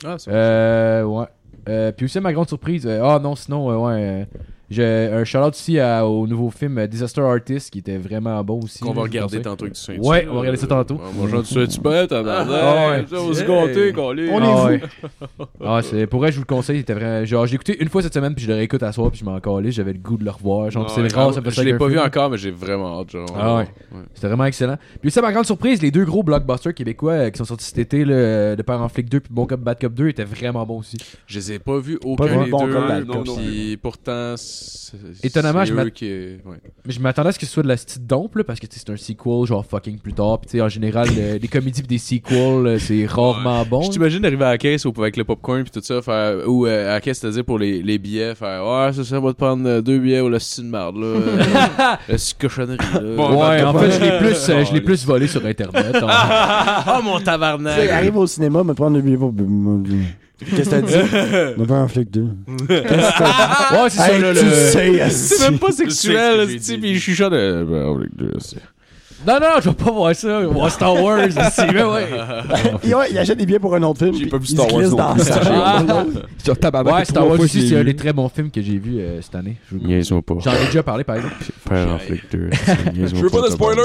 E: Ah, c'est-
C: Euh, ouais. Euh, puis aussi, ma grande surprise. euh, Ah non, sinon, euh, ouais. euh, J'ai un shout-out aussi à- au nouveau film euh, Disaster Artist qui était vraiment bon aussi.
E: Qu'on
C: là,
E: va
C: je
E: regarder
C: vous conseille.
E: tantôt avec du saint
C: Ouais, on va regarder ça tantôt.
E: Bonjour du saint
C: Ah,
E: tabarnak.
C: ouais.
E: Ça, On se gâtait, qu'on l'est.
F: On est
C: Ah
F: fous.
C: ouais. Ah, c'est pour vrai, je vous le conseille, c'était vraiment genre j'ai écouté une fois cette semaine puis je le réécoute à soir puis je m'en calais, j'avais le goût de le revoir, genre
E: Ah,
C: c'est
E: ouais,
C: rare, ça me fait ça
E: Je l'ai
C: avec
E: pas
C: un
E: vu
C: film.
E: encore, mais j'ai vraiment hâte. Genre.
C: Ah ouais. C'était vraiment excellent. Puis ça, ma grande surprise, les deux gros blockbusters québécois euh, qui sont sortis cet été, là, euh, De Père en Flic 2 puis Bon Cop Bad Cop 2, étaient vraiment bons aussi.
E: Je les ai pas vus
F: Pas
E: aucun
F: vu
E: des
F: bon
E: deux.
F: comme bad
E: non,
F: comme
E: non, puis pourtant, c'est-
C: Étonnamment,
E: c'est
C: je m'a-
E: eux qui- ouais.
C: Mais je m'attendais à ce que ce soit de la petite dompe, là, parce que tu sais, c'est un sequel, genre fucking plus tard. Puis tu sais, en général, euh, les comédies pis des sequels, euh, c'est rarement bon.
E: Je t'imagine arriver à la caisse ou avec le popcorn puis tout ça, faire, ou euh, à la caisse, c'est-à-dire pour les, les billets, faire Ouais, ça, ça va te prendre euh, deux billets ou la style de marde, là. euh, la style de cochonnerie, là.
C: Ouais, en fait, je l'ai plus, euh, je l'ai plus volé sur Internet. en-
E: oh mon
F: Tu sais,
E: tabarnak!
F: Arrive au cinéma, me prendre le billet pour. Qu'est-ce que t'as dit? Me prendre un flic 2. Qu'est-ce que t'as dit?
C: Ouais, c'est ça,
F: Hey,
C: là,
F: tu
C: le-
F: sais,
E: C'est
F: esti.
E: même pas
D: Je sais ce
E: sexuel,
D: que j'ai
E: tu sais,
D: dit.
E: pis je suis euh, chaud
C: Non, non, je vais pas voir ça. Voir Star Wars, c'est mais ouais.
F: Et ouais, il achète des billets pour un autre film.
D: J'ai
F: puis
D: pas vu
F: il
D: Star
F: se
D: Wars
F: glisse
D: non
F: dans
D: plus.
F: ça.
B: Genre, tabarnak,
C: Ouais,
B: la
C: Star Wars
B: trois fois,
C: aussi,
B: Ah, je
C: c'est
B: l'ai
C: un
B: vu.
C: des très bons films que j'ai vu euh, cette année. Je-
E: Niaise-moi pas.
C: J'en ai déjà parlé, par exemple.
E: Faire en flic 2.
D: Je veux pas de spoilers!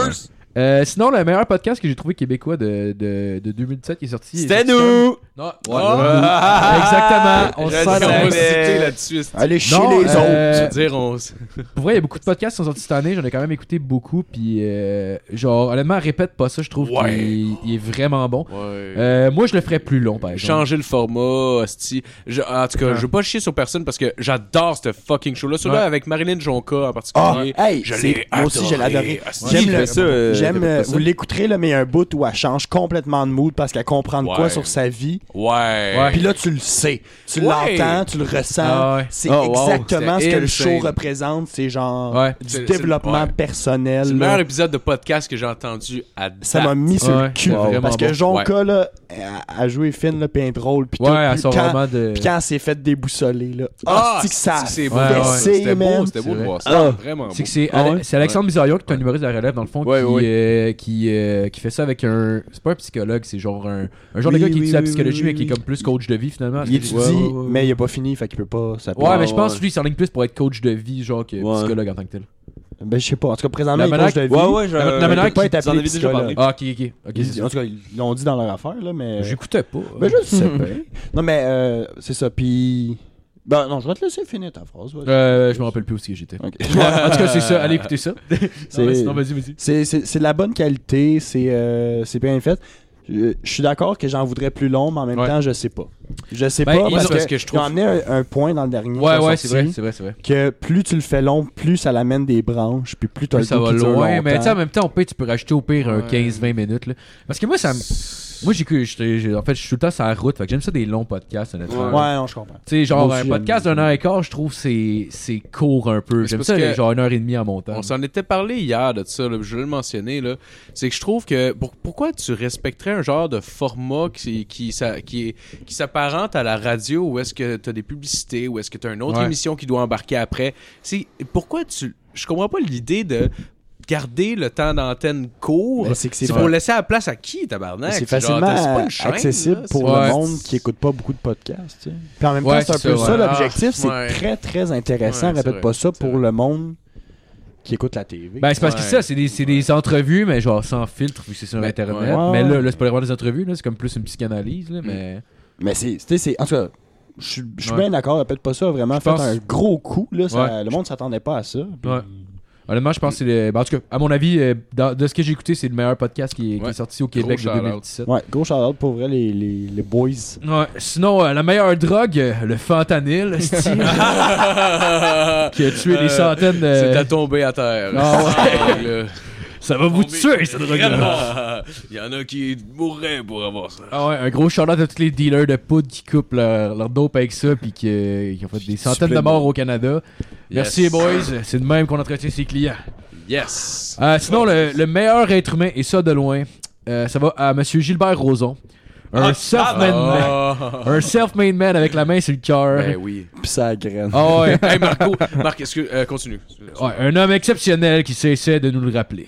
C: Euh, sinon, le meilleur podcast que j'ai trouvé québécois de, de, de 2017 qui est sorti.
D: C'était
C: est sorti comme-
D: nous!
C: Non, ouais,
D: Ah!
C: Exactement. On se
D: Je
C: sent
D: savais.
C: la-
E: On va se citer là-dessus. c'est-
F: Allez chier
C: Non,
F: les autres.
C: euh,
E: Je veux dire, on s-
C: Pour vrai, il y a beaucoup de podcasts qui sont sortis cette année. J'en ai quand même écouté beaucoup. Puis, euh, genre, honnêtement, répète pas ça. Je trouve
E: Ouais.
C: qu'il il est vraiment bon.
E: Ouais.
C: Euh, moi, je le ferais plus long, par exemple.
E: changer le format, hostie. Je- en tout cas,
F: Ah.
E: je veux pas chier sur personne parce que j'adore ce fucking show-là. Celui-là
C: Ouais.
E: avec Marilyn Jonca en
F: Ah,
E: particulier.
F: hey,
E: je
F: c'est-
E: l'ai
F: moi aussi, je l'ai
E: adoré,
F: adoré.
E: hostie.
F: J'aime
D: Qui
F: le-
D: fait ça, euh,
F: J'aime,
D: répète
F: euh,
D: pas ça?
F: vous l'écouterez, là, mais il y a un bout où elle change complètement de mood parce qu'elle comprend de quoi
E: Ouais.
F: sur sa vie.
E: Ouais.
C: Ouais.
F: Puis là, tu le sais. Tu
E: Ouais.
F: l'entends, tu le ressens.
C: Ah ouais.
F: C'est
E: Oh, wow,
F: exactement ce
E: c'était
F: que le
E: insane.
F: show représente. C'est genre
C: Ouais.
E: C'est-
F: du
E: c'est-
F: développement
E: ouais.
F: personnel.
E: C'est le
F: là.
E: meilleur épisode de podcast que j'ai entendu à date.
F: Ça m'a mis sur
C: Ouais,
F: le cul.
C: wow.
F: Parce
C: Vraiment
F: que
C: bon.
F: Jonka, là, a, joué fine, là, pis elle est drôle. Pis
C: Ouais,
F: tout,
C: à
F: puis
C: son
F: quand,
C: roman euh, de.
F: puis quand elle s'est fait déboussoler, là.
E: Ah,
F: Ah, c'est que ça.
E: c'est- c'est beau.
C: Ouais, ouais.
E: C'était beau,
F: man.
E: c'était beau de
C: C'est
E: voir ça. Vraiment beau.
C: C'est que c'est
D: Ah
C: Ale-
D: ouais?
C: c'est Alexandre Bizarro qui est un humoriste de la relève dans le fond
D: Ouais,
C: qui,
D: ouais.
C: euh, qui, euh, qui fait ça avec un c'est pas un psychologue c'est genre un, un genre
B: Oui,
C: de gars qui
B: oui,
C: étudie la
B: oui,
C: psychologie
B: oui,
C: mais
B: oui,
C: qui est
B: oui.
C: comme plus coach de vie finalement
F: Il
C: Est-ce
F: étudie,
C: que j'ai-
B: ouais, ouais.
F: mais il a pas fini, fait qu'il peut pas s'appeler.
C: ouais, mais je pense
D: ouais.
C: lui il s'enligne plus pour être coach de vie genre que
D: Ouais.
C: psychologue en tant que tel
F: Ben, je sais pas. En tout cas, présentement,
C: La
F: il
C: manière-
F: coach de vie.
D: Ouais, ouais, je.
C: La- la
F: Il
C: manière
F: peut pas
C: qu'il-
F: être
D: vous en
F: appelé
D: avez déjà parlé.
F: psychologue.
C: ah ok ok ok c'est
F: Ils-
C: ça.
F: En tout cas, ils l'ont dit dans leur affaire, là, mais.
C: j'écoutais pas
F: Ben, je le sais pas. Non, mais euh, c'est ça. Puis. Ben, non, je vais te laisser finir ta phrase. vas-y.
C: Euh, je me rappelle plus où c'est que j'étais
F: Ok.
C: Ouais, en tout cas c'est ça allez écouter ça
F: C'est-
C: non, sinon vas-y vas-y
F: C'est- C'est c'est de la bonne qualité, c'est euh, c'est bien fait. Je je suis d'accord que j'en voudrais plus long, mais en même
C: Ouais.
F: temps, je sais pas. Je sais
C: Ben,
F: pas
C: ils
F: parce
C: ont-
F: que,
E: parce que je trouve-
F: ils ont amené un, un point dans le dernier. qui
C: ouais
F: a
C: ouais
F: sorti,
C: c'est vrai c'est vrai c'est vrai
F: Que plus tu le fais long, plus ça l'amène des branches, puis plus t'as le
C: ça
F: goût
C: va
F: qu'il dure
C: loin mais tu sais en
F: longtemps.
C: même temps au pire tu peux rajouter au pire un
E: Ouais.
C: 15-20 minutes là. parce que moi ça me Moi, j'ai que. j'étais- j'ai- En fait, je suis tout le temps sur la route. Fait que j'aime ça des longs podcasts, honnêtement.
F: Ouais, non, je comprends.
C: Tu sais, genre,
F: Moi
C: un
F: aussi,
C: podcast
F: j'aime-
C: d'un heure et quart, je trouve c'est c'est court un peu.
E: Mais c'est
C: J'aime
E: parce
C: ça,
E: que-
C: genre, une heure et demie en montant.
E: On s'en était parlé hier de ça, là, je vais le mentionner. Là. C'est que je trouve que pour- pourquoi tu respecterais un genre de format qui, qui, s'a- qui, est- qui s'apparente à la radio où est-ce que tu as des publicités, où est-ce que tu as une autre
C: Ouais.
E: émission qui doit embarquer après? C'est, pourquoi tu. Je comprends pas l'idée de garder le temps d'antenne court.
F: Ben, c'est que c'est
E: pour
F: fa-
E: laisser la place à qui, tabarnak?
F: C'est
E: Genre,
F: facilement
E: t'as- c'est pas une chaîne,
F: accessible
E: là,
F: pour
E: c'est-
C: Ouais.
F: le monde qui écoute pas beaucoup de podcasts. tu sais. Puis en même temps,
C: Ouais,
F: c'est un
C: c'est
F: peu
C: ça,
F: ça Ah,
E: ouais.
F: l'objectif. C'est
E: Ouais.
F: très, très intéressant.
E: Ouais, c'est
F: Répète
E: vrai,
F: pas ça
E: c'est
F: pour
E: vrai.
F: le monde qui écoute la TV.
C: Ben, c'est parce que
E: Ouais.
C: ça, c'est des, c'est des entrevues, mais genre sans filtre, vu que c'est sur
E: Ben,
C: Internet.
F: ouais.
C: Mais là, là c'est pas vraiment des entrevues, là. C'est comme plus une psychanalyse, là. Mais.
F: Mais c'est, tu sais, c'est- en tout cas, je suis je suis
C: Ouais.
F: bien d'accord, répète pas ça, vraiment,
C: Je
F: fait
C: pense-
F: un gros coup, là, ça-
C: Ouais.
F: le monde s'attendait pas à ça. puis-
C: Ouais. Honnêtement, je pense que c'est. le- ben, en tout cas, à mon avis, euh, dans- de ce que j'ai écouté, c'est le meilleur podcast qui, est- qui
E: Ouais.
C: est sorti au
E: Gros
C: Québec de
E: shout-out.
C: 2017.
F: Ouais, gros shout-out pour vrai, les, les, les boys.
C: Ouais, sinon, euh, la meilleure drogue, euh, le fentanyl, style, qui a tué des centaines de.
E: Euh, C'est à tomber à terre.
C: Ah
E: ouais.
C: Ça va vous tuer, cette drogue-là.
E: Il y en a qui mourraient pour avoir ça.
C: Ah ouais, un gros shout-out à tous les dealers de poudre qui coupent leur, leur dope avec ça puis qui, euh, qui ont fait des centaines de
F: supplètent.
C: morts au Canada. Merci,
E: Yes.
C: boys. C'est de même qu'on entretient ses clients.
E: Yes!
C: Euh, sinon, le, le meilleur être humain, et ça de loin, euh, ça va à Monsieur Gilbert Rozon. Un self-made man.
E: Ah.
C: Un self-made man avec la main sur le cœur.
E: Ben oui.
F: Pis ça graine.
C: Ah ouais.
E: hey Marco, Marc, excuse, euh, continue.
C: Ouais, un homme exceptionnel qui cessait de nous le rappeler.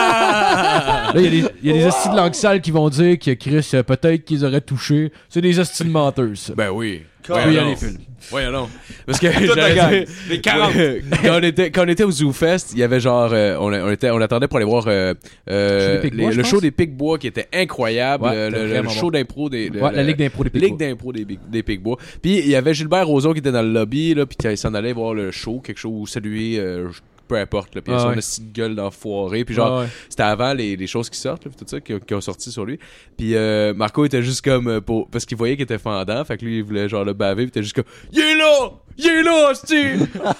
C: Là, il y a des, il y a des hosties de langue sale qui vont dire que Chris, euh, peut-être qu'ils auraient touché. C'est des hosties de menteuses, ça.
E: Ben oui.
C: Oui,
E: Voyons
C: allez,
E: donc.
C: Phil.
E: Voyons donc. Parce que
D: Toute
E: j'allais
D: la gang.
E: dire-
D: Les 40.
E: Ouais. quand, on était, quand on était au Zoo Fest, il y avait genre. euh, on, on était, on attendait pour aller voir euh, euh,
C: Show des Pic-Bois,
E: les-
C: je
E: le
C: pense.
E: show des Pic-Bois qui était incroyable.
C: Ouais,
E: euh,
C: c'était
E: le, le
C: vraiment
E: show
C: bon.
E: d'impro des. Ben, le-
C: Ouais, la
E: le-
C: Ligue d'impro des
E: Ligue
C: Pic-Bois.
E: d'impro des, Pic- des Pic-Bois. Puis il y avait Gilbert Rozon qui était dans le lobby, là, puis qui s'en allait voir le show, quelque chose, ou saluer, euh, je- peu importe. Là, puis
C: Ah
E: son
C: ouais.
E: esti de gueule d'enfoiré. Puis genre,
C: Ah ouais.
E: c'était avant les, les choses qui sortent, là, puis tout ça, qui, ont- qui ont sorti sur lui. Puis euh, Marco était juste comme, euh, pour, parce qu'il voyait qu'il était fendant, fait que lui, il voulait genre le baver, puis il était juste comme, il est là! Il est là, hostie!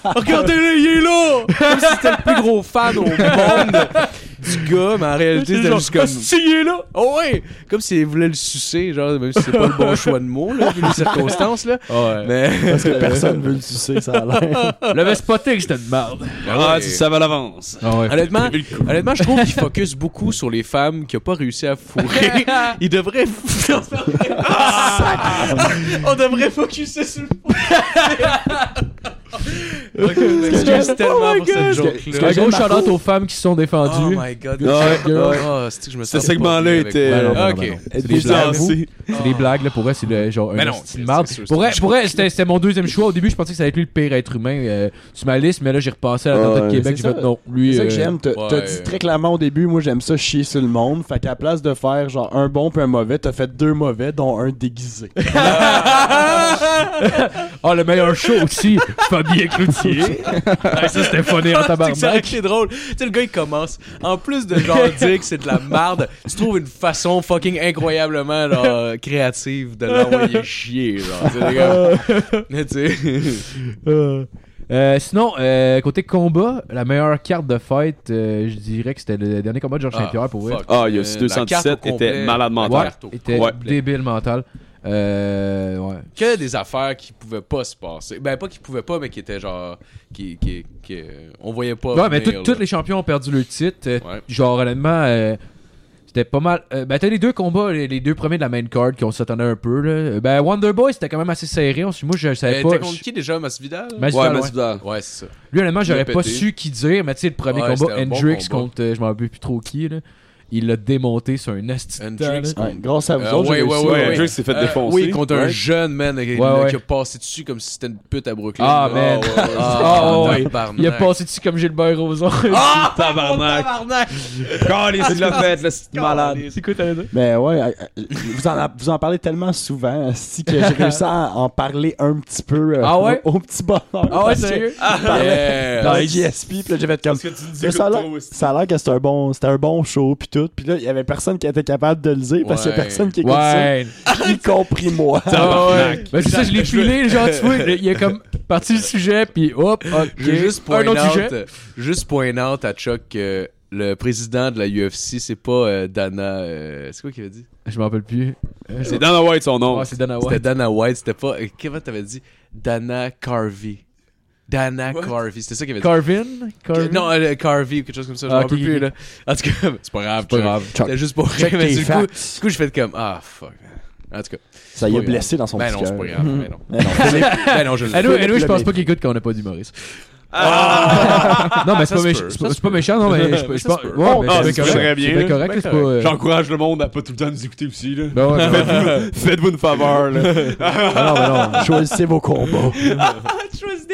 E: Regardez-le, il est là! Comme si c'était le plus gros fan au monde du gars, mais en réalité, c'était juste comme. Hostie, il est là! Oh ouais! Comme s'il voulait le sucer, genre, même si c'est pas le bon choix de mots, là, vu les circonstances, là.
C: Ouais.
E: Mais.
F: Parce que personne veut le sucer, ça a l'air.
C: Je l'avais spoté que c'était de merde.
E: Ah, tu
D: savais à l'avance.
C: Ah ouais.
E: Honnêtement, honnêtement, je trouve qu'il focus beaucoup sur les femmes qui n'ont pas réussi à fourrer. Il devrait. Non, c'est pas vrai. On devrait focuser sur le fourré. J'aime tellement pour cette joke-là.
C: Un gros shout aux femmes qui se sont
E: Oh
C: défendues.
E: my god.
D: Ouais, ouais.
E: Oh, c'est que je me
D: Ce
E: sens pas
D: segment-là
E: bien avec
D: était-
E: moi.
C: Ben non, ben non,
E: Ok.
C: ben non.
D: C'est
C: C'est des blagues.
D: déjancé.
C: C'est des blagues, là. Pour vrai, c'est le- genre
E: Ben
C: un
E: Ah. non,
C: style
E: c'est-
C: marde.
E: c'est sûr,
C: Pour vrai,
E: c'est-
C: pour vrai, c'était c'était mon deuxième choix. Au début, je pensais que ça allait être lui le pire être humain euh, sur ma liste, mais là, j'ai repassé à la tentative
F: Ouais,
C: de Québec.
F: c'est
C: J'ai fait
F: ça.
C: non. Lui.
F: C'est ça
C: euh,
F: que j'aime. T'as t'as
E: ouais.
F: dit très clairement au début, moi j'aime ça chier sur le monde. Fait qu'à place de faire genre un bon puis un mauvais, t'as fait deux mauvais, dont un déguisé.
C: Ah, le meilleur show aussi, Fabien Cloutier. Ouais, ça, c'était funné en
E: Ah, c'est que ça aurait
C: tabarnak.
E: été drôle. Tu sais, le gars, il commence. En plus de genre dire que c'est de la merde, tu trouves une façon fucking incroyablement genre, créative de l'envoyer chier. Genre, tu sais, les gars. Mais tu sais.
C: Euh, sinon, euh, côté combat, la meilleure carte de fight, euh, je dirais que c'était le dernier combat de Georges Saint-Pierre pour vrai.
E: fuck.
D: Ah, il y a
E: Euh,
D: aussi
E: la carte
D: 217
E: au complet.
D: était malade
C: Ouais,
D: mental.
E: carte au
C: était
D: complet.
C: débile mental. Euh, ouais.
E: Que des affaires qui pouvaient pas se passer. Ben, pas qui pouvaient pas, mais qui étaient genre. Qui, qui, qui, euh, on voyait pas.
C: Ouais, mais
E: venir,
C: tout-
E: là.
C: tous les champions ont perdu le titre. Euh,
E: Ouais.
C: Genre, honnêtement, euh, c'était pas mal. Euh, ben, t'as les deux combats, les, les deux premiers de la main card qu'on s'attendait un peu. Là. Ben, Wonder Boy, c'était quand même assez serré. On s- moi, je
E: Euh,
C: savais
E: T'es
C: pas.
E: contre
C: je-
E: qui déjà, Masvidal
C: Mas-
D: Ouais,
C: Ouais.
D: Masvidal.
E: Ouais, c'est ça.
C: Lui, honnêtement, j'aurais
E: Il a
C: pas
E: pété.
C: su qui dire. Mais tu sais, le premier
E: Ouais,
C: combat,
E: c'était un bon
C: Hendrix
E: combat.
C: contre, euh, je m'en rappelle plus trop qui, là, il l'a démonté sur un asti. de temps, là.
E: Hendrix
F: Ouais, grâce à vous autres,
E: Euh, ouais,
F: j'ai
E: ouais,
F: réussi.
E: ouais,
D: Ouais,
E: ouais.
D: Drake s'est fait
E: Euh,
D: défoncer.
E: Oui, contre un
D: Ouais.
E: jeune man euh, qui
C: ouais.
E: qui a passé dessus comme si c'était une pute à Brooklyn.
C: Ah,
E: là.
D: Oh,
C: man.
E: Ah, ouais, ouais.
C: Ah, ouais.
E: tabarnak.
C: Il a passé dessus comme Gilbert Rozon.
D: Ah, tabarnak! Quand les de la fête, là, c'est malade.
C: C'est quoi, t'allais dire?
F: Mais ouais, euh, euh, vous, en, vous en parlez tellement souvent, si que j'ai réussi à en parler un petit peu euh,
C: Ah ouais?
F: au, au petit bonheur.
C: Ah ouais, sérieux?
E: Yeah.
F: Dans les GSP, puis là, j'ai fait comme... Mais ça a l'air- ça a l'air que c'était un, bon, c'était un bon show, puis tout. Puis là, il y avait personne qui était capable de le dire, parce qu'il y a
E: Ouais.
F: personne qui écoute
C: Ouais.
F: ça, y compris moi.
C: Ah ouais. Ben, c'est ça, je l'ai filé, genre, tu vois, il y a comme parti le sujet, puis hop, ok.
E: Je veux juste
C: un
E: point
C: autre
E: out,
C: sujet.
E: euh, juste point out à Chuck que le président de la UFC, c'est pas euh, Dana. euh, c'est quoi qu'il avait dit
C: Je m'en rappelle plus. Euh,
D: C'est Dana White, son
E: Oh.
D: nom.
C: Ah, c'est Dana
E: C'était
C: White.
E: Dana White, c'était pas. euh, Comment t'avais dit Dana Carvey. Dana Carvey, c'était ça qu'il avait dit.
C: Carvin? Carvin?
E: Non, euh, Carvey ou quelque chose comme ça, je
C: Ah,
E: m'en
C: ok,
E: rappelle plus
C: ok.
E: là. En tout cas, c'est pas grave. Chuck.
F: Chuck,
E: C'était juste pour rire,
F: check
E: mais
F: tes
E: du coup,
F: facts.
E: du coup, je fais comme ah fuck. man. En tout cas,
F: Ça y
E: pas
F: est
E: grave.
F: blessé dans son
E: ben
F: petit
E: non, c'est
F: cœur.
E: pas grave, ben non.
F: Mais non, Philippe,
E: Ben non, je le
C: Ah
E: fais.
C: nous, je pense
F: Lemay.
C: pas qu'il écoute qu'on n'a pas d'humoriste.
E: Ah!
C: Non, mais c'est
E: Ça
C: pas,
E: se
C: méch-
E: peut,
C: c'est
E: ça
C: pas-
E: se
C: c'est pas
E: peut.
C: méchant, non, mais je je
E: Ça
C: pense.
E: se peut.
C: Ouais, mais
D: Ah,
C: c'est
D: c'est
C: bien
D: très
C: correct.
D: bien,
C: C'est bien
D: là.
C: correct,
E: Ben
C: là, c'est pas. euh,
D: J'encourage le monde à pas tout le temps nous écouter aussi, là.
C: Ben ouais, ben ouais.
D: Faites-vous faites-vous une faveur, là.
C: Ah non, ben
F: Choisissez vos combats.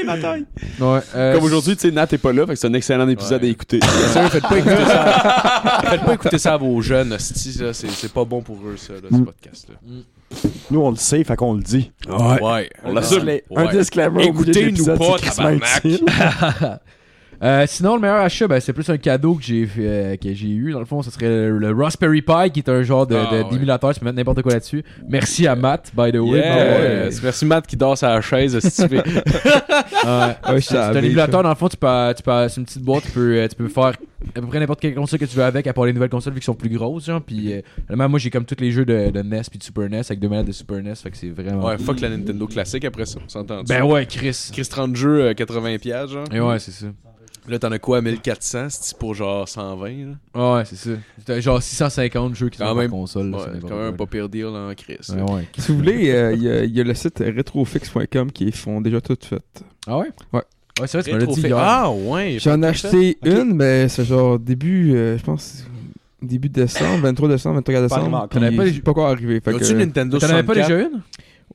C: non. Ouais, euh,
D: Comme aujourd'hui, tu sais, Nat est pas là, fait que c'est un excellent épisode
E: Ouais.
D: à écouter.
E: Sérieux, faites pas écouter ça. Ah! faites pas écouter ça à vos jeunes, hosties, là. C'est, c'est pas bon pour eux, ça, là, ce podcast-là.
F: Nous, on le sait, fait qu'on le dit.
D: Ouais.
E: Ouais.
D: On l'assume.
F: Discla- Un disclaimer au bout de
D: Écoutez-nous
F: l'épisode,
D: pas,
F: c'est crissement utile.
C: Euh, sinon, le meilleur achat, ben, c'est plus un cadeau que j'ai fait- euh, que j'ai eu. Dans le fond, ce serait le, le Raspberry Pi, qui est un genre de,
E: Ah,
C: de-
E: ouais.
C: d'émulateur. Tu peux mettre n'importe quoi là-dessus. Merci à Matt, by the way. Ouais.
E: Yes. Merci Matt qui dort sa chaise, hostie.
C: Ouais.
B: Ouais, Ah je
C: C'est un
B: savais,
C: émulateur, dans le fond, tu peux, tu peux, c'est une petite boîte, tu peux, euh, tu peux faire à peu près n'importe quelle console que tu veux avec, à part les nouvelles consoles, vu qu'elles sont plus grosses, genre. Puis, euh, vraiment, moi, j'ai comme tous les jeux de, de NES puis de Super NES, avec deux manettes de Super NES, fait que c'est vraiment.
E: ouais, fuck la Nintendo classique après ça, on s'entend.
C: ben ouais, Chris.
E: Chris 30 jeux, euh, 80 pièges, genre.
C: Et ouais, c'est ça.
E: Là, t'en as quoi, 1400, c'est pour genre 120, là?
C: Ouais, c'est ça. T'as Genre 650 jeux qui sont
E: Quand
C: dans la
E: même-
C: console. là,
E: Ouais,
C: c'est
E: c'est quand
C: n'importe
E: même
C: quoi,
E: un pas pire deal en Chris.
C: là. Ouais, ouais.
B: Si vous voulez, euh, il y, a- il y a le site retrofix.com qui font déjà tout fait.
C: Ah ouais?
B: Ouais.
C: Ouais, c'est vrai, tu me l'as dit
E: Rétro-fait.
C: hier.
E: Ah, ouais.
B: J'en ai acheté une, mais c'est genre début, euh, je pense, début décembre, 23 décembre, 24
F: Parle-moi
B: décembre.
F: encore.
B: Puis
C: T'en avais pas
B: je suis pas encore arrivé. Fait
E: As-tu une
B: que,
E: Nintendo
C: T'en
E: 64?
C: avais pas déjà une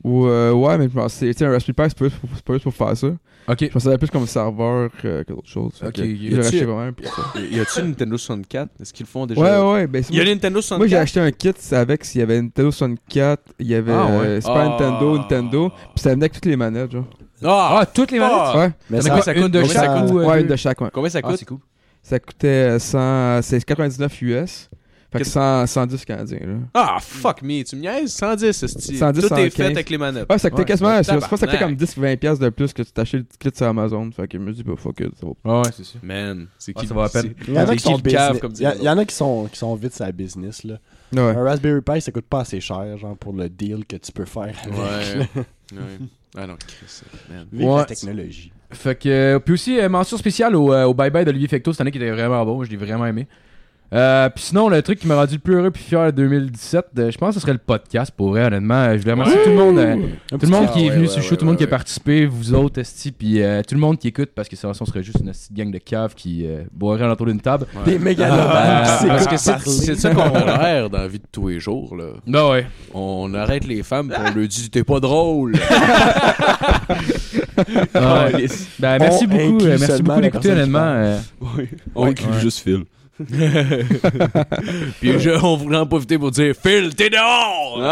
B: ou, euh, ouais, mais je pensais, tu sais, un Raspberry Pi, c'est pas juste pour- c'est pas juste pour faire ça.
C: Ok.
B: Je pensais plus comme serveur euh, que d'autres choses.
C: Ok,
B: Ok.
C: y
B: J'ai
E: a-tu-
B: acheté vraiment pour ça.
E: Y a-tu une Nintendo 64? Est-ce qu'ils le font déjà?
B: Ouais, ouais, ben c'est
E: Il y a
B: moi-
E: une Nintendo
B: Moi, j'ai
E: 64?
B: acheté un kit c'est avec s'il y avait Nintendo 64, il y avait
C: Ah, ouais.
B: euh, Super
E: Ah.
B: Nintendo, Nintendo, puis ça venait avec toutes les manettes, genre.
E: Ah!
C: Ah, toutes les manettes
E: Ah.
B: Ouais,
F: Mais
C: T'en
E: ça-
C: as quoi,
E: ça
C: une
E: coûte
C: de
E: combien?
F: Ça
C: chaque
F: coûte-
C: ou. euh,
B: ouais, une
C: deux?
B: de chaque, ouais.
E: Combien ça
C: Ah,
E: coûte?
C: c'est cool.
B: Ça coûtait euh, 100, c'est 99 US. Fait que
E: Qu'est-
B: 100, 110 canadiens, là.
E: Ah, fuck me, tu me niaises? 110, ce style.
B: 110,
E: Tout est
B: 115.
E: fait avec les manettes.
B: Ouais, Ah, ça coûtait
C: Ouais,
B: quasiment,
E: ouais,
B: je pense que ça coûtait comme
E: tabarnak.
B: 10 ou 20 pièces de plus que tu t'achètes le kit sur Amazon. Fait que je me dis, bah, fuck it, ça va
C: Ouais, ouais, c'est sûr.
E: Man, c'est qui
C: Ah, ça vaut la peine.
E: c'est-
F: Il y en a
E: c'est
F: qui sont
E: le cave,
F: business.
E: comme
F: Il y a-
E: disait
F: il y en a qui sont qui sont vite sa business là.
B: pas. Ouais.
F: Un Raspberry Pi ça coûte pas assez cher genre pour le deal que tu peux faire avec.
E: Ouais. ouais. Ah non, Chris, ça, man.
F: Vive
C: Ouais.
F: la technologie.
C: Fait que. euh, Puis aussi, euh, mention spéciale au, euh, au Bye Bye d'Olivier Fecto cette année qui était vraiment bon. Je l'ai vraiment aimé. Euh, puis sinon, le truc qui m'a rendu le plus heureux puis fier de 2017, euh, je pense que ce serait le podcast pour vrai, honnêtement. Euh, Je voulais remercier tout le monde. euh, tout le monde
E: Ah,
C: qui est
E: ouais,
C: venu
E: ouais,
C: sur le show,
E: ouais,
C: tout le monde
E: ouais,
C: qui a
E: ouais.
C: participé, vous autres, Esti, puis euh, tout le monde qui écoute parce que sinon, on serait juste une petite gang de caves qui euh, boirait autour d'une table.
F: Des
E: Ah,
F: mégalomanes qui
E: parce que
F: s'écoutent
E: c'est
F: ben, parler.
E: c'est ça qu'on a l'air dans la vie de tous les jours, là.
C: Ben ouais.
E: On arrête les femmes pis on leur dit t'es pas drôle.
C: Ah, ouais. Ben, merci
F: On
C: beaucoup,
F: inclut
C: euh, merci
F: seulement
C: beaucoup
F: la
C: d'écouter,
F: personne qui
C: honnêtement.
F: parle.
C: euh,
D: On inclut juste Phil.
E: Puis je- on voulait en profiter pour dire Phil, t'es dehors!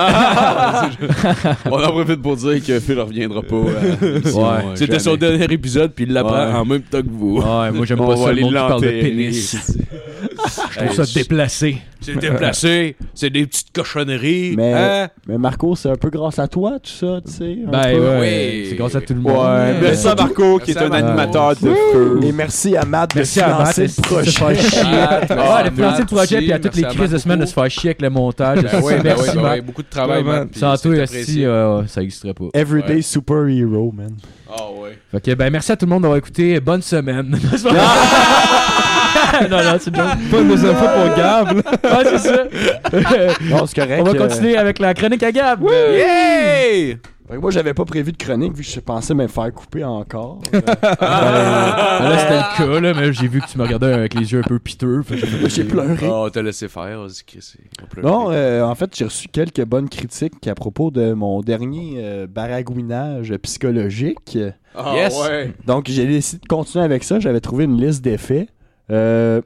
D: On en profite pour dire que Phil reviendra pas. euh, ici,
C: Ouais.
D: on-
E: C'était
D: jamais.
E: son dernier épisode, puis il l'apprend
D: Ouais.
E: en même temps que vous.
C: euh, Ouais, moi j'aime
D: On
C: pas
D: va
C: ça le
D: aller
C: monde qui parle de
D: l'enterrer.
C: pénis. Je trouve ça déplacé.
E: C'est déplacé, c'est des petites cochonneries.
F: Mais-
E: hein?
F: Mais Marco, c'est un peu grâce à toi tout ça, tu sais. un
C: Ben
F: peu.
C: ouais,
E: Oui.
C: c'est grâce à tout le
D: Ouais,
C: monde.
D: ouais. merci à Euh, Marco qui est
E: Merci à
D: un
E: Marco.
D: animateur de feu.
F: Et merci à Matt de
C: Merci à Matt
F: financer
C: de
F: le
C: se faire
F: projet.
C: chier.
E: Ah,
C: Ah,
E: merci,
C: de financer le projet puis à toutes les
E: merci
C: crises de
E: Marc
C: semaine de se
E: beaucoup.
C: faire chier avec le montage.
E: Ben ouais, ben ouais,
C: Merci
E: ben ouais,
C: Matt.
E: beaucoup de travail,
B: Ouais,
E: man.
B: ben,
E: puis
C: Sans toi,
E: c'est
C: esti,
E: apprécié.
C: euh, ouais, ça existerait pas.
F: Everyday
E: Ouais.
F: super hero, man.
E: Ah ouais.
C: Fait que, ben merci à tout le monde d'avoir écouté. Bonne semaine. non, c'est pas vrai. non, non, c'est une joke.
B: Pas une deuxième fois pour Gab, là.
C: Ouais, c'est ça.
F: Non, c'est correct.
C: On va
F: euh,
C: continuer avec la chronique à Gab. Euh,
E: Hey!
F: ouais, Moi, j'avais pas prévu de chronique vu que je pensais me faire couper encore. Euh,
C: Ben, là, c'était le cas, là, mais j'ai vu que tu me regardais avec les yeux un peu piteux. fait que-
F: J'ai pleuré.
E: Oh, t'as laissé faire, vas-y, Chris. on pleure.
F: Non, euh, en fait, j'ai reçu quelques bonnes critiques à propos de mon dernier euh, baragouinage psychologique.
E: Ah,
D: Yes.
E: ouais.
F: Donc, j'ai décidé de continuer avec ça. J'avais trouvé une liste d'effets. Euh,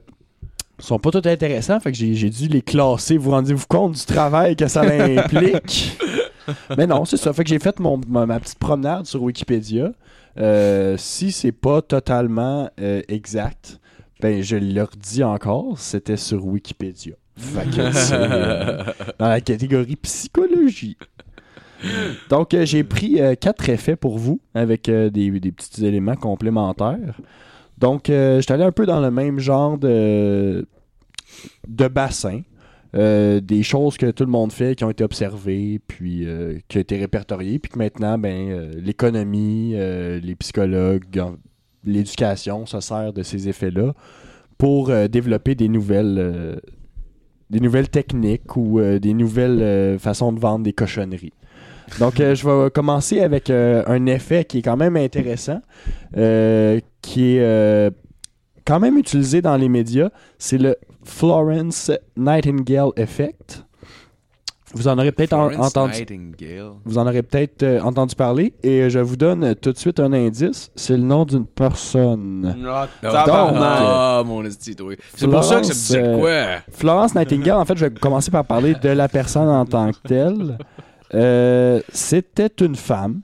F: ils sont pas tout intéressants, fait que j'ai j'ai dû les classer. Vous rendez-vous compte du travail que ça implique? Mais non, c'est ça. Fait que j'ai fait mon, ma, ma petite promenade sur Wikipédia. Euh, si c'est pas totalement euh, exact, ben je leur dis encore, c'était sur Wikipédia. Fait que c'est, euh, dans la catégorie psychologie. Donc, euh, j'ai pris euh, quatre effets pour vous avec euh, des, des petits éléments complémentaires. Donc, euh, je suis allé un peu dans le même genre de, de bassin. Euh, des choses que tout le monde fait, qui ont été observées, puis euh, qui ont été répertoriées, puis que maintenant, ben, euh, l'économie, euh, les psychologues, en- l'éducation se sert de ces effets-là pour euh, développer des nouvelles, euh, des nouvelles techniques ou euh, des nouvelles euh, façons de vendre des cochonneries. Donc, euh, je vais commencer avec euh, un effet qui est quand même intéressant, euh, qui est euh, quand même utilisé dans les médias. C'est le Florence Nightingale Effect. Vous en aurez peut-être en-
E: Florence
F: entendu
E: Nightingale.
F: vous en aurez peut-être euh, entendu parler et euh, je vous donne euh, tout de suite un indice. C'est le nom d'une personne.
D: Ah,
F: tabarnak.
E: Ah, mon esti, toi. C'est pour
F: Florence,
E: ça que ça me disait de quoi?
F: Florence Nightingale, en fait, je vais commencer par parler de la personne en tant que telle. Euh, C'était une femme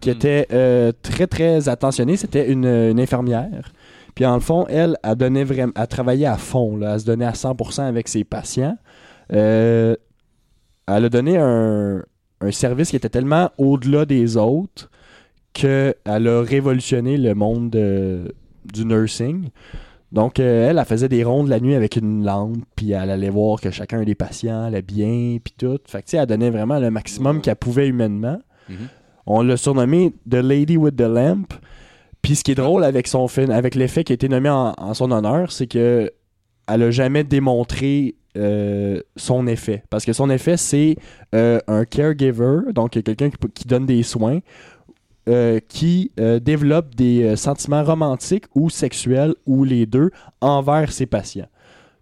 F: qui était euh, très, très attentionnée. C'était une, une infirmière. Puis, en le fond, elle a donné vraiment, a travaillé à fond, là. elle se donnait à 100% avec ses patients. Euh, elle a donné un, un service qui était tellement au-delà des autres qu'elle a révolutionné le monde de- du nursing. Donc, euh, elle, elle faisait des rondes la nuit avec une lampe, puis elle allait voir que chacun des patients allait bien, puis tout. Fait que, tu sais, elle donnait vraiment le maximum qu'elle pouvait humainement.
E: Mhm.
F: On l'a surnommée The Lady with the Lamp. Puis ce qui est drôle avec, son phéno- avec l'effet qui a été nommé en, en son honneur, c'est que elle a jamais démontré euh, son effet. Parce que son effet, c'est euh, un caregiver, donc quelqu'un qui, qui donne des soins, euh, qui euh, développe des euh, sentiments romantiques ou sexuels ou les deux envers ses patients.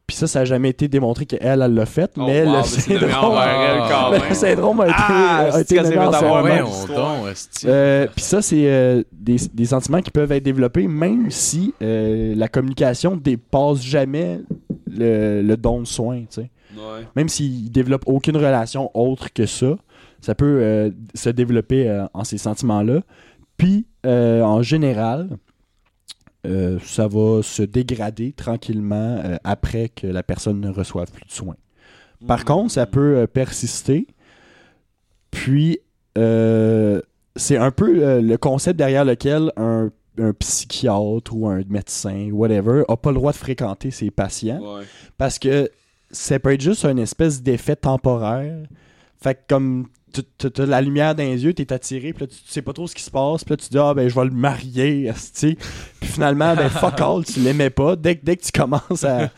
F: Puis ça, ça n'a jamais été démontré qu'elle, elle l'a fait,
D: Oh,
F: mais le syndrome, le syndrome a été,
D: Ah,
F: a
D: c'est
F: été
D: qu'elle s'est
F: nommé en
D: fait
F: son
D: avoir
F: nom.
D: mal.
E: on donc, esti.
F: Euh, Puis ça, c'est euh, des, des sentiments qui peuvent être développés même si euh, la communication dépasse jamais le, le don de soins. tu sais.
D: Ouais.
F: Même s'ils développent aucune relation autre que ça, ça peut euh, se développer euh, en ces sentiments-là. Puis, euh, en général, euh, ça va se dégrader tranquillement euh, après que la personne ne reçoive plus de soins. Par contre, ça peut euh, persister. Puis, euh, c'est un peu euh, le concept derrière lequel un, un psychiatre ou un médecin, whatever, n'a pas le droit de fréquenter ses patients
D: Ouais.
F: parce que ça peut être juste une espèce d'effet temporaire. Fait que comme tu- tu- t'as la lumière dans les yeux, t'es attiré, puis là tu, tu sais pas trop ce qui se passe, puis là tu dis ah ben je vais le marier, esti. Puis finalement ben fuck all, tu l'aimais pas. Dès, que- dès que tu commences à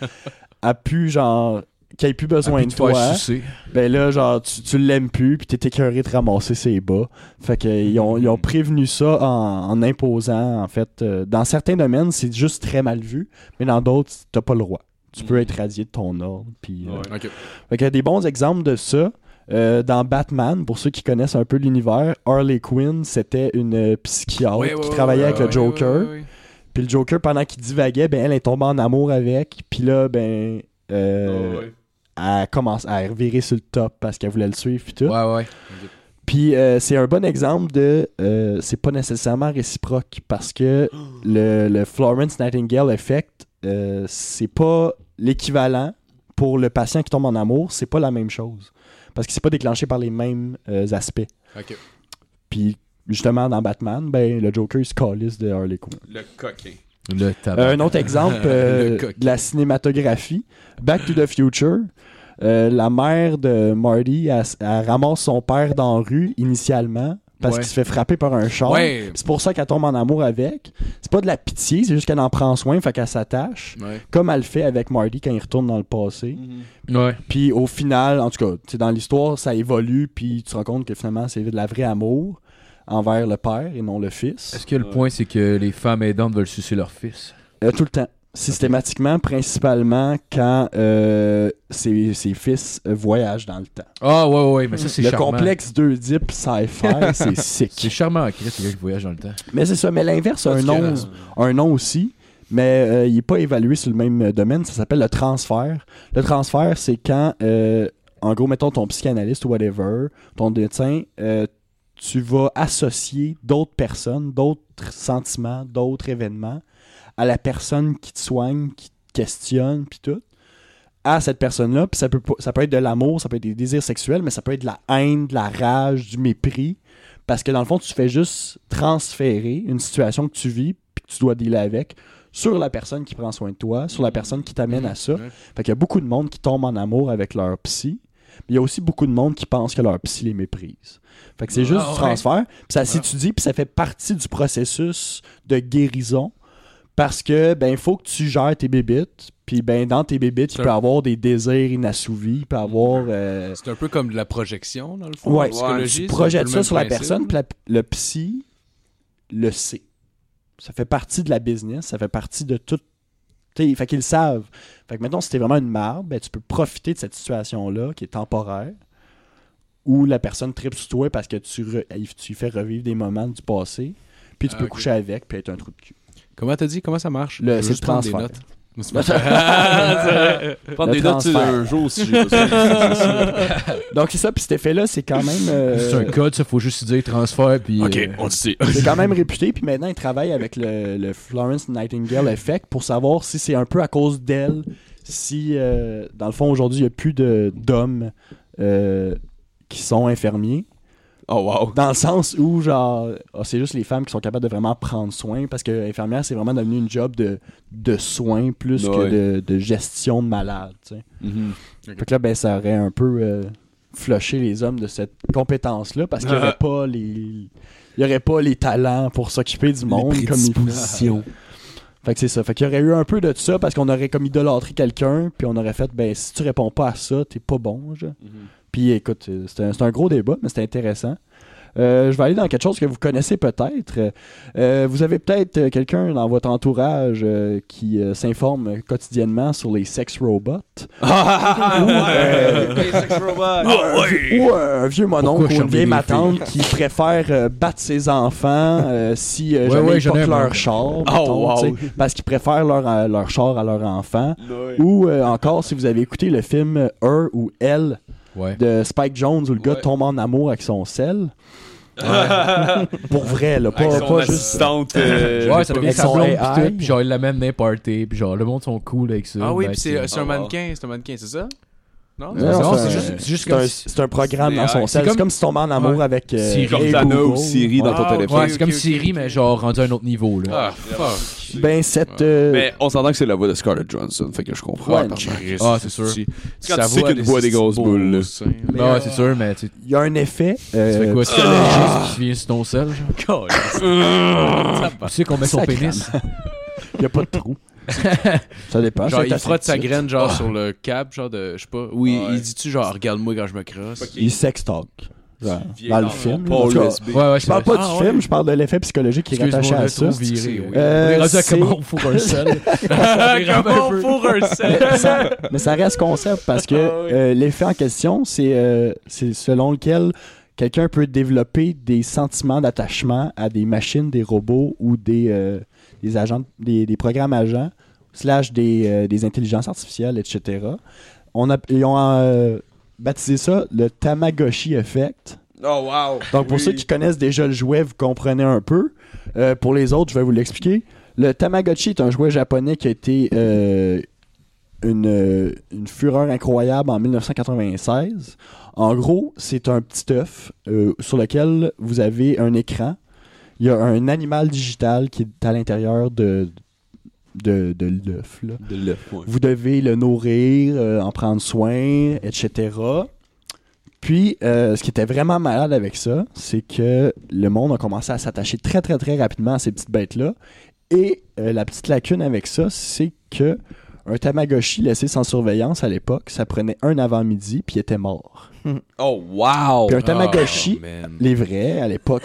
F: à plus genre qu'il ait plus besoin
C: Puis
F: de
C: te faire
F: toi,
C: sucer.
F: ben là genre tu, tu l'aimes plus, puis t'es écœuré de ramasser ses bas. Fait que euh, ils ont, ils ont prévenu ça en, en imposant en fait. euh, dans certains domaines c'est juste très mal vu, mais dans d'autres t'as pas le droit. Tu peux être radié de ton ordre, puis euh,
E: Ok.
F: fait qu'il y a des bons exemples de ça. Euh, dans Batman, pour ceux qui connaissent un peu l'univers, Harley Quinn, c'était une euh, psychiatre
E: Ouais,
F: qui
E: ouais, ouais,
F: travaillait
E: ouais,
F: avec le
E: ouais,
F: Joker.
E: ouais, ouais,
F: Puis le Joker, pendant qu'il divaguait, ben, elle est tombée en amour avec. Puis là, ben, euh,
E: ouais.
F: elle commence à revirer sur le top parce qu'elle voulait le suivre. Puis tout.
C: Ouais, ouais.
F: Puis euh, c'est un bon exemple de euh, c'est pas nécessairement réciproque parce que le, le Florence Nightingale effect euh, c'est pas l'équivalent pour le patient qui tombe en amour, c'est pas la même chose parce que c'est pas déclenché par les mêmes euh, aspects.
E: Ok.
F: Puis justement dans Batman, ben le Joker il se calisse de Harley Quinn.
E: Le coquin.
C: Le tabac.
F: Euh, un autre exemple euh,
E: Ah ben. Le coq.
F: de la cinématographie, Back to the Future. euh, la mère de Marty, elle, s- elle ramasse son père dans la rue initialement parce
C: Ouais.
F: qu'il se fait frapper par un char.
E: Ouais.
F: C'est pour ça qu'elle tombe en amour avec. C'est pas de la pitié, c'est juste qu'elle en prend soin, fait qu'elle s'attache.
E: Ouais. Mm-hmm.
F: Comme elle le fait avec Marty quand il retourne dans le passé.
C: Ouais.
F: Puis au final, en tout cas, tu sais, dans l'histoire, ça évolue, puis tu te rends compte que finalement, c'est de la vraie amour envers le père et non le fils.
C: Est-ce que le point, c'est que les femmes aidantes veulent sucer leur fils?
F: Euh, tout le temps. Systématiquement, principalement quand euh, ses, ses fils euh, voyagent dans le temps.
C: Ah, ouais, ouais, ouais, mais ça, c'est
F: le
C: charmant.
F: complexe d'Oedipe sci-fi, c'est
C: C'est
F: sick.
C: charmant, Chris, le gars qui voyage dans le temps.
F: Mais c'est ça, mais l'inverse a un nom,
E: Parce que-
C: euh,
F: un nom aussi, mais euh, il n'est pas évalué sur le même euh, domaine, ça s'appelle le transfert. Le transfert, c'est quand, euh, en gros, mettons ton psychanalyste ou whatever, ton médecin, euh, tu vas associer d'autres personnes, d'autres sentiments, d'autres événements à la personne qui te soigne, qui te questionne, puis tout, à cette personne-là. Puis ça peut, pas- ça peut être de l'amour, ça peut être des désirs sexuels, mais ça peut être de la haine, de la rage, du mépris. Parce que dans le fond, tu fais juste transférer une situation que tu vis, puis que tu dois dealer avec, sur la personne qui prend soin de toi, sur la personne qui t'amène à ça. Fait qu'il y a beaucoup de monde qui tombe en amour avec leur psy. mais Il y a aussi beaucoup de monde qui pense que leur psy les méprise. Fait que c'est juste
C: Ah,
F: du
C: ouais.
F: transfert, puis ça s'étudie, puis ça fait partie du processus de guérison parce que ben faut que tu gères tes bébites, puis ben dans tes bébites, il
E: Sure.
F: peut avoir des désirs inassouvis, il peut avoir euh,
E: C'est un peu comme de la projection, dans le fond.
F: ouais,
E: en psychologie,
F: tu
E: c'est un peu
F: projettes
E: le
F: ça
E: même
F: sur la
E: principe.
F: personne, puis la- le psy le sait. Ça fait partie de la business, ça fait partie de tout. T'sais, fait qu'ils le savent. Fait que maintenant, si t'es vraiment une marde, ben, tu peux profiter de cette situation-là qui est temporaire, où la personne tripe sur toi parce que tu, re- tu lui fais revivre des moments du passé, puis tu
E: Ah,
F: peux
E: ok.
F: coucher avec, puis être un trou de cul.
E: Comment t'as dit Comment ça marche
F: Le-
E: Je veux
F: c'est
E: juste
F: le
E: prendre des
F: transfert.
E: notes.
D: Prendre
F: Le
D: des notes tu sais,
F: transfert.
D: un jour si j'ai besoin.
F: Donc c'est ça, puis cet effet-là, c'est quand même, euh,
C: C'est un code, ça, faut juste dire transfert, puis.
E: Ok,
C: euh,
E: on le sait.
F: c'est quand même réputé. Puis maintenant, il travaille avec le, le Florence Nightingale Effect pour savoir si c'est un peu à cause d'elle, si euh, dans le fond aujourd'hui il n'y a plus de d'hommes euh, qui sont infirmiers.
D: Oh wow.
F: Dans le sens où, genre, ah, c'est juste les femmes qui sont capables de vraiment prendre soin parce que infirmière, c'est vraiment devenu une job de, de soins plus
D: Bah Ouais.
F: que de, de gestion de malade. tu sais.
D: Mhm.
F: Fait que là, ben, ça aurait un peu euh, flushé les hommes de cette compétence-là parce qu'il n'y aurait pas les. Il y aurait pas les talents pour s'occuper du monde comme il Fait que c'est ça. Fait qu'il y aurait eu un peu de ça parce qu'on aurait comme idolâtré quelqu'un, puis on aurait fait ben si tu réponds pas à ça, t'es pas bon, genre. Puis écoute, euh, c'est un, c'est un gros débat, mais c'est intéressant. Euh, je vais aller dans quelque chose que vous connaissez peut-être. Euh, vous avez peut-être euh, quelqu'un dans votre entourage euh, qui euh, s'informe quotidiennement sur les sex robots.
B: ouais.
F: Ou euh, un vieux mononcle
C: Pourquoi
F: ou une
C: charmer
F: vieille
C: les
F: matante qui préfère euh, battre ses enfants euh, si euh,
C: Ouais,
F: jamais
C: ouais,
F: ils
C: j'en ai
F: portent
C: un, moi.
F: leur char. mettons,
E: wow.
F: tu sais, Parce qu'ils préfèrent leur, euh, leur char à leur enfant. Ou euh, encore, si vous avez écouté le film euh, Her ou Elle
C: Ouais.
F: de Spike Jones où le gars
E: Ouais.
F: tombe en amour avec son sel. Pour vrai, là, pas,
E: Avec son
F: pas juste.
E: assistante. euh,
C: ouais, ça devient
F: avec
C: sa
F: son
C: blonde
F: AI.
C: pis tout, pis genre, il l'amène d'un party, pis genre, le monde sont cool avec ça.
E: Ah oui,
C: ben,
E: puis c'est c'est
D: Ah,
E: un
D: wow.
E: mannequin, c'est un mannequin, c'est ça? Non?
F: Non,
C: Non,
F: c'est
C: c'est
F: un-
C: juste, c'est juste
F: C'est
C: comme
F: un,
C: si-
F: c'est un programme dans
E: C'est
F: son sel.
C: comme-
F: C'est comme si tu tombes en amour
C: Ouais.
F: avec. euh,
C: Siri.
F: Hey
D: Cortana
F: Google.
D: ou Siri dans ton
E: Ah,
D: téléphone.
E: ouais.
C: Ouais, c'est comme
E: ok, ok,
C: Siri,
E: ok.
C: mais genre rendu à un autre niveau, là.
E: Ah, fuck.
F: Ben, cette. euh,
D: Mais on s'entend que c'est la voix de Scarlett Johansson, fait que je comprends.
F: Ouais,
D: par contre.
C: Ah, c'est sûr.
E: Tu
D: Quand tu sais qu'une voix des grosses boules, là.
F: mais,
C: Ben
F: euh,
C: ouais, c'est sûr, mais tu
F: Il y a un effet.
C: tu fais
F: euh,
E: Ah.
C: quoi? Tu fais la chose pis tu viens sur ton sel, genre? Tu sais qu'on met son
F: Sacrément.
C: pénis?
F: Il n'y a pas de trou. ça dépend.
E: Genre,
F: c'est
E: il
F: assez Ah.
E: frotte sa
F: petit.
E: graine, genre, sur le cap, genre de. Je sais pas. Oui, il dit-tu, genre, regarde-moi quand je me crosse.
F: Il sextalk. Genre, Dans le film. là. En
D: Paul
F: tout cas,
D: USB.
C: Ah, Ouais, ouais,
F: Je parle pas du film, je parle de l'effet psychologique qui est rattaché
C: Excuse-moi,
F: à
C: je
F: ça.
C: trouve viré. oui.
F: Euh,
C: On est rendu à
F: c'est-
C: comment on fourre un sel.
E: Comment pour un set?
F: Ça- mais ça reste concept parce que
E: Ah oui.
F: euh, l'effet en question, c'est euh, c'est selon lequel quelqu'un peut développer des sentiments d'attachement à des machines, des robots ou des, euh, des agents, des, des programmes agents, slash des, euh, des intelligences artificielles, etc. On a, ils ont euh, baptisé ça le Tamagotchi Effect.
D: Oh, wow.
F: Donc, pour ceux qui connaissent déjà le jouet, vous comprenez un peu. Euh, pour les autres, je vais vous l'expliquer. Le Tamagotchi est un jouet japonais qui a été euh, une, euh, une fureur incroyable en 1996. En gros, c'est un petit œuf euh, sur lequel vous avez un écran. Il y a un animal digital qui est à l'intérieur de, de, de l'œuf. là.
D: De l'œuf, ouais.
F: Vous devez le nourrir, euh, en prendre soin, etc. Puis, euh, ce qui était vraiment malade avec ça, c'est que le monde a commencé à s'attacher très, très, très rapidement à ces petites bêtes-là. Et euh, la petite lacune avec ça, c'est que un Tamagotchi laissé sans surveillance à l'époque, ça prenait un avant-midi, puis il était mort.
D: Oh, wow.
F: Puis un
E: Ah,
F: Tamagotchi, les vrais, à l'époque,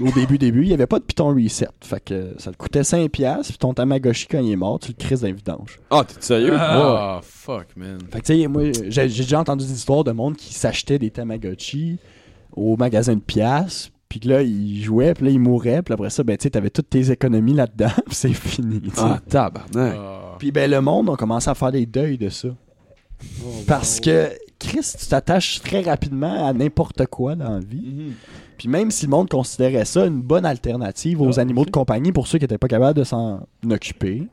F: au début, début, il n'y avait pas de piton reset. Fait que ça te coûtait 5$, puis ton Tamagotchi, quand il est mort, tu le crises dans les vidanges.
D: Ah, t'es sérieux?
E: Ah, fuck, man.
F: Fait que tu sais, moi, j'ai j'ai déjà entendu des histoires de monde qui s'achetait des Tamagotchi au magasin de pièces, puis que là, ils jouaient, puis là, ils mouraient, puis après ça, ben, tu sais, t'avais toutes tes économies là-dedans, puis c'est fini, tu sais.
D: Ah, tabarnak.
E: Ah.
F: Puis ben, le monde a commencé à faire des deuils de ça. Parce que, Chris, tu t'attaches très rapidement à n'importe quoi dans la vie. Puis même si le monde considérait ça une bonne alternative aux animaux de compagnie pour ceux qui n'étaient pas capables de s'en occuper,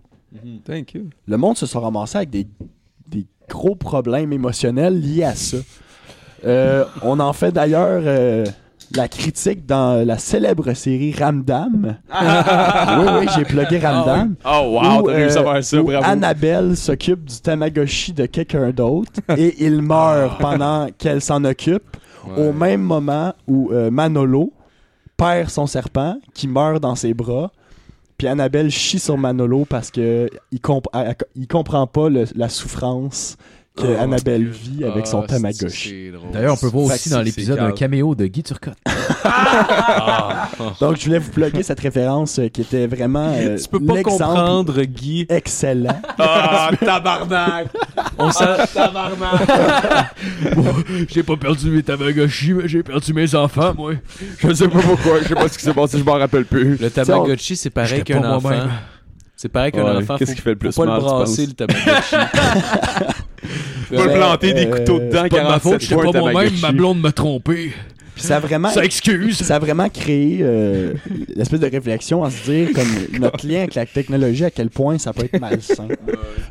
B: Thank you.
F: le monde se sont ramassé avec des, des gros problèmes émotionnels liés à ça. Euh, on en fait d'ailleurs euh, la critique dans la célèbre série Ramdam. oui, oui, j'ai plugué Ramdam.
D: Oh,
F: Où,
D: wow, t'as réussi à
F: euh,
D: faire ça,
F: où
D: bravo.
F: Annabelle s'occupe du Tamagotchi de quelqu'un d'autre et il
E: Ah.
F: meurt pendant qu'elle s'en occupe au même moment où euh, Manolo perd son serpent qui meurt dans ses bras. Puis Annabelle chie sur Manolo parce que il, comp- elle- elle- il comprend pas le- la souffrance que
E: Oh,
F: Annabelle vit avec son
E: Ah, c'est-
F: Tamagotchi.
E: c'est drôle.
C: D'ailleurs, on peut voir
E: Fait
C: aussi
E: que
C: dans
E: c'est-
C: l'épisode
E: c'est
C: un
E: calme.
C: caméo de Guy Turcotte.
F: Donc je voulais vous plugger cette référence euh, qui était vraiment euh,
E: Tu peux pas
F: l'exemple
E: comprendre, Guy.
F: excellent.
D: Ah, tabarnak.
E: On s'a-
C: j'ai pas perdu mes Tamagotchi, mais j'ai perdu mes enfants, moi.
D: Je sais pas pourquoi, je sais pas ce qui s'est passé, je m'en rappelle plus.
E: Le Tamagotchi, c'est pareil
C: J'étais
E: qu'un
C: pas moi-même.
E: enfant. C'est pareil qu'un
D: Ouais,
E: enfant.
D: Qu'est-ce
E: faut-
D: qui fait le plus
E: faut pas
D: mal,
E: le
D: tu penses?
E: brasser, le Tamagotchi.
D: Pas le
F: Ben,
D: planter des
F: euh,
D: couteaux dedans,
C: C'est pas de ma
D: 47
C: faute, j'étais
D: fois,
C: pas
D: un
C: moi-même,
D: Tamagotchi.
C: ma blonde m'a trompé.
F: Puis ça a vraiment
C: Ça excuse.
F: ça a vraiment créé euh, l'espèce de réflexion à se dire comme notre lien avec la technologie à quel point ça peut être malsain.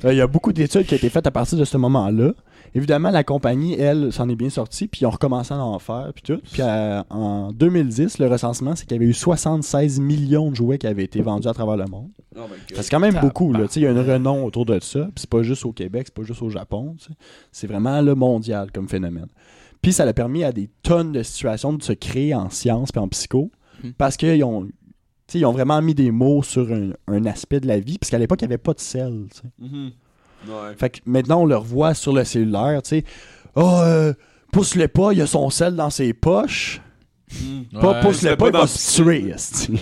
F: Euh, Il y a beaucoup d'études qui ont été faites à partir de ce moment-là. Évidemment, la compagnie, elle, s'en est bien sortie, puis ils ont recommencé à en faire, puis tout. Puis euh, en 2010, le recensement, c'est qu'il y avait eu 76 millions de jouets qui avaient été vendus à travers le monde. C'est quand même beaucoup, là. Tu sais, Il y a un renom autour de ça, puis c'est pas juste au Québec, c'est pas juste au Japon. tu sais. C'est vraiment le mondial comme phénomène. Puis ça a permis à des tonnes de situations de se créer en sciences puis en psycho
E: Mhm.
F: parce qu'ils ont, tu sais, ils ont vraiment mis des mots sur un, un aspect de la vie parce qu'à l'époque, il n'y avait pas de sel. tu sais.
D: Mhm. Ouais.
F: Fait que maintenant, on le revoit sur le cellulaire, tu sais. « Ah, euh, pousse-le pas, il a son sel dans ses poches. » Pas pousse-le
D: c'était
F: pas,
D: pas
F: il va
D: dans-
F: se tuer. esti.
E: Ouais,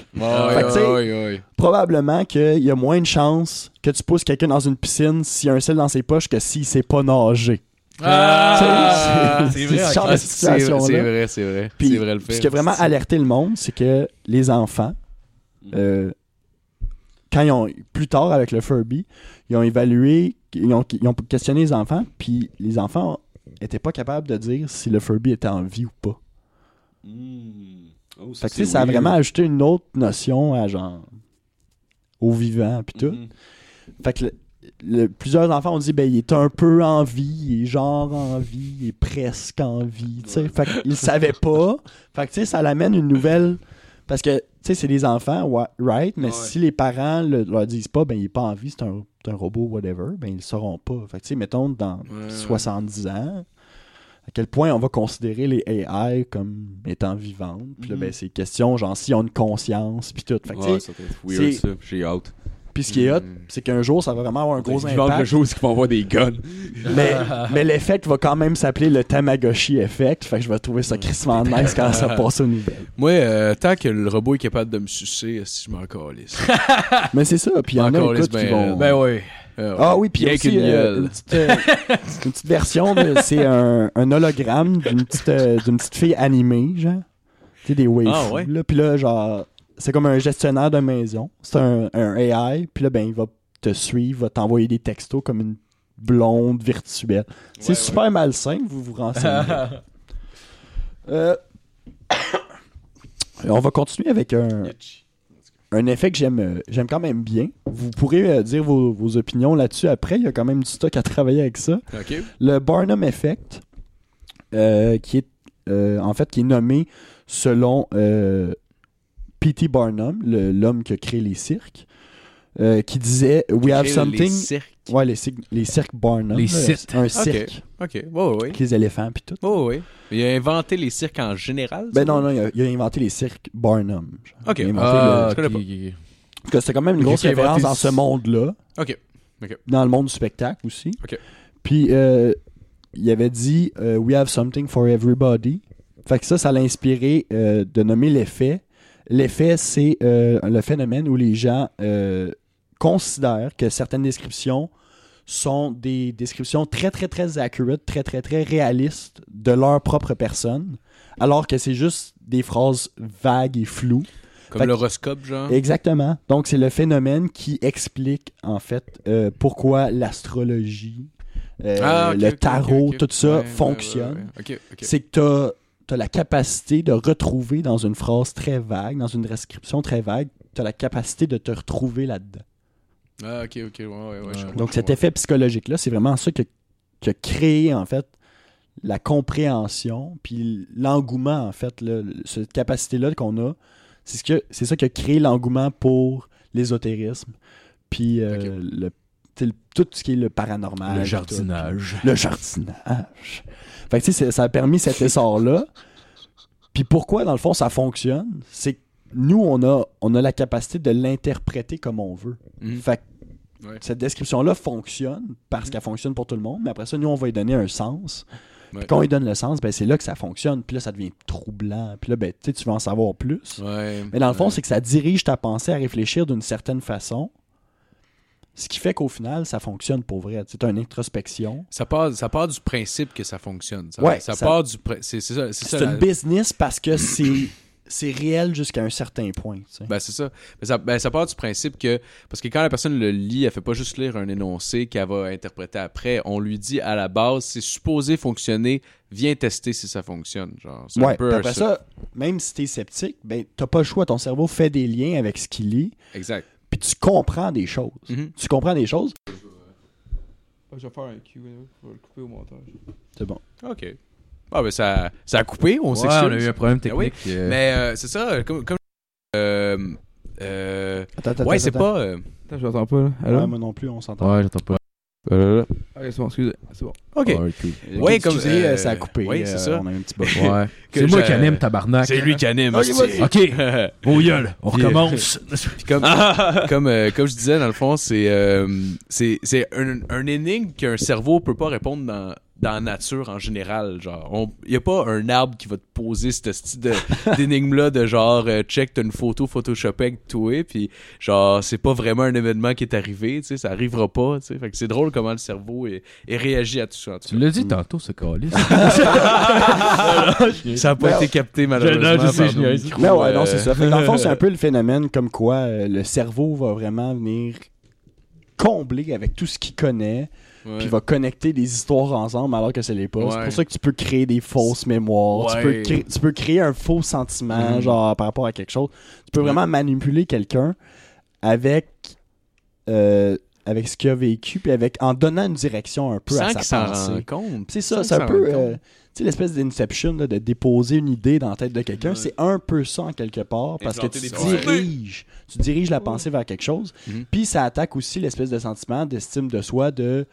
F: Fait que, tu sais,
E: ouais, ouais, ouais.
F: Probablement qu'il y a moins de chances que tu pousses quelqu'un dans une piscine s'il y a un sel dans ses poches que s'il sait pas nager.
E: Ah,
F: c'est-
E: c'est
F: c'est
E: vrai,
F: ce genre de
E: ah, c'est- c'est
F: situation-là.
E: vrai, c'est vrai.
F: Puis,
E: C'est Mm. vrai le fait.
F: ce qui a vraiment alerté le monde, c'est que les enfants, euh, quand ils ont, plus tard avec le Furby, ils ont évalué, ils ont, ils ont questionné les enfants, puis les enfants étaient pas capables de dire si le Furby était en vie ou pas.
D: Oh,
F: Fait que, tu sais, ça a vraiment ajouté une autre notion à genre au vivant puis
E: Mm-hmm.
F: tout.
D: Mhm.
F: Fait que le- le- plusieurs enfants ont dit ben il est un peu en vie, il est genre en vie, il est presque en vie, tu sais. Fait qu'ils savaient pas. Fait que tu sais ça l'amène une nouvelle parce que tu sais c'est des enfants wa- right, mais
D: Ouais.
F: si les parents le- leur disent pas ben il est pas en vie, c'est un, c'est un robot whatever, ben ils le sauront pas. Fait que tu sais mettons dans
E: Ouais, ouais.
F: 70 ans à quel point on va considérer les AI comme étant vivantes. Puis là,
D: Mhm.
F: ben, c'est question, genre, s'ils ont une conscience, puis tout. Fait que, tu sais,
D: Ouais, ça doit être weird,
F: c'est-
D: ça. J'ai hâte.
F: puis ce qui est hot,
E: Hmm.
F: c'est qu'un jour, ça va vraiment avoir un gros
D: Ils vendent le
F: impact.
D: jour où ils vont avoir des guns.
F: Mais, mais l'effect va quand même s'appeler le Tamagotchi effect. Fait que je vais trouver
E: Hmm.
F: ça crissement nice quand ça passe aux nouvelles.
E: Moi, euh, tant que le robot est capable de me sucer, si je m'en calisse.
F: Mais c'est ça. Puis il y en
E: Encore
F: a
E: les
F: écoute, qui
E: semaines.
F: vont...
C: Ben oui.
E: Ah,
F: ah oui, puis
E: Bien
F: aussi
E: qu'une
F: euh,
E: gueule.
F: une, petite, euh, une petite version, de- c'est un, un hologramme d'une petite, euh, d'une petite fille animée, genre. Tu sais, des waifus,
E: Ah ouais?
F: là. Puis là, genre, c'est comme un gestionnaire de maison. C'est un, un AI. Puis là, ben, il va te suivre, va t'envoyer des textos comme une blonde virtuelle. c'est super malsain, vous vous renseignez. Euh, on va continuer avec un, un effet que j'aime euh, j'aime quand même bien. Vous pourrez euh, dire vos, vos opinions là-dessus après. Il y a quand même du stock à travailler avec ça.
E: Ok.
F: Le Barnum Effect, euh, qui est euh, en fait qui est nommé selon euh, P.T. Barnum, le- l'homme qui a créé les cirques, euh, qui disait We have
E: Les
F: something.
E: cirques.
F: ouais, les, cir- les cirques Barnum.
C: Les
F: là,
C: sites.
F: Un
E: Ok.
F: cirque.
E: Ok. Ouais, ouais.
F: Avec les éléphants puis tout.
E: Oh oui. Il a inventé les cirques en général.
F: Ben non, non, il a, il a inventé les cirques Barnum. genre.
E: Ok.
F: Il a inventé
C: Ah,
F: le-
E: je connais
C: ok,
E: pas.
C: ok, ok.
F: Parce que c'est quand même une
C: Ok,
F: grosse
C: il a inventé
F: référence dans
C: le-
F: ce monde-là.
E: Ok.
F: dans le monde du spectacle aussi.
E: Ok.
F: Puis euh, il avait dit euh, We have something for everybody. Fait que ça, ça l'a inspiré euh, de nommer l'effet. L'effet, c'est euh, le phénomène où les gens euh, considèrent que certaines descriptions sont des descriptions très, très, très accurate, très, très, très réalistes de leur propre personne, alors que c'est juste des phrases vagues et floues.
E: Comme
F: Fait-
E: l'horoscope, genre.
F: Exactement. Donc, c'est le phénomène qui explique, en fait, euh, pourquoi l'astrologie, euh,
E: Ah, ok,
F: le
E: ok, ok,
F: tarot,
E: ok.
F: tout ça
E: Ouais, ouais,
F: fonctionne.
E: ouais, ouais. Ok, ok.
F: C'est que t'as as la capacité de retrouver dans une phrase très vague, dans une description très vague, t'as la capacité de te retrouver là-dedans.
E: Ah, ok, ok. Ouais, ouais, ouais. je comprends,
F: Donc,
E: je
F: cet
E: comprends.
F: effet psychologique-là, c'est vraiment ça qui a, qui a créé, en fait, la compréhension, puis l'engouement, en fait, là, le- cette capacité-là qu'on a, c'est ce que- c'est ça qui a créé l'engouement pour l'ésotérisme, puis euh, le, tu sais, le- tout ce qui est le paranormal.
C: Le
F: puis
C: jardinage.
F: tout. Le jardinage. Fait que, tu sais, c'est- ça a permis cet essor-là. Puis pourquoi, dans le fond, ça fonctionne? C'est que nous, on a, on a la capacité de l'interpréter comme on veut.
E: Mhm.
F: Fait que
E: Ouais. Mm-hmm.
F: cette description-là fonctionne parce qu'elle fonctionne pour tout le monde, mais après ça, nous, on va lui donner un sens. Puis
E: Ouais.
F: quand on lui donne le sens, ben, c'est là que ça fonctionne. Puis là, ça devient troublant. Puis là, ben, tu sais, tu veux en savoir plus.
E: Ouais.
F: Mais dans le fond, c'est que ça dirige ta pensée à réfléchir d'une certaine façon. Ce qui fait qu'au final, ça fonctionne pour vrai. C'est une introspection.
E: Ça part, ça part du principe que ça fonctionne. Ça,
F: Ouais,
E: ça
F: ça-
E: part du prin- c'est c'est ça, c'est ça.
F: C'est
E: la-
F: une business parce que c'est c'est réel jusqu'à un certain point. tu sais.
E: Ben, c'est ça. Ben, ça, ben, ça part du principe que. Parce que quand la personne le lit, elle fait pas juste lire un énoncé qu'elle va interpréter après. On lui dit à la base, c'est supposé fonctionner, viens tester si ça fonctionne. Genre, c'est
F: Ouais,
E: un peu
F: puis après ça, même si t'es sceptique, ben, t'as pas le choix. Ton cerveau fait des liens avec ce qu'il lit,
E: Exact.
F: puis tu comprends des choses.
E: Mhm.
F: Tu comprends des choses,
B: Ah, Je vais faire un Q, hein, je vais le couper au montage.
F: c'est bon.
E: OK. Ah, ben, ça, ça a coupé, on
C: Ouais,
E: s'excuse.
C: on a eu un problème
E: Ah oui.
C: technique. euh,
E: Mais euh, c'est ça, comme. comme euh, euh,
F: Attends, attends,
E: ouais,
F: attends,
E: c'est
F: attends.
E: pas. euh,
B: Attends, je l'entends pas, là. Allô?
F: Ouais, moi non plus, on s'entend.
C: Ouais, j'entends pas.
B: Ah, c'est bon, excusez, c'est bon.
E: OK.
D: Ah,
C: Ouais, cool.
F: Euh,
E: ouais,
F: excusez,
E: comme, euh,
F: euh, ça a coupé.
E: ouais, c'est
F: euh,
E: ça.
F: On a eu un petit bug.
C: Ouais.
E: Que
C: C'est moi
E: je-
C: qui anime, tabarnak.
E: C'est lui qui anime.
B: Ok,
E: hostie.
C: Ok, au gueule, on recommence.
E: Puis comme, comme, euh, comme je disais, dans le fond, c'est euh, c'est c'est un, un énigme qu'un cerveau peut pas répondre dans dans la nature en général. Genre, il n'y a pas un arbre qui va te poser ce style de- d'énigme-là de genre, euh, check, t'as une photo Photoshopée avec toi, puis genre, c'est pas vraiment un événement qui est arrivé, tu sais, ça arrivera pas, tu sais. Fait que c'est drôle comment le cerveau est, est réagi à tout ça. en tout
C: Tu l'as dit tantôt, ce calice.
E: cas. Ça n'a pas
F: Ben,
E: été capté, malheureusement.
C: je sais,
E: par
C: je
E: nos
C: niaise.
E: micros,
F: Mais ouais,
E: euh,
F: non, c'est ça. Fait que dans le fond, c'est un peu le phénomène comme quoi euh, le cerveau va vraiment venir combler avec tout ce qu'il connaît,
E: ouais.
F: puis va connecter des histoires ensemble alors que ce n'est pas. C'est
E: Ouais.
F: pour ça que tu peux créer des fausses mémoires, tu,
E: Ouais.
F: peux cré- tu peux créer un faux sentiment
E: Mhm.
F: genre par rapport à quelque chose. Tu peux vraiment manipuler quelqu'un avec euh, avec ce qu'il a vécu puis avec en donnant une direction un peu
E: Sans
F: à
E: qu'il
F: sa
E: s'en
F: pensée.
E: rende compte.
F: C'est ça,
E: Sans
F: c'est un
E: qu'il s'en
F: peu.
E: rende
F: euh,
E: compte.
F: tu sais, l'espèce d'inception là, de déposer une idée dans la tête de quelqu'un,
E: Ouais.
F: c'est un peu ça en quelque part, parce que
E: Implanter
F: tu
E: des pensées.
F: diriges, tu diriges la pensée vers quelque chose,
E: Mhm.
F: puis ça attaque aussi l'espèce de sentiment d'estime de soi de.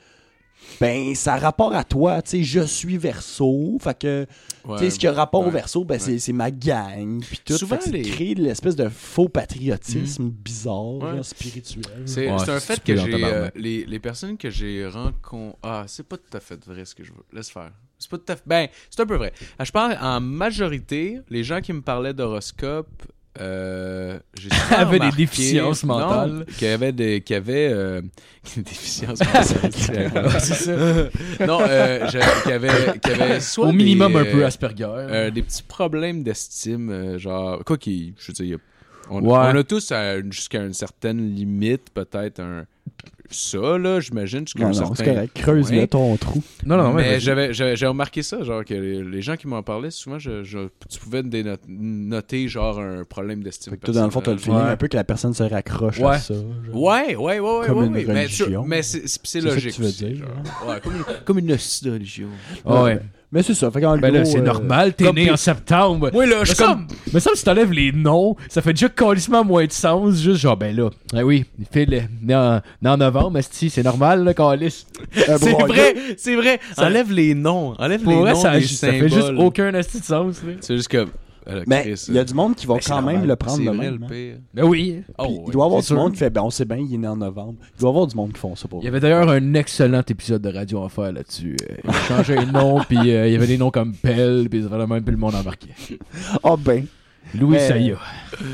F: Ben, ça a rapport à toi, tu sais, je suis verso, fait que, tu sais,
E: Ouais.
F: ce qui a rapport au
E: Ouais.
F: verso, ben, c'est- c'est ma gang, puis tout,
E: Souvent,
F: fait que
E: les- Mhm.
F: ça crée de l'espèce de faux patriotisme bizarre,
E: Ouais.
F: genre, spirituel.
E: C'est
C: Ouais,
E: c'est un
C: c'est
E: fait
C: stupide
E: que
C: en
E: j'ai. euh,
C: tabarnak.
E: les, les personnes que j'ai rencontrées. Ah, c'est pas tout à fait vrai ce que je veux. Laisse faire. C'est pas tout à fait. Ben, c'est un peu vrai. Ah, Je parle en majorité, les gens qui me parlaient d'horoscope. Euh, j'ai souvent
C: Avaient des
E: remarqué-
C: déficiences
E: Non,
C: mentales.
E: Qui avaient des. Qui avaient, euh, des déficiences mentales. c'est ça. Non, euh, je- qui avaient, qui avaient soit.
C: Au minimum,
E: des,
C: un peu
E: euh,
C: Asperger.
E: euh, des petits problèmes d'estime, euh, genre, quoi qu'il, je veux dire, y a- on,
C: Ouais.
E: on a tous à une- jusqu'à une certaine limite, peut-être un ça, là, j'imagine, jusqu'à
F: Non,
E: un
F: non,
E: certain...
F: c'est correct, creuse-le
E: Ouais.
F: ton trou.
C: non, non,
E: mais
C: mais.
E: j'avais, j'avais- j'ai remarqué ça, genre, que les, les gens qui m'en parlaient, souvent, je, je- tu pouvais déno- noter, genre, un problème d'estime.
F: Fait que toi, dans le fond, t'as le
E: personnelle.
F: feeling
C: Ouais.
F: un peu que la personne se raccroche à
C: Ouais.
F: ça. genre.
E: Ouais, ouais, ouais, ouais,
F: Comme
E: ouais,
F: une
E: ouais. Mais, tu-
F: religion.
E: mais c'est, c'est, c'est
F: ça que
E: logique.
F: tu veux
E: aussi,
F: dire,
E: genre. Ouais, comme une, comme une hostie de religion.
C: Ah ouais.
F: Mais c'est ça. Fait qu'en
C: Ben là,
F: gros,
C: c'est
F: euh,
C: normal, t'es
E: comme
C: né
E: pis-
C: en septembre.
E: Moi, là,
C: Mais
E: je suis
C: ça-
E: comme...
C: Mais ça, si t'enlèves les noms, ça fait déjà colissement moins de sens. Juste genre, ben là, ah oui, Phil, est né en, né en novembre, esti, c'est normal, là, calice.
F: un
E: C'est
F: broyeur.
E: vrai, c'est vrai. Enlève les noms, enlève les
C: Pour vrai,
E: noms
C: ça,
E: des
C: ça fait juste
E: symboles.
C: aucun esti de sens, là.
E: C'est juste que. euh,
F: Mais
E: Chris,
F: il y a
E: euh,
F: du monde qui va
E: ben, c'est
F: quand même
E: normal.
F: le prendre
E: C'est
F: de
E: vrai,
F: même. hein. Puis
E: pire.
C: Ben oui.
E: Oh,
F: il doit y avoir
C: c'est
F: du
C: sûr.
F: monde qui fait, ben on sait bien, il est né en novembre. Il doit y avoir du monde qui font ça pour
C: Il y avait d'ailleurs un excellent épisode de Radio Enfer là-dessus. Euh, Ils changeaient les noms, puis euh, il y avait des noms comme Pelle, puis ça fait la même, puis le monde embarqué.
F: Ah ben,
C: Louis
F: Mais-
C: Saya.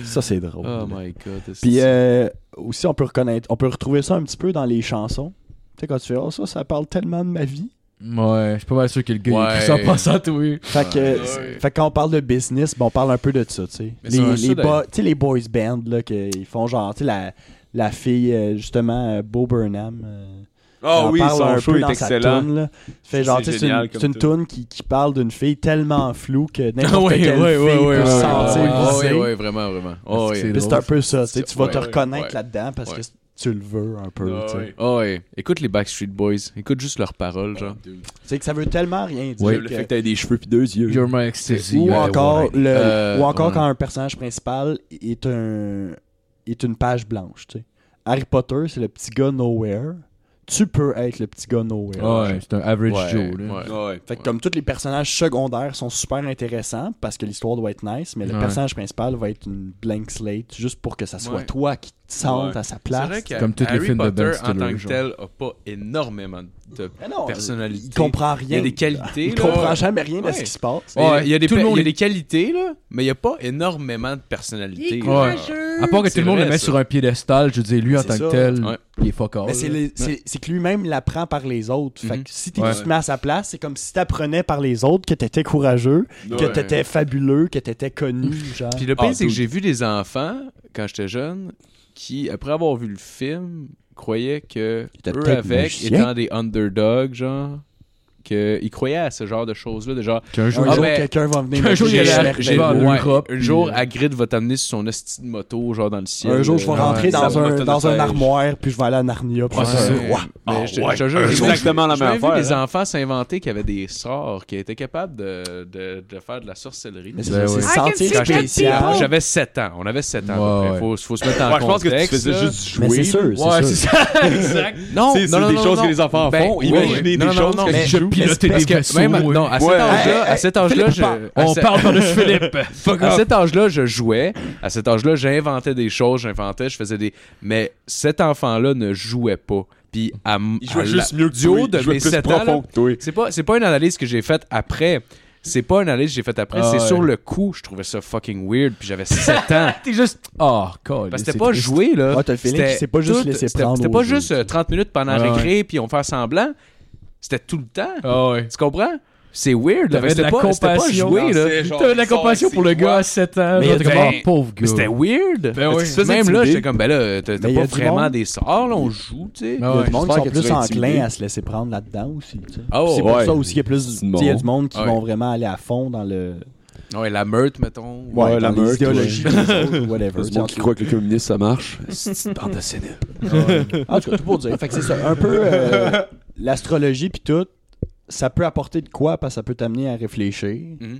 F: ça c'est drôle.
E: Oh
C: Ah,
E: my god. est-ce
F: Puis
E: que-
F: euh, aussi, on peut reconnaître, on peut retrouver ça un petit peu dans les chansons. Tu sais, quand tu fais, oh ça, ça parle tellement de ma vie.
C: Ouais, je suis pas mal sûr que le gars, il a écrit ça
E: Ouais.
C: en passant, oui.
F: Fait que,
E: Ah, Ouais.
F: c'est- fait que quand on parle de business, ben, on parle un peu de ça, tu sais.
E: Mais c'est
F: Les,
E: un
F: les
E: ça, d'ailleurs.
F: bo- tu sais, les boys bands, là, qu'ils font genre, tu sais, la, la fille, euh, justement, euh, Bo Burnham. euh,
D: Ah
F: en
D: oui,
F: parle
D: son
F: un
D: show
F: peu
D: est
F: dans sa
D: excellent.
F: toune, là. Fait
D: Ça,
F: genre,
D: c'est
F: tu sais, c'est
D: génial
F: une,
D: comme
F: c'est une
D: toune.
F: toune qui, qui parle d'une fille tellement floue que
E: Ah
F: n'importe
E: ouais,
F: quelle
E: ouais,
F: fille
E: ouais, ouais,
F: peut
E: ouais,
F: se
E: ouais,
F: sentir
E: ouais,
F: visée.
E: ouais, ouais, vraiment, vraiment. Oh,
C: Parce que
E: ouais.
F: Puis c'est un peu ça, tu sais, tu vas
E: Ouais,
F: te
E: ouais,
F: reconnaître
E: ouais.
F: là-dedans parce
E: Ouais.
F: que tu le veux un peu, tu sais.
E: Oh, ouais. Écoute les Backstreet Boys, écoute juste leurs paroles, genre.
F: C'est que ça veut tellement rien dire.
D: Le
F: que-
D: fait que t'as des cheveux pis deux yeux.
C: You're my ecstasy.
F: Ou
C: ouais,
F: encore,
C: ouais.
F: le,
E: Ben, Euh,
F: ou encore
E: ouais.
F: quand un personnage principal est un est une page blanche, tu sais. Harry Potter, c'est le petit gars nowhere. Tu peux être le petit gars nowhere.
C: Ouais, c'est un average
E: Ouais,
C: Joe, là.
E: ouais.
D: Ouais.
F: Fait que comme tous les personnages secondaires sont super intéressants parce que l'histoire doit être nice, mais le
C: Ouais.
F: personnage principal va être une blank slate juste pour que ça soit
E: Ouais.
F: toi qui te sente
D: Ouais.
F: à sa
E: C'est
F: place.
E: vrai que
C: comme tous les
E: Harry
C: films de Ben
E: Potter, en
C: Stiller,
E: tant que
C: genre.
E: tel, a pas énormément de
F: Mais non,
E: personnalité.
F: Il comprend rien.
E: Il y a des qualités.
F: Il
E: là.
F: comprend jamais rien
E: Ouais. Oh,
F: de ce qui se passe.
E: Il y a- il y a des
C: Tout le
E: pa-
C: monde
E: il y a
C: est-
E: des qualités, là, mais il n'y a pas énormément de personnalité. là.
C: Ouais. À part que
E: C'est
C: tout le monde
E: vrai,
C: le met
E: ça.
C: sur un piédestal, je dis lui en
F: C'est
C: tant
F: ça.
C: que tel,
E: Ouais.
C: il est fuck all.
F: Mais c'est,
C: là.
F: les- c'est- c'est que lui-même l'apprend par les autres. Fait
E: Mhm.
F: que si t'es-
C: Ouais.
F: tu te mets à sa place, c'est comme si t'apprenais par les autres que t'étais courageux, que
E: Ouais.
F: t'étais fabuleux, que t'étais connu, genre.
E: Puis le pire,
D: Ah,
E: c'est que
D: dude.
E: j'ai vu des enfants, quand j'étais jeune, qui, après avoir vu le film, croyaient que
F: étaient
E: eux
F: peut-être
E: avec,
F: magiciens.
E: étant des underdogs, genre, qu'ils croyaient à ce genre de choses-là, de genre...
C: Qu'un jour,
F: un
E: Ah,
F: jour,
E: ben,
F: quelqu'un va venir
C: qu'un
F: me
C: jour,
F: dire,
C: il y a
F: je
C: la-
F: l'ai
E: j'ai-
C: j'ai-
F: reconnu.
E: ouais,
C: l'Europe,
E: un
C: puis-
E: jour, Hagrid va t'amener sur son hostie de moto, genre dans le ciel.
F: Un jour, je vais
E: euh,
F: rentrer
E: ouais,
F: dans,
E: ça
F: un,
E: va
F: dans un
E: t'attacher.
F: armoire, puis je vais aller à Narnia, puis
C: Ouais,
F: je vais
C: c'est
F: être
C: ça.
F: un roi.
E: Mais
D: Ah,
E: je te-
D: ouais.
E: je te jure,
D: C'est
E: j'ai-
D: exactement la
E: j'ai
D: même
E: vu
D: affaire,
E: des
D: hein.
E: enfants s'inventer qui avaient des sorts, qui étaient capables de, de, de faire de la sorcellerie.
F: Mais c'est,
C: Ben
F: c'est
C: oui.
F: se
C: I
D: Ah,
A: can
F: sentir
A: see that
F: spécial.
A: people.
E: J'avais 7 ans. On avait 7 ans. à peu
C: Ouais,
E: près.
C: ouais.
E: Faut, faut se mettre en
D: Ouais, je pense
E: contexte.
D: que tu faisais
E: là.
D: juste jouer.
F: Mais c'est sûr, c'est
C: Ouais,
F: sûr.
C: c'est ça.
E: Non,
D: C'est- c'est
E: non, non,
D: des
E: non,
D: choses
E: non.
D: que les enfants
E: Ben,
D: font.
E: oui,
D: Imaginez
E: non,
D: des
E: non,
D: choses
E: non,
D: que
E: mais-
D: tu joues.
C: piloter
E: Parce
C: des
E: que
C: vaisseaux.
E: même,
C: ouais.
E: non, à cet
D: Ouais.
E: âge-là,
F: Hey,
E: à cet âge-là, je, à
C: On
E: ce-
C: parle par-dessus Philippe. Fuck
E: à
C: off.
E: cet âge-là, je jouais. À cet âge-là, j'inventais des choses, j'inventais, je faisais des. Mais cet enfant-là ne jouait pas. Puis puis à, m-
D: Il
E: à
D: jouait juste
E: la-
D: mieux que
E: du haut de
D: jouait
E: mes
D: plus
E: 7 ans,
D: profond
E: là,
D: que toi.
E: c'est pas c'est pas une analyse que j'ai faite après. C'est pas une analyse que j'ai faite après,
C: Ah
E: c'est
C: ouais.
E: sur le coup, je trouvais ça fucking weird puis j'avais 7 ans.
C: T'es juste. Oh, God.
E: Parce que c'était pas joué là.
F: Ouais, t'as le feeling
E: C'était
F: qu'il s'est pas juste
E: tout-
F: laissé
E: c'était-
F: prendre
E: C'était
F: au
E: pas
F: jeu.
E: juste euh, 30 minutes pendant
C: Ouais,
E: le
C: ouais.
E: récré puis on fait semblant. C'était tout le temps.
C: Ah ouais.
E: Tu comprends? C'est weird. là.
C: T'avais de
E: C'était
C: la
E: pas, c'était pas
C: compassion.
E: joué, là.
D: C'est genre,
C: T'as de la
D: ils sont
C: compassion
D: ici,
C: pour le
D: quoi.
C: gars à 7 ans.
E: Mais
C: Genre, t'es comme,
E: ben,
C: oh, pauvre
E: Mais
C: gars.
E: c'était weird.
C: Ben oui.
E: Parce que tu te faisais
C: Même
E: Même
C: là,
E: là, j'étais
C: j'étais
E: comme, ben là, t'as
F: Mais
E: t'as
F: y a
E: pas
F: du
E: vraiment
F: monde.
E: des sorts, là, on joue, tu sais.
C: Ah
F: Il y
C: ouais.
F: a du monde qui
D: J'espère
F: sont
D: que tu
F: plus
D: vas intimider.
F: enclins à se laisser prendre là-dedans aussi. tu sais.
E: Ah ouais,
F: c'est pour
D: ouais.
F: ça aussi qu'il y a plus
D: Du
F: tu sais, il y a du monde qui
E: monde.
F: vont
E: Ouais.
F: vraiment aller à fond dans le
E: Ouais, la meute, mettons.
D: Ouais, la
F: dans les
D: meute,
F: idéologies,
D: ouais.
F: les autres, whatever.
D: C'est monde qui croit que le communisme ça marche. C'est une bande de sénile.
F: En tout cas, tout pour dire. Fait que c'est ça. Un peu euh, l'astrologie puis tout, ça peut apporter de quoi parce que ça peut t'amener à réfléchir.
E: Mhm.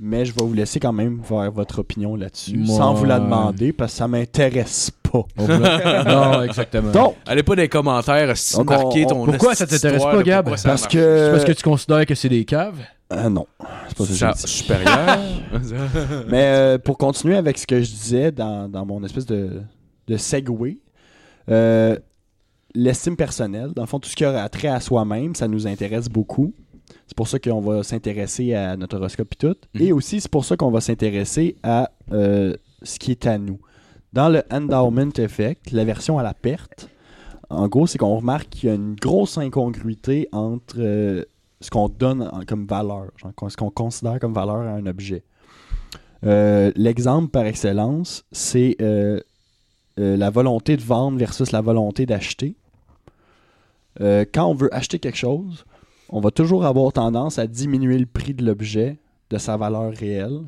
F: Mais je vais vous laisser quand même faire votre opinion là-dessus
C: Moi-
F: sans vous la demander parce que ça m'intéresse pas.
C: Ah, non, exactement.
F: Donc,
E: Allez pas dans les commentaires, si
F: Donc, on-
E: marquer
F: on-
E: ton
C: Pourquoi
E: esti
C: ça t'intéresse
E: d'histoire
C: pas,
E: de
C: Gab?
E: pourquoi ça
F: parce
E: marche.
C: C'est
F: que...
C: parce que tu considères que c'est des caves?
F: Ah non, c'est pas ça que j'ai
E: Ça,
F: dit.
E: supérieur.
F: Mais euh, pour continuer avec ce que je disais dans, dans mon espèce de, de segue, euh, l'estime personnelle, dans le fond, tout ce qui a trait à soi-même, ça nous intéresse beaucoup. C'est pour ça qu'on va s'intéresser à notre horoscope et tout. Et aussi, c'est pour ça qu'on va s'intéresser à euh, ce qui est à nous. Dans le endowment effect, la version à la perte, en gros, c'est qu'on remarque qu'il y a une grosse incongruité entre euh, ce qu'on donne en- comme valeur, genre, qu'on- ce qu'on considère comme valeur à un objet. Euh, l'exemple par excellence, c'est euh, euh, la volonté de vendre versus la volonté d'acheter. Euh, quand on veut acheter quelque chose, on va toujours avoir tendance à diminuer le prix de l'objet de sa valeur réelle.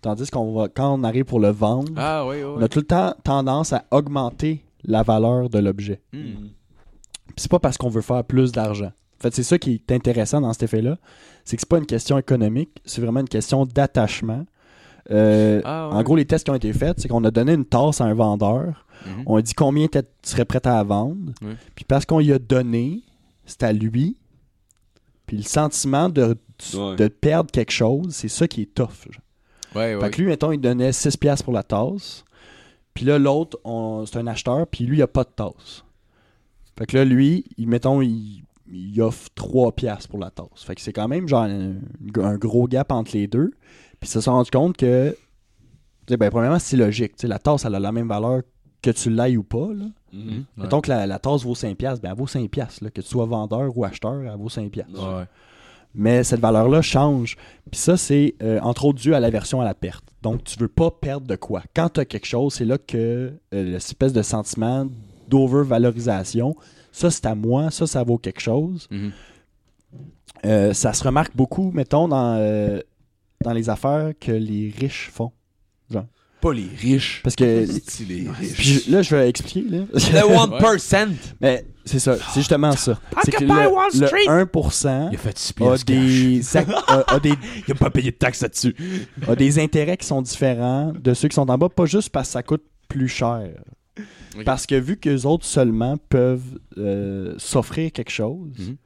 F: Tandis qu'on va, quand on arrive pour le vendre,
E: ah, ouais, ouais.
F: on a tout le temps tendance à augmenter la valeur de l'objet.
E: Hmm.
F: Puis c'est pas parce qu'on veut faire plus d'argent. En fait, c'est ça qui est intéressant dans cet effet-là. C'est que c'est pas une question économique, c'est vraiment une question d'attachement. Euh,
E: Ah, ouais.
F: en gros, les tests qui ont été faits, c'est qu'on a donné une tasse à un vendeur.
E: Mhm.
F: On a dit combien t'es- tu serais prêt à la vendre.
E: Ouais.
F: Puis parce qu'on lui a donné, c'est à lui. Puis le sentiment de,
D: Ouais.
F: de perdre quelque chose, c'est ça qui est tough. genre.
E: Ouais, ouais.
F: Fait que lui, mettons, il donnait 6$ piastres pour la tasse. Puis là, l'autre, on- c'est un acheteur, puis lui, il a pas de tasse. Fait que là, lui, il, mettons, il, il offre 3$ piastres pour la tasse. Fait que c'est quand même genre un, un gros gap entre les deux. Puis ils se sont rendus compte que, tu sais, ben, premièrement, c'est logique. Tu sais, la tasse, elle a la même valeur que tu l'ailles ou pas. Là.
E: Mhm.
C: Ouais.
F: Mettons que la, la tasse vaut 5$, piastres, ben, elle vaut 5$. piastres, Là. Que tu sois vendeur ou acheteur, elle vaut 5$. piastres.
C: Ouais.
F: Mais cette valeur-là change. Puis ça, c'est euh, entre autres dû à l'aversion à la perte. Donc, tu veux pas perdre de quoi. Quand tu as quelque chose, c'est là que euh, l'espèce de sentiment d'overvalorisation, ça, c'est à moi, ça, ça vaut quelque chose.
E: Mhm.
F: Euh, ça se remarque beaucoup, mettons, dans, euh, dans les affaires que les riches font.
D: Pas les riches.
F: Parce que.
D: C'est les riches.
F: Puis je- là, je vais expliquer. Là.
E: Le
D: 1%.
F: Mais c'est ça, c'est justement ça. C'est que le, le 1%.
C: Il a fait 6
F: a
C: piastres
E: Oh,
C: cash.
F: des, ac- a- a des
D: Il a pas payé de taxes là-dessus.
F: a des intérêts qui sont différents de ceux qui sont en bas, pas juste parce que ça coûte plus cher.
E: Ok.
F: Parce que vu qu'eux autres seulement peuvent euh, s'offrir quelque chose,
E: Mhm.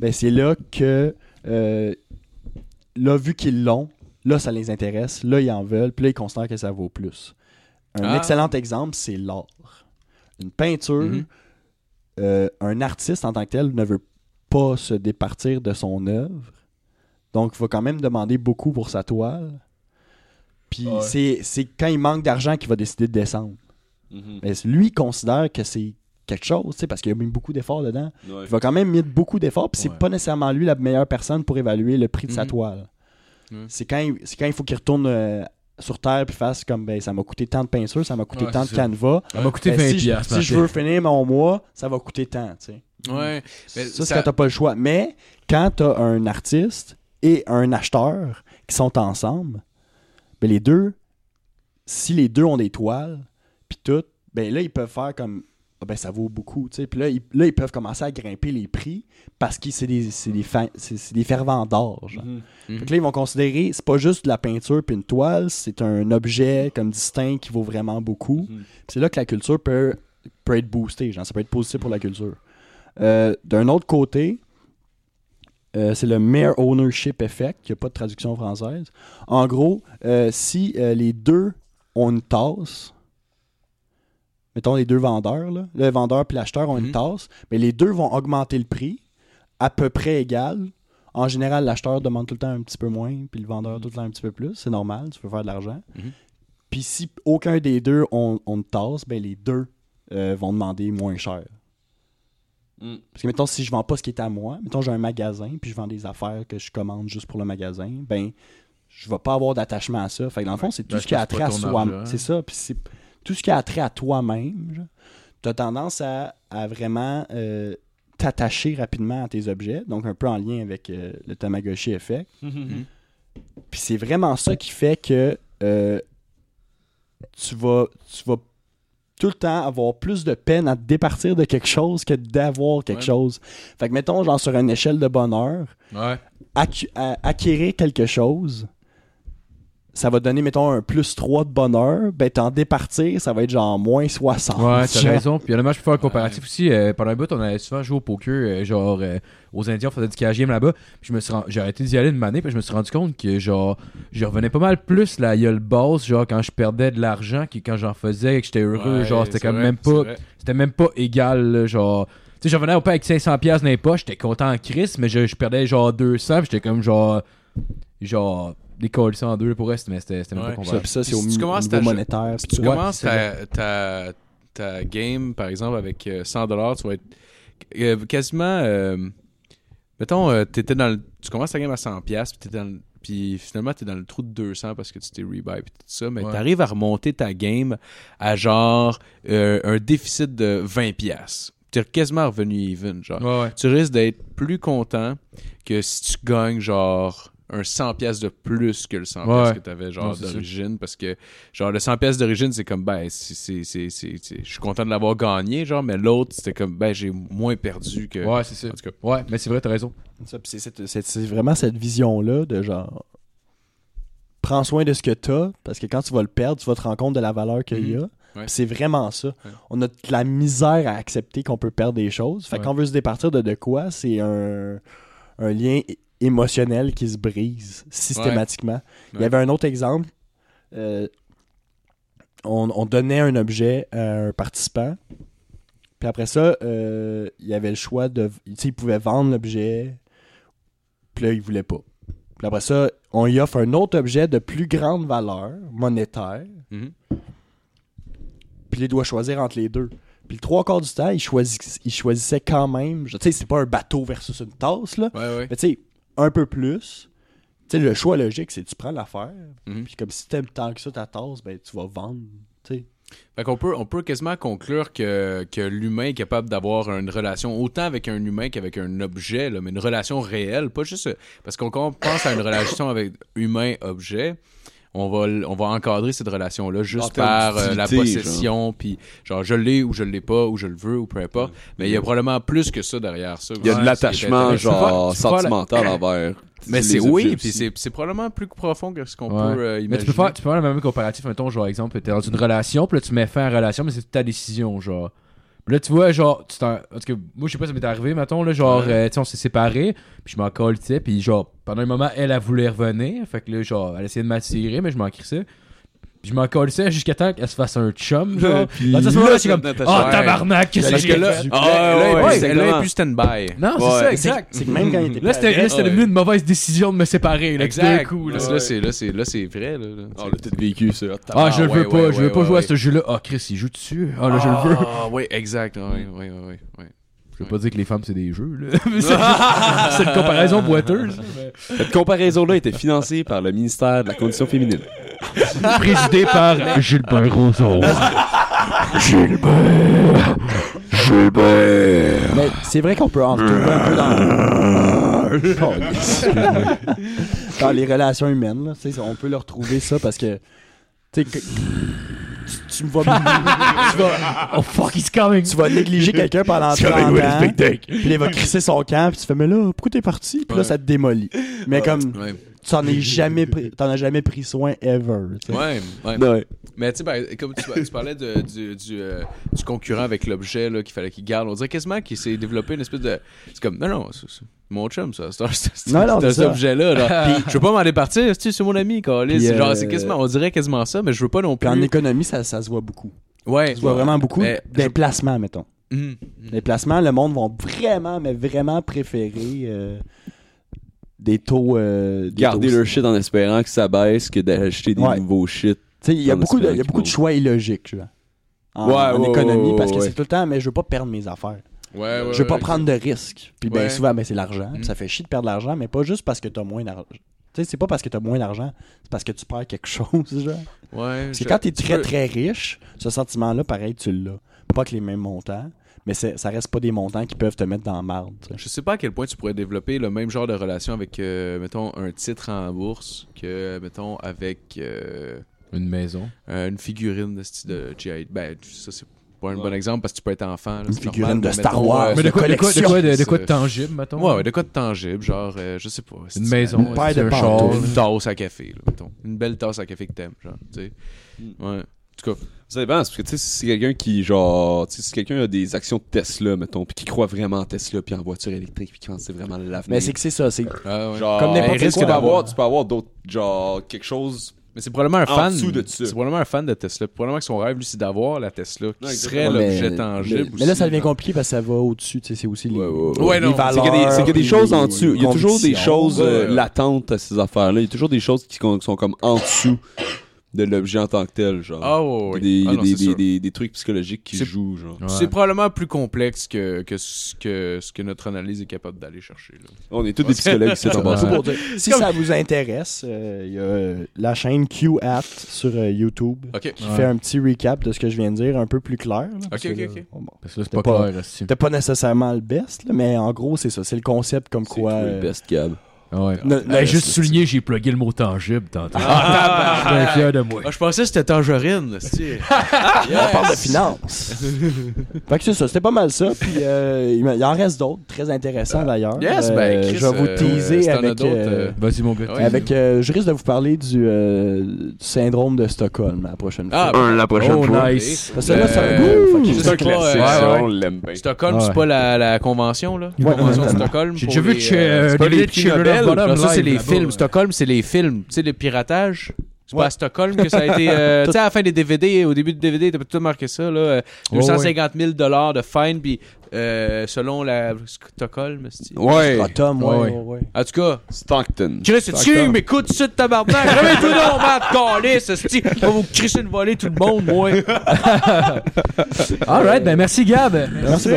F: ben c'est là que, euh, là, vu qu'ils l'ont, là, ça les intéresse, là, ils en veulent, puis là, ils considèrent que ça vaut plus. Un
E: Ah.
F: excellent exemple, c'est l'art. Une peinture,
E: Mhm.
F: euh, un artiste en tant que tel ne veut pas se départir de son œuvre. Donc, il va quand même demander beaucoup pour sa toile. Puis c'est- c'est quand il manque d'argent qu'il va décider de descendre.
C: Mhm.
F: Mais lui il considère que c'est quelque chose, tu sais, parce qu'il a mis beaucoup d'efforts dedans. Il va quand même mettre beaucoup d'efforts, puis c'est
C: Ouais.
F: pas nécessairement lui la meilleure personne pour évaluer le prix de sa
E: Mhm.
F: toile.
E: Ouais.
F: C'est quand, il- c'est quand il faut qu'il retourne euh, sur Terre puis fasse comme ben, ça m'a coûté tant de peinture, ça m'a coûté
C: Ouais,
F: tant
C: c'est
F: de
C: ça.
F: canevas.
C: Ça m'a coûté
F: Ben,
C: 20
F: si, je-
C: piastres,
F: si je
C: ma
F: veux finir mon mois, ça va coûter tant, tu sais.
E: Ouais. Mais
F: ça, c'est
E: ça-
F: quand t'as pas le choix. Mais quand t'as un artiste et un acheteur qui sont ensemble, ben les deux, si les deux ont des toiles, puis tout, ben là, ils peuvent faire comme. Ah ben, ça vaut beaucoup, tu sais. Puis là, ils- là, ils peuvent commencer à grimper les prix parce que c'est des, c'est des, fa- c'est- c'est des fervents d'or, genre.
E: Mhm.
F: Fait que là, ils vont considérer, c'est pas juste de la peinture puis une toile, c'est un objet comme distinct qui vaut vraiment beaucoup.
D: Mhm.
F: Puis C'est là que la culture peut, peut être boostée, genre, ça peut être positif pour la culture. Euh, D'un autre côté, euh, c'est le mere ownership effect, qui a pas de traduction française. En gros, euh, si euh, les deux ont une tasse, mettons les deux vendeurs, là, le vendeur puis l'acheteur ont une
E: Mhm.
F: tasse, mais les deux vont augmenter le prix à peu près égal. En général, l'acheteur demande tout le temps un petit peu moins, puis le vendeur tout le temps un petit peu plus. C'est normal, tu peux faire de l'argent.
E: Mhm.
F: Puis si aucun des deux ont, ont une tasse, ben les deux euh, vont demander moins cher.
C: Hmm.
D: Mm.
F: Parce que, mettons, si je vends pas ce qui est à moi, mettons, j'ai un magasin, puis je vends des affaires que je commande juste pour le magasin, ben, je vais pas avoir d'attachement à ça. Fait que, dans le fond, c'est tout
C: Ben,
F: ce
C: je
F: qui a
C: pense
F: trait
C: pas
F: à
C: ton
F: soi-même.
C: argent. hein.
F: C'est ça. Puis c'est tout ce qui a trait à toi-même. Tu as tendance à, à vraiment euh, t'attacher rapidement à tes objets, donc un peu en lien avec euh, le Tamagotchi Effect.
C: Hmm.
F: Puis c'est vraiment ça qui fait que euh, tu, vas, tu vas tout le temps avoir plus de peine à te départir de quelque chose que d'avoir quelque
E: Ouais.
F: chose. Fait que mettons, genre sur une échelle de bonheur,
E: Ouais.
F: acqu- à- acquérir quelque chose, ça va donner, mettons, un plus 3 de bonheur, ben t'en départir, ça va être genre moins 60.
C: Ouais, t'as
F: Genre,
C: raison. Puis honnêtement, je peux faire un comparatif aussi. Euh, pendant un bout, on allait souvent jouer au poker, euh, genre euh, aux Indiens, on faisait du KGM là-bas. Puis je me suis ren- j'ai arrêté d'y aller une année, puis je me suis rendu compte que genre je revenais pas mal plus la gueule basse, genre quand je perdais de l'argent, que quand j'en faisais, et que j'étais heureux, genre c'était
E: c'est
C: quand
E: vrai,
C: même
E: c'est
C: pas,
E: vrai.
C: c'était même pas égal, là, genre. Tu sais, je revenais au pas avec 500 pièces dans les poches, j'étais content en crise, mais je, je perdais genre 200, puis j'étais comme genre genre décolle ça en deux pour reste, mais c'était c'était même
E: Ouais.
C: pas
F: Ça,
C: comparable.
F: puis ça, c'est
E: Puis
F: au
E: si
F: mi-
E: tu
F: niveau
E: commences ta-
F: monétaire.
E: Si
F: puis
E: tu
F: tout.
E: commences ta, ta, ta game, par exemple, avec euh, 100$, tu vas être euh, quasiment. euh, mettons, euh, t'étais dans le- tu commences ta game à 100$, puis, t'es dans le- puis finalement, tu es dans le trou de 200$ parce que tu t'es rebuy, puis tout ça, mais
C: Ouais.
E: tu arrives à remonter ta game à genre euh, un déficit de 20$. Tu es quasiment revenu even, genre
C: Ouais, ouais.
E: tu risques d'être plus content que si tu gagnes genre un 100 pièces de plus que le 100 pièces
C: Ouais.
E: que tu avais
C: Non,
E: genre
C: c'est sûr.
E: d'origine parce que genre le 100 pièces d'origine c'est comme ben c'est c'est c'est- c'est- c'est- je suis content de l'avoir gagné genre mais l'autre c'était comme ben j'ai moins perdu que
C: Ouais, c'est ça.
E: en tout cas
C: Ouais, mais c'est vrai, t'as raison.
F: Ça, puis c'est- c'est- c'est c'est vraiment cette vision-là de genre. Prends soin de ce que t'as, parce que quand tu vas le perdre, tu vas te rendre compte de la valeur qu'il y a.
E: Mhm. Ouais.
F: Puis C'est vraiment ça.
E: Ouais.
F: On a de la misère à accepter qu'on peut perdre des choses. Fait
C: Ouais.
F: qu'on veut se départir de, de quoi C'est un, un lien é- émotionnel qui se brise systématiquement. Il y
E: Ouais.
F: avait un autre exemple. Euh, on, on donnait un objet à un participant. Puis après ça, euh, il y avait le choix de. Tu sais, il pouvait vendre l'objet. Puis là, il voulait pas. Puis après ça, on lui offre un autre objet de plus grande valeur monétaire.
E: Mhm.
F: Puis il doit choisir entre les deux. Puis le trois quarts du temps, il, choisis- il choisissait quand même. je- Tu sais, c'est pas un bateau versus une tasse, là.
E: ouais ouais
F: Mais tu sais, un peu plus. Tu sais, le choix logique, c'est tu prends l'affaire.
E: Mhm.
F: Puis comme si t'aimes tant que ça ta tasse, ben tu vas vendre. Tu sais.
E: Fait qu'on peut, on peut quasiment conclure que, que l'humain est capable d'avoir une relation autant avec un humain qu'avec un objet, là, mais une relation réelle, pas juste... euh, Parce qu'on quand on pense à une relation avec humain-objet, on va, l- on va encadrer cette relation-là
D: En
E: juste
D: termes
E: par euh, la
D: d'utilité,
E: possession, puis genre je l'ai ou je l'ai pas, ou je le veux, ou peu importe. Mais il y a probablement plus que ça derrière ça.
D: Il y
E: aussi,
D: a de
E: ce qui
D: l'attachement,
E: est intéressant.
D: genre,
E: Tu peux faire- tu peux faire la-
D: sentimental envers.
E: Mais
D: les
E: c'est
D: objets
E: oui, puis
D: aussi.
E: c'est c'est probablement plus profond que ce qu'on
C: Ouais.
E: peut euh, imaginer.
C: Mais tu peux faire, tu peux faire le même comparatif, mettons, genre, exemple, t'es dans une relation, puis là, tu mets fin à la relation, mais c'est ta décision, genre. Puis là, tu vois, genre, tu t'en. Parce que moi, je sais pas, ça m'est arrivé, mettons, là, genre,
E: Ouais.
C: euh, tu sais, on s'est séparés, puis je m'en colle, tu sais, puis genre, pendant un moment, elle, elle voulait revenir, fait que là, genre, elle essayait de m'attirer, mais je m'en crissais. Puis je m'en collais jusqu'à temps qu'elle se fasse un chum, genre.
D: Puis
C: Dans ce moment-là,
D: là,
C: c'est comme,
D: c'est
C: oh,
D: notre affaire.
C: tabarnak, qu'est-ce que
E: Parce que
C: j'ai
E: là,
C: fait?
D: Ah,
E: là, là,
D: ouais, ouais,
E: il est plus- là, il est
D: exactement.
E: plus stand-by.
C: Non,
D: Ouais.
C: c'est ça,
F: C'est
C: exact.
F: c'est que même quand il était
C: Là, c'était
F: prêt,
C: là, c'était devenu une mauvaise décision de me séparer, là, d'un
E: Exact.
C: coup, là.
E: Là, c'est- là, c'est là, c'est vrai. Là, là.
D: Ah, on l'a peut-être vécu, ça.
C: Ah, je le
E: ouais,
C: veux pas,
E: ouais,
C: je veux
E: ouais,
C: pas
E: ouais,
C: jouer à
E: ouais.
C: ce jeu-là. Ah, Chris, il joue dessus. Ah, là, je le veux.
E: Ah, oui, exact. Oui, oui, oui. oui.
C: Je veux pas dire que les femmes, c'est des jeux, là. Mais c'est c'est une comparaison boiteuse.
D: Cette comparaison-là était financée par le ministère de la Condition féminine.
C: Présidée par Gilbert Roseau.
F: Mais c'est vrai qu'on peut en retrouver un peu dans... dans les relations humaines. là. Tu sais, on peut le retrouver ça parce que. tu sais, que- tu- Tu me vois- tu vas,
C: Oh fuck, he's coming.
F: tu vas négliger quelqu'un pendant 30 ans, puis il va crisser son camp, puis tu fais mais là pourquoi t'es parti, puis là
E: Ouais.
F: ça te démolit. Mais comme
E: Ouais,
F: tu n'en es jamais, pris- t'en as jamais pris soin ever. tu sais.
E: ouais, ouais.
D: Ouais.
E: Mais tu sais, ben, comme tu, tu parlais de- du, du, euh, du concurrent avec l'objet là, qu'il fallait qu'il garde, on dirait quasiment qu'il s'est développé une espèce de. C'est comme, non, non, c'est, c'est mon chum, ça. C'est, un- c'est- c'est-
F: Non, non,
E: c'est
F: c'est
E: cet
F: ça.
E: objet-là. là. je veux pas m'en départir, c'est, c'est mon ami, câlisse.
F: Puis, euh,
E: Genre, c'est quasiment, on dirait quasiment ça, mais je veux pas non
F: Puis
E: plus.
F: en économie ça, ça se voit beaucoup.
E: Ouais.
F: Tu vois vraiment beaucoup
E: Mais-
F: des placements, mettons.
E: Mhm.
D: Hum,
F: Les placements, le monde vont vraiment, mais vraiment préférer euh, des taux. euh, des
D: Garder
F: taux-
D: leur shit en espérant que ça baisse que d'acheter des
F: Ouais.
D: nouveaux shit.
F: Tu sais, il y a
D: en
F: beaucoup de, il y a
D: espérant
F: beaucoup de
D: qu'ils
F: choix illogiques, genre. En,
D: Ouais,
F: en
D: ouais,
F: économie,
D: ouais,
F: parce que
D: ouais.
F: c'est tout le temps, mais je veux pas perdre mes affaires.
E: Ouais, ouais,
F: je veux pas
E: ouais.
F: prendre de risques. Puis bien
E: Ouais.
F: souvent, ben, c'est l'argent.
D: Hum.
E: Mm.
F: Ça fait chier de perdre de l'argent, mais pas juste parce que t'as moins d'argent. Tu sais, c'est pas parce que t'as moins d'argent, c'est parce que tu perds quelque chose, genre.
E: Ouais.
F: Parce que
E: je-
F: quand t'es
E: tu
F: très,
E: peux-
F: très riche, ce sentiment-là, pareil, tu l'as. Pas que les mêmes montants, mais c'est- ça reste pas des montants qui peuvent te mettre dans la marde. tu sais.
E: Je sais pas à quel point tu pourrais développer le même genre de relation avec, euh, mettons, un titre en bourse que, mettons, avec euh,
C: Une maison.
E: euh, une figurine de style de G.I. Ben, tu- ça, c'est pas un bon exemple parce que tu peux être enfant. là,
F: Une
E: c'est
F: figurine
E: normal,
F: de
E: mais
F: Star
E: mettons,
F: Wars.
E: euh,
C: Mais de quoi, de quoi, de quoi, de, de quoi de
E: Euh,
C: tangible, mettons?
E: Ouais, ouais, de quoi de tangible, genre, euh, je sais pas. c'est-
C: Une maison,
F: Une paire
C: c'est
F: de
C: un char.
F: pantoufles.
E: Une tasse à café, là, mettons. Une belle tasse à café que t'aimes, genre, tu sais.
D: Hmm.
E: Ouais.
D: Ça dépend, parce que tu sais, si c'est quelqu'un qui, genre, tu sais, si quelqu'un a des actions de Tesla, mettons, puis qui croit vraiment en Tesla, puis en voiture électrique, puis qui pense que c'est vraiment l'avenir.
F: Mais c'est que c'est ça, c'est
D: Eh,
E: Ah, ouais.
D: genre,
F: Comme n'importe
D: un risque
F: quoi.
D: que d'avoir, tu peux avoir d'autres, genre, quelque chose.
E: Mais c'est probablement un
D: En
E: fan.
D: dessous de ça.
E: C'est probablement un fan de Tesla. Probablement que son rêve, lui, c'est d'avoir la Tesla, qui
D: Ouais,
E: serait
D: exactement.
E: l'objet
F: Mais-
E: tangible.
F: Mais, mais là, ça
E: aussi,
F: devient
E: genre.
F: compliqué parce que ça va au-dessus. tu sais, C'est aussi les,
E: Ouais, non,
F: les valeurs.
D: C'est qu'il y a des, c'est qu'il y a des
F: puis
D: choses en
F: les
D: dessous. Il y a toujours des
F: convictions.
D: choses euh,
E: Ouais.
D: latentes à ces affaires-là. Il y a toujours des choses qui con- sont comme en dessous de l'objet en tant que tel, genre.
E: Ah, ouais, ouais.
D: Des- Il y a
E: Ah, non,
D: des,
E: c'est
D: des,
E: sûr.
D: des- des trucs psychologiques qui
E: C'est-
D: jouent, genre.
C: Ouais.
E: C'est probablement plus complexe que, que, ce, que ce que notre analyse est capable d'aller chercher. Là.
D: On est tous des psychologues ici, en
C: Ouais.
D: passant.
F: Tout pour dire, si ça vous intéresse, euh, il y a euh, la chaîne QAT sur euh, YouTube
E: Ok.
F: qui
C: Ouais.
F: fait un petit recap de ce que je viens de dire un peu plus clair. là, parce
E: Ok,
F: que
E: ok,
F: là,
E: ok.
F: bon,
C: Parce que là,
F: T'as
C: c'est pas,
F: pas-
C: clair, esti.
F: C'était pas nécessairement le best, là, mais en gros, c'est ça. C'est le concept comme
D: C'est
F: quoi.
D: toi
F: euh,
D: le best cab.
C: Ouais.
F: ne- ne-
C: Ben, juste souligner, j'ai plugué le mot tangible tantôt. Ah, Je suis bien fier de moi.
E: Ah, je pensais que c'était Tangerine. c'est-tu.
F: On parle de finances. fait que c'est ça, c'était pas mal ça. Puis euh, il me- il en reste d'autres, très intéressants d'ailleurs.
E: yes,
F: Euh,
E: ben, Chris,
F: je vais vous
E: euh, si
F: teaser
E: t'en as
F: avec.
E: d'autres,
F: euh,
E: euh,
C: Vas-y, mon gars.
E: Ouais.
F: avec euh, je risque de vous parler du, euh, du syndrome de Stockholm la prochaine
E: Ah,
F: fois.
E: ben,
D: la
C: Oh,
E: ok.
C: nice.
F: Parce que là, ça-
E: Euh,
F: Ouh, fuck,
E: je
D: C'est un
E: sais pas,
D: classique,
E: euh,
D: ça,
E: ouais, ouais.
D: on l'aime bien.
E: Stockholm,
F: Ouais.
E: c'est pas la, la convention, là? La
F: Ouais,
E: convention de
F: exactement.
E: Stockholm?
C: J'ai
E: pour
C: déjà vu
E: les,
C: chez,
E: euh,
C: euh,
E: c'est pas
C: les
E: les
C: Children of
E: Nobel,
C: Bottom
E: genre, Ça, c'est
C: live
E: les
C: là-bas,
E: films.
C: ouais.
E: Stockholm, c'est les films. Tu sais, le piratage... C'est
F: Ouais.
E: pas à Stockholm que ça a été. euh, tu sais, à la fin des DVD, au début du DVD, t'as tout marqué ça, là. euh,
C: Ouais,
E: 250 000 de fine, puis euh, selon la Stockholm, c'est-tu?
D: Ouais.
F: Ah, Tom, ouais,
C: Ouais,
F: ouais, ouais.
E: En tout cas,
D: Stockton.
E: Chris, tu m'écoutes ça de tabarnak? Jamais tout non, man, calé, ce style. Je vais vous crisser une volée, tout le monde, moi.
C: Alright, ben merci Gab.
F: Merci,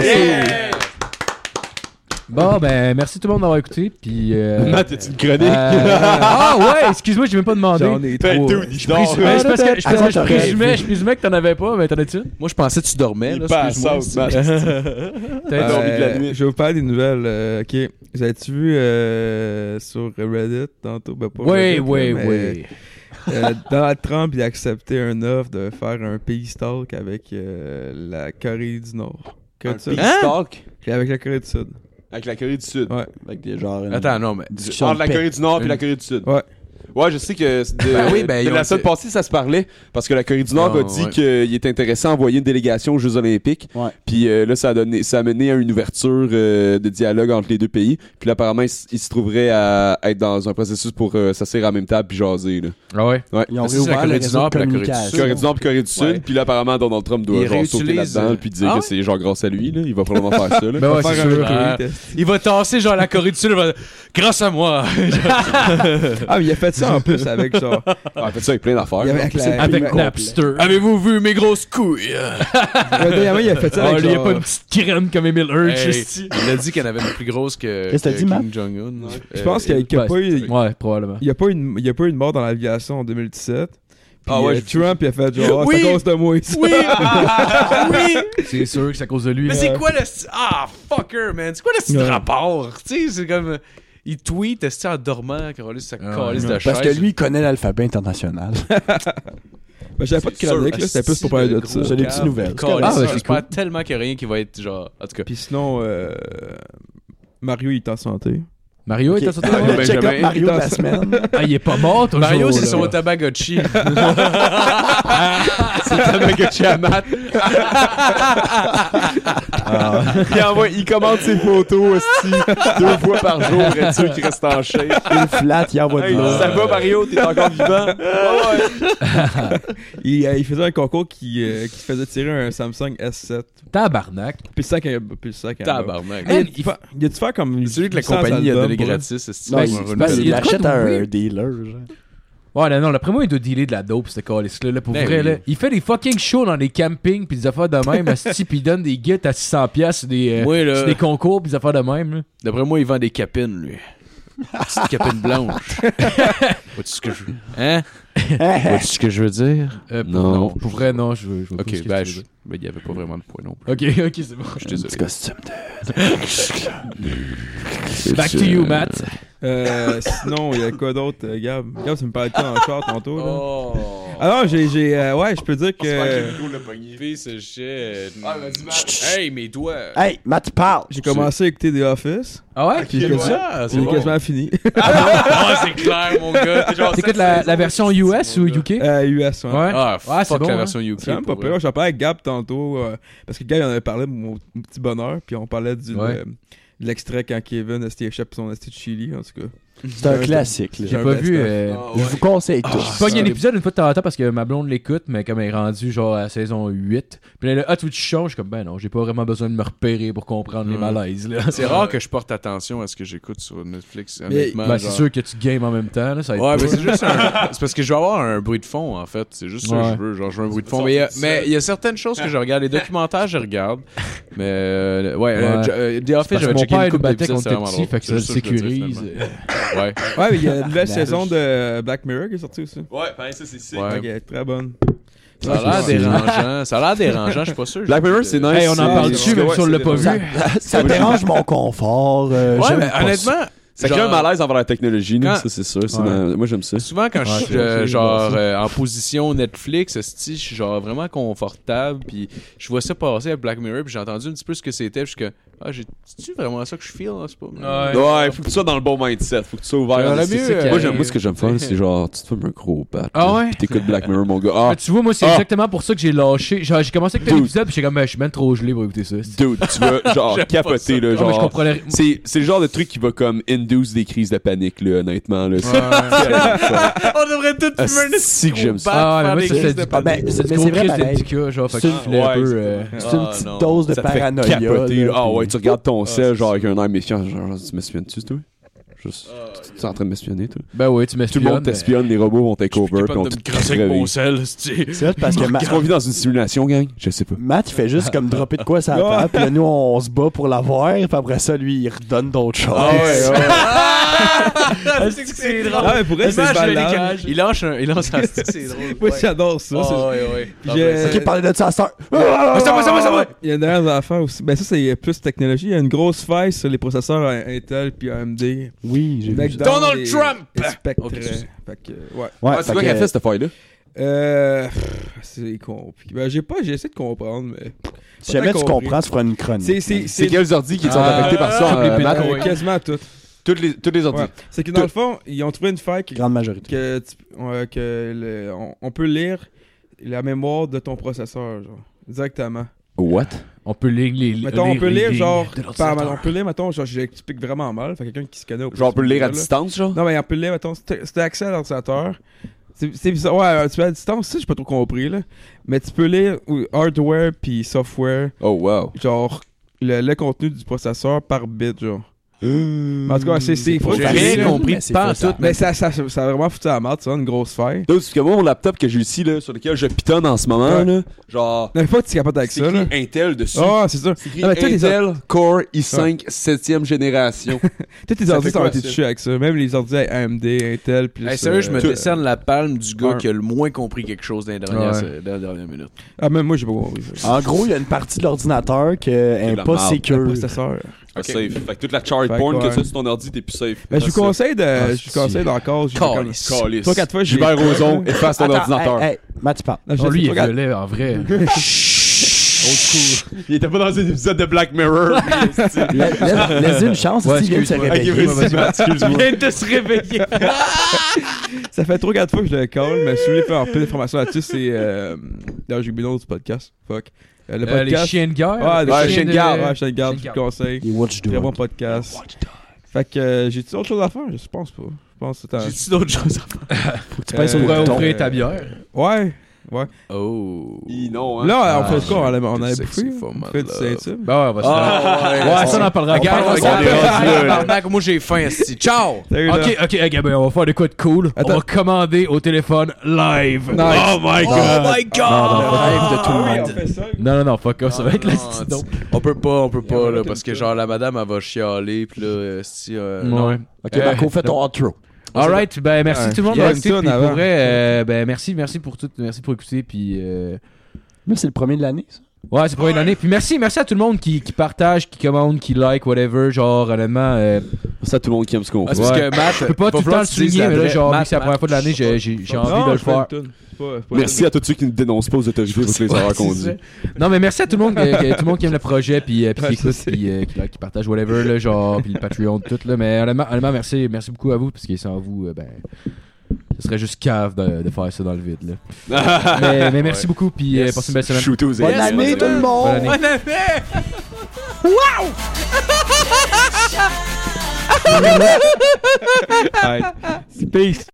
C: Bon, ben merci tout le monde d'avoir écouté. Puis. euh,
D: Matt, t'es une chronique?
C: euh, ah ouais, excuse-moi, j'ai même pas demandé.
B: J'en ai
D: Ben,
B: trois.
D: dude, il
C: Je
D: dort.
C: présume- ouais, c'est parce que- je
F: ben, Attends,
C: parce que je
F: t'as
C: présumais, je présumais que t'en avais pas, mais t'en as-tu?
E: Moi, je pensais que tu dormais,
D: Il
E: là.
D: passe
E: excuse-moi,
D: out,
E: c'est-
D: Matt.
C: T'as-
D: Ouais. dormi de la nuit.
B: Euh, Je vais vous parler des nouvelles. euh, ok. Vous avez-tu vu euh, sur Reddit tantôt? Ben, pas
C: Oui,
B: Reddit,
C: oui,
B: là, mais,
C: oui.
B: euh, Donald Trump, il a accepté un offre de faire un peace talk avec euh, la Corée du Nord. Corée
D: Un
B: du Sud.
D: peace talk
B: Et Avec la Corée du Sud.
D: avec la Corée du Sud.
B: Ouais.
F: Avec des genres. une
E: Attends, non, mais.
F: discussion
D: Entre la
F: de paix.
D: Corée du Nord et
E: Une-
D: la Corée du Sud.
B: Ouais.
D: Ouais, je sais que c'est de,
E: Ben oui, ben,
D: de
E: ils ont
D: la semaine
E: été-
D: passée, ça se parlait parce que la Corée du Nord
E: Non,
D: a dit
E: ouais.
D: qu'il était intéressé à envoyer une délégation aux Jeux Olympiques.
F: Ouais.
D: Puis euh, là, ça a, donné, ça a mené à une ouverture euh, de dialogue entre les deux pays. Puis là, apparemment, ils, s- ils se trouveraient à être dans un processus pour euh, s'asseoir à la même table puis jaser. Là.
C: Ah ouais.
F: Ils ont
E: Parce que c'est la
F: réouvert
E: Corée
F: le
E: du
F: réseau
E: Nord
F: de
E: puis la Corée du
F: communication.
E: Sud.
D: Corée du Nord puis Corée du Sud.
E: Ouais.
D: Puis là, apparemment, Donald Trump doit
E: Ils
D: genre, sauter
E: réutilisent,
D: là-dedans
E: euh,
D: puis dire
E: ah
D: que
E: ouais?
D: c'est genre grâce à lui. Là. Il va probablement faire ça. Là.
C: Ben ouais,
B: Faire
C: c'est
B: un
C: sûr.
E: Ah.
B: tweet, euh.
E: Il va tasser, genre, la Corée du Sud, il va- grâce à moi.
B: Ah, mais il a fait ça en plus avec genre.
D: Ah, il fait ça avec plein d'affaires.
B: il y avait
D: là.
B: avec la-
C: Avec
F: complet.
C: Napster. Ah,
E: Avez-vous vu mes grosses couilles?
B: Ouais, dernièrement, il a fait ça
C: Ah,
B: avec
C: lui, il y a
B: genre...
C: pas une petite crème comme Emile Hirsch.
E: Hey,
C: esti.
E: il a dit qu'elle avait une plus grosse que,
F: Qu'est-ce que t'as
E: que
F: dit, Matt?
E: Kim Jong-un. Euh,
B: Je pense qu'il y a- qu'il y a
C: Euh, Ouais,
B: pas eu...
C: Ouais, probablement.
B: Il n'y a, pas eu une- il y a pas eu de mort dans l'aviation en 2017. Puis,
D: Ah ouais,
B: euh,
D: j'ai-
B: Trump, il a fait genre, Ah,
E: Oui!
B: c'est à cause de moi. ça.
E: Oui! Ah, oui!
C: C'est sûr que c'est à cause de lui.
E: Mais
C: là.
E: c'est quoi le. sti- Ah, fucker, man! C'est quoi le petit
B: Ouais.
E: rapport? Tu sais, c'est comme. euh, Il tweet, est-ce en dormant, Carolus, sa
C: Ouais.
E: calisse de chaise.
F: Parce que lui, il connaît l'alphabet international.
B: Ben, J'avais pas de chronique, là, c'était plus pour parler de ça.
F: C'est des petites nouvelles.
E: Ah,
C: Ah, ben, c'est
E: J'espère tellement qu'il y a rien qui va être genre. En tout cas.
B: Puis sinon, euh, Mario, il est en santé.
C: Mario
F: Ok.
C: est en santé?
D: Ah,
F: Le
D: Benjamin.
F: check-up Mario de la semaine.
C: ben, Ah, il est pas mort, toujours.
E: Mario, c'est
C: là.
E: son Tamagotchi.
D: C'est Tamagotchi à Matt.
E: Ah.
D: Il, envoie, il commande ses photos aussi deux fois par jour après ceux qui restent en shape.
F: Il flatte, il envoie de
D: Hey,
F: l'eau.
D: ça va Mario, t'es encore vivant? Ouais, ouais.
B: Il, euh, il faisait un concours qui, euh, qui se faisait tirer un Samsung S7.
C: Tabarnak.
B: Puis le sac, à- puis le sac. à-
E: Tabarnak.
B: Hey, il, fa- il a dû faire comme.
E: C'est celui que la
B: 800
E: compagnie a
B: albums
E: donné
B: pour-
E: gratis. c'est-tu?
F: Non,
E: Ouais,
F: Ben, il-
E: on va
F: c'est
E: le
F: parce
E: donner.
F: qu'il
C: il y a de quoi
F: l'achète
C: de
F: à un
C: weird.
F: dealer. genre.
C: Ouais, non, non, d'après moi, il doit dealer de la dope, ce calice là, là pour
E: Ben
C: vrai,
E: oui.
C: là. Il fait des fucking shows dans des campings, pis des affaires de même, asti, pis il donne des guettes à 600 piastres, sur des, euh,
E: Moi, là-
C: sur des concours, pis des affaires de même, là.
E: D'après moi, il vend des capines, lui. Petite capine blanche. Vois-tu ce que je veux Hein Vois-tu ce que je veux dire
C: Euh, pour-
E: Non.
C: Pour vrai, non, je veux. je vois pas ce
E: Ok,
C: que
E: ben,
C: tu
E: je-
C: veux dire.
E: ben, il n'y avait pas vraiment de point non plus.
C: Ok, ok, c'est bon.
E: Je suis désolé.
F: Petit costume de.
C: Back to
E: euh,
C: you, Matt.
B: Euh, sinon, il y a quoi d'autre, euh, Gab Gab, tu me parlais de quoi en char tantôt là?
E: Oh
B: Alors, j'ai. j'ai euh, ouais, je peux dire que.
E: Fils de shit. Hey, mes doigts.
F: Hey, Matt, parle!
B: J'ai commencé à écouter The Office.
C: Ah ouais?
B: Puis j'ai quasiment-
E: Ah, c'est
B: j'ai
E: bon.
B: quasiment fini.
E: Ah, c'est clair, mon gars. T'es genre
C: T'écoutes
E: cette
C: la,
E: saison,
C: la version
E: c'est-
C: US
E: mon
C: ou
E: gars.
C: UK?
B: Euh, US, ouais.
C: Ouais.
E: Ah,
C: Ouais, c'est
E: fuck
C: bon,
E: la
C: hein.
E: version UK.
B: C'est même pas
E: pour vrai.
B: pire. J'en parlais avec Gab tantôt. euh, parce que Gab, il en avait parlé, mon mon petit bonheur. Puis on parlait du,
C: Ouais.
B: euh, de l'extrait quand Kevin a échappe son esti de Chili, en tout cas.
F: C'est un classique. là.
C: J'ai
B: un
C: pas
B: best
C: vu.
B: of.
C: euh,
E: Ah,
F: Je
E: ouais.
F: vous conseille
C: Je
F: tous.
C: pogne un épisode une fois de temps en temps parce que ma blonde l'écoute, mais comme elle est rendue genre à saison 8, puis là, le Ah, tu veux que tu changes? Je suis comme, ben non, j'ai pas vraiment besoin de me repérer pour comprendre les
E: Ouais.
C: malaises. là.
E: C'est rare que je porte attention à ce que j'écoute sur Netflix, honnêtement.
C: Ben, c'est
E: genre.
C: sûr que tu games en même temps, là, ça aide
E: Ouais,
C: pas.
E: mais c'est juste un... C'est parce que je veux avoir un bruit de fond, en fait. C'est juste ça
C: Ouais.
E: que je veux. Genre, je veux un bruit de fond. Mais il y a- mais il y a certaines choses que je regarde. Les documentaires, je regarde. Mais, euh, ouais, euh,
C: Ouais.
E: je- euh, The Office,
C: Parce que
E: j'avais
C: mon
E: checké
C: père
E: une
C: nous
E: couple
C: battait
E: d'épisodes,
C: quand
E: c'était
C: on était
E: vraiment
C: petit,
E: drôle.
C: fait que ça
E: C'est
C: le
E: juste que je veux dire,
C: sécurise.
E: finalement. Ouais.
B: Ouais, mais il y a une nouvelle
F: Merde.
B: saison de euh, Black Mirror qui est sortie aussi.
A: Ouais, ben ça c'est sick.
E: Ouais.
B: Ok, très bonne.
E: Ça a l'air dérangeant. Ça a l'air dérangeant, je suis pas sûr.
D: Black Mirror, c'est nice.
C: Hey, on en
D: c'est-
C: parle
B: c'est-
C: dessus, même
D: ouais,
C: si on
D: c'est
C: l'a pas vu.
F: Ça, ça dérange mon confort. euh,
E: Ouais,
F: j'aime
E: mais
F: pas ça.
E: honnêtement.
D: Ça crée un
E: genre-
D: malaise envers la technologie, nous,
E: Quand-
D: ça c'est sûr. c'est
C: Ouais.
D: dans- Moi j'aime ça.
E: Souvent, quand
C: Ouais,
E: je suis
C: c'est
E: euh,
C: vrai,
E: genre
C: c'est
E: euh, en position Netflix, esti, je suis genre vraiment confortable, puis je vois ça passer avec Black Mirror, puis j'ai entendu un petit peu ce que c'était, puis je suis comme, ah, j'ai- c'est-tu vraiment ça que je feel, là, c'est pas...
D: Ouais, faut que tu sois dans le bon mindset, faut que tu sois ouvert.
E: J'aurais
D: C'est-
E: mieux,
D: c'est-
E: euh,
D: Moi j'aime moi ce que j'aime faire, c'est genre tu te fumes un gros bat.
C: Ah
D: là,
C: ouais?
D: puis T'écoutes Black Mirror mon gars. Ah,
C: Mais tu vois, moi, c'est
D: Ah.
C: exactement pour ça que j'ai lâché. Genre, j'ai commencé à écouter
D: Dude. Ah,
C: l'épisode, puis j'étais comme, Ben, je suis même trop gelé pour écouter ça. c'est-
D: dude, tu vas genre capoter là,
C: Ah, mais je
D: genre.
C: comprenais.
D: C'est c'est le genre de truc qui va comme induce des crises de panique là, honnêtement là. C'est
E: On devrait tout
D: Ah, si que j'aime ça.
C: Ah, ouais, moi, ça,
E: crises
C: c'est
E: de
C: du
F: Ah, ben, mais
C: c'est
F: c'est
C: gros
F: vrai,
C: crise
F: pareil.
C: d'Indica, genre, fait que
F: C'est-
C: je filais un
D: ouais,
C: peu.
D: c'est-
C: euh,
F: C'est une
E: Ah,
F: petite
E: non.
F: dose de
D: Ça te fait
F: paranoïa.
D: capoter, là.
F: là,
D: Ah
F: puis-
D: ouais, tu regardes ton sel genre avec un air méfiant, genre tu m'espionnes-tu toi Juste tu
A: Ah,
D: es en train de m'espionner toi.
C: Ben ouais, tu
D: Tout le
C: m'espionnes.
D: monde t'espionne, les robots vont take over, puis on te crever.
E: sel, esti.
F: C'est vrai, parce que Ma-
D: Est-ce qu'on vit dans une simulation, gang? Je sais pas.
F: Matt, il fait juste comme dropper de quoi ça
B: Ouais.
F: table, puis là, nous, on se bat pour l'avoir, puis après ça, lui, il redonne d'autres choses.
E: Ah, c'est
B: Ah, mais pour elle, c'est balade.
E: Il lâche un... Il lance un... C'est drôle.
B: Moi, j'adore ça. c'est-
D: Ah
B: J'ai-
F: Qui parlait de ça Ah! à sœur.
E: Ah,
B: Il y a une dernière affaire aussi. Ben, ça, c'est plus technologie. Il y a une grosse faille sur les processeurs à Intel puis AMD.
F: Oui, j'ai vu. ça.
E: Donald Trump!
B: Spectre.
E: Ok, excusez.
B: Fait que, ouais.
F: Ouais,
D: Ah, c'est toi qui as fait cette faille-là?
B: Euh, pff, c'est compliqué. Ben, j'ai pas, j'ai essayé de comprendre, mais.
F: Si jamais tu
B: Pas tant
F: comprends, tu feras une chronique.
B: C'est, c'est,
D: C'est
B: c'est,
D: quels ordi qui sont
C: Ah,
D: affectés par ça?
C: toutes les
D: euh,
B: euh,
D: Matt?
C: pétards, ouais.
B: quasiment toutes.
D: Toutes les, tous les ordis.
B: Ouais. C'est que dans le fond, ils ont trouvé une faille qui-
F: Grande majorité.
B: que, tu- euh, que le- on, on peut lire la mémoire de ton processeur, genre, directement.
D: What?
C: On peut lire les.
B: Mettons, on peut
C: les
B: lire,
C: lignes
B: genre,
C: de
B: par,
C: l'ordinateur.
B: on peut lire, mettons, genre, j'explique vraiment mal, fait quelqu'un qui se connaît au
D: Genre, on peut le lire à
B: là.
D: distance, genre?
B: Non, mais on peut le lire, mettons, si t'as si t'as accès à l'ordinateur. C'est c'est bizarre. Ouais, euh, tu peux à distance, ça, j'ai pas trop compris, là. Mais tu peux lire oui, hardware puis software,
D: Oh, wow.
B: genre, le, le contenu du processeur par bit, genre. Mais en tout cas, c'est- c'est. faut
E: J'ai
B: que-
E: rien
B: Mais
E: compris,
F: Mais c'est
E: pas en
F: fait, ça.
E: tout,
B: mais ça, ça, ça, ça a vraiment foutu la merde, ça, une grosse faille.
D: Dude, parce que moi, mon laptop que j'ai ici, là, sur lequel je pitonne en ce moment,
B: Ouais.
D: là, genre,
B: Non, mais pas que tu es capable avec
D: c'est
B: ça, là.
D: écrit Intel dessus.
B: Ah, c'est sûr.
D: C'est écrit
B: Non, mais tous les
D: Intel Core i5 7e génération.
B: Tous tes
D: Ça
B: ordi,
D: fait
B: ça
D: quoi,
B: a été
D: ça?
B: touché avec ça. Même les ordi à AMD, Intel, plus.
E: Hey, sérieux, je me
B: euh, tout.
E: décerne la palme du gars
B: Ouais.
E: qui a le moins compris quelque chose dans les dernières, euh,
C: Ouais.
E: dans les dernières minutes.
B: Ah, même moi, j'ai pas compris. ça.
F: En gros, il y a une partie de l'ordinateur qui
D: de
F: est
D: la
F: pas
D: merde.
B: Le
F: secure.
B: processeur. Ben,
D: Ah, Safe. Fait que toute la chart
B: Fait que,
D: porn que
B: ouais.
D: ça sur ton ordi, t'es plus safe.
B: Ben, je vous conseille de. je vous
C: c'est-
B: conseille d'encore. j'ai
E: Calisse.
B: comme-
D: Calice.
B: Trois, quatre fois, j'ai-
D: Gilbert Rozon, efface ton
F: Attends,
D: ordinateur.
F: hey, hey, Matt, tu parles.
B: Non, je
C: Non,
B: sais
C: lui, il
B: pas,
C: est
B: regarde.
C: violet, en vrai.
D: Il était pas dans un épisode de Black Mirror.
F: La- la- Laisse-lui une chance,
C: Ouais,
F: si il vient de se
C: excuse-moi.
F: réveiller.
C: Ok, vas-y, Matt,
E: vient de se réveiller.
B: Ça fait 3-4 fois que je le call, mais si vous voulez faire un peu d'informations là-dessus, c'est. Euh... Non, j'ai oublié le nom du podcast. Fuck. Euh, le
C: Euh, les
B: podcast.
C: chiens de guerre.
B: Ah,
C: les
B: ouais,
C: chiens
B: chien de
C: de-
B: garde. Ouais, chien de garde,
C: Chien de
B: je vous
C: garde.
B: conseille.
F: Les Watch
B: Très bon
F: Dogs.
B: podcast. Fait que euh, j'ai-tu autre chose à faire? Je pense pas. Je pense que c'est un...
E: J'ai-tu d'autres choses à faire?
F: Faut que tu pèses
B: Euh,
F: au
C: Pourquoi
F: bouton.
C: ouvrir ta bière?
B: Ouais.
E: Oh.
D: Hi, non, hein.
B: Là, on
E: Ah,
B: fait quoi? On allait- On allait
E: c'est
B: bouffer.
E: for my
B: On fait du
E: love.
B: Saint-Tube.
C: Ben ouais, on va se faire.
E: Ah,
C: Ouais, ça, on en parlera.
E: Regarde,
C: après.
E: regarde,
D: est rendu là, là.
E: regarde, barnac, moi j'ai faim, esti. Ciao!
B: Salut, là.
C: Ok, ok, hey, Gabin, on va faire des quoi de cool.
B: Attends.
C: On va commander au téléphone live.
B: Nice.
C: Oh my
E: Oh
C: god!
E: my god!
F: Live de tout
B: Ah oui,
F: le monde.
B: on fait ça.
C: Non, non, non, fuck off, ça va être la
E: Non,
C: stidon.
E: Ah, On peut pas, on peut pas, là,
B: une
E: parce que
B: tune.
E: genre la madame, elle va chialer, pis là, euh, si. euh, non.
C: Ouais.
F: Ok,
C: Euh,
F: Marco, fais ton outro.
C: Alright, ben merci
B: Ouais.
C: tout le monde
B: Il y a
C: d'avoir
B: une
C: écouté.
B: tonne
C: Puis pour
B: avant.
C: vrai, euh, ben merci, merci pour tout, merci pour écouter. Puis euh,
F: Mais c'est le premier de l'année, ça.
C: ouais, c'est pour une année. Puis merci, merci à tout le monde qui, qui partage, qui commande, qui like, whatever. Genre honnêtement, euh,
D: Ça, tout le monde qui aime ce qu'on
E: Ah,
D: fait.
E: c'est parce
C: Ouais.
E: que Matt.
C: je peux pas
E: va
C: tout le temps
E: falloir
C: le
E: que tu dises
C: souligner, mais là,
E: vraie-
C: genre, vu
E: Matt,
C: que c'est la première fois de l'année, j'ai j'ai- j'ai envie
B: Non,
C: de le
B: je fais
C: faire.
B: une toune. C'est pas- c'est pas
D: Merci à tous ceux qui nous dénoncent pas aux autorités pour les erreurs qu'on
C: C'est
D: dit.
C: ça. Non, mais merci à tout le monde, que- que- tout le monde qui aime le projet, puis, euh, puis qui
B: Ouais,
C: écoute,
B: c'est-
C: puis euh, qui, like, qui partage, whatever, là, genre, puis le Patreon, tout, là. Mais honnêtement, honnêtement, merci, merci beaucoup à vous, parce que sans vous, euh, ben, ce serait juste cave de, de faire ça dans le vide, là. mais, mais merci beaucoup, puis euh,
E: Yes.
C: passez une belle semaine.
D: Shooter aux
F: Bonne
D: aliens.
F: année, tout le
C: Bonne
F: monde!
C: année.
E: Bonne année!
B: Alright. Peace.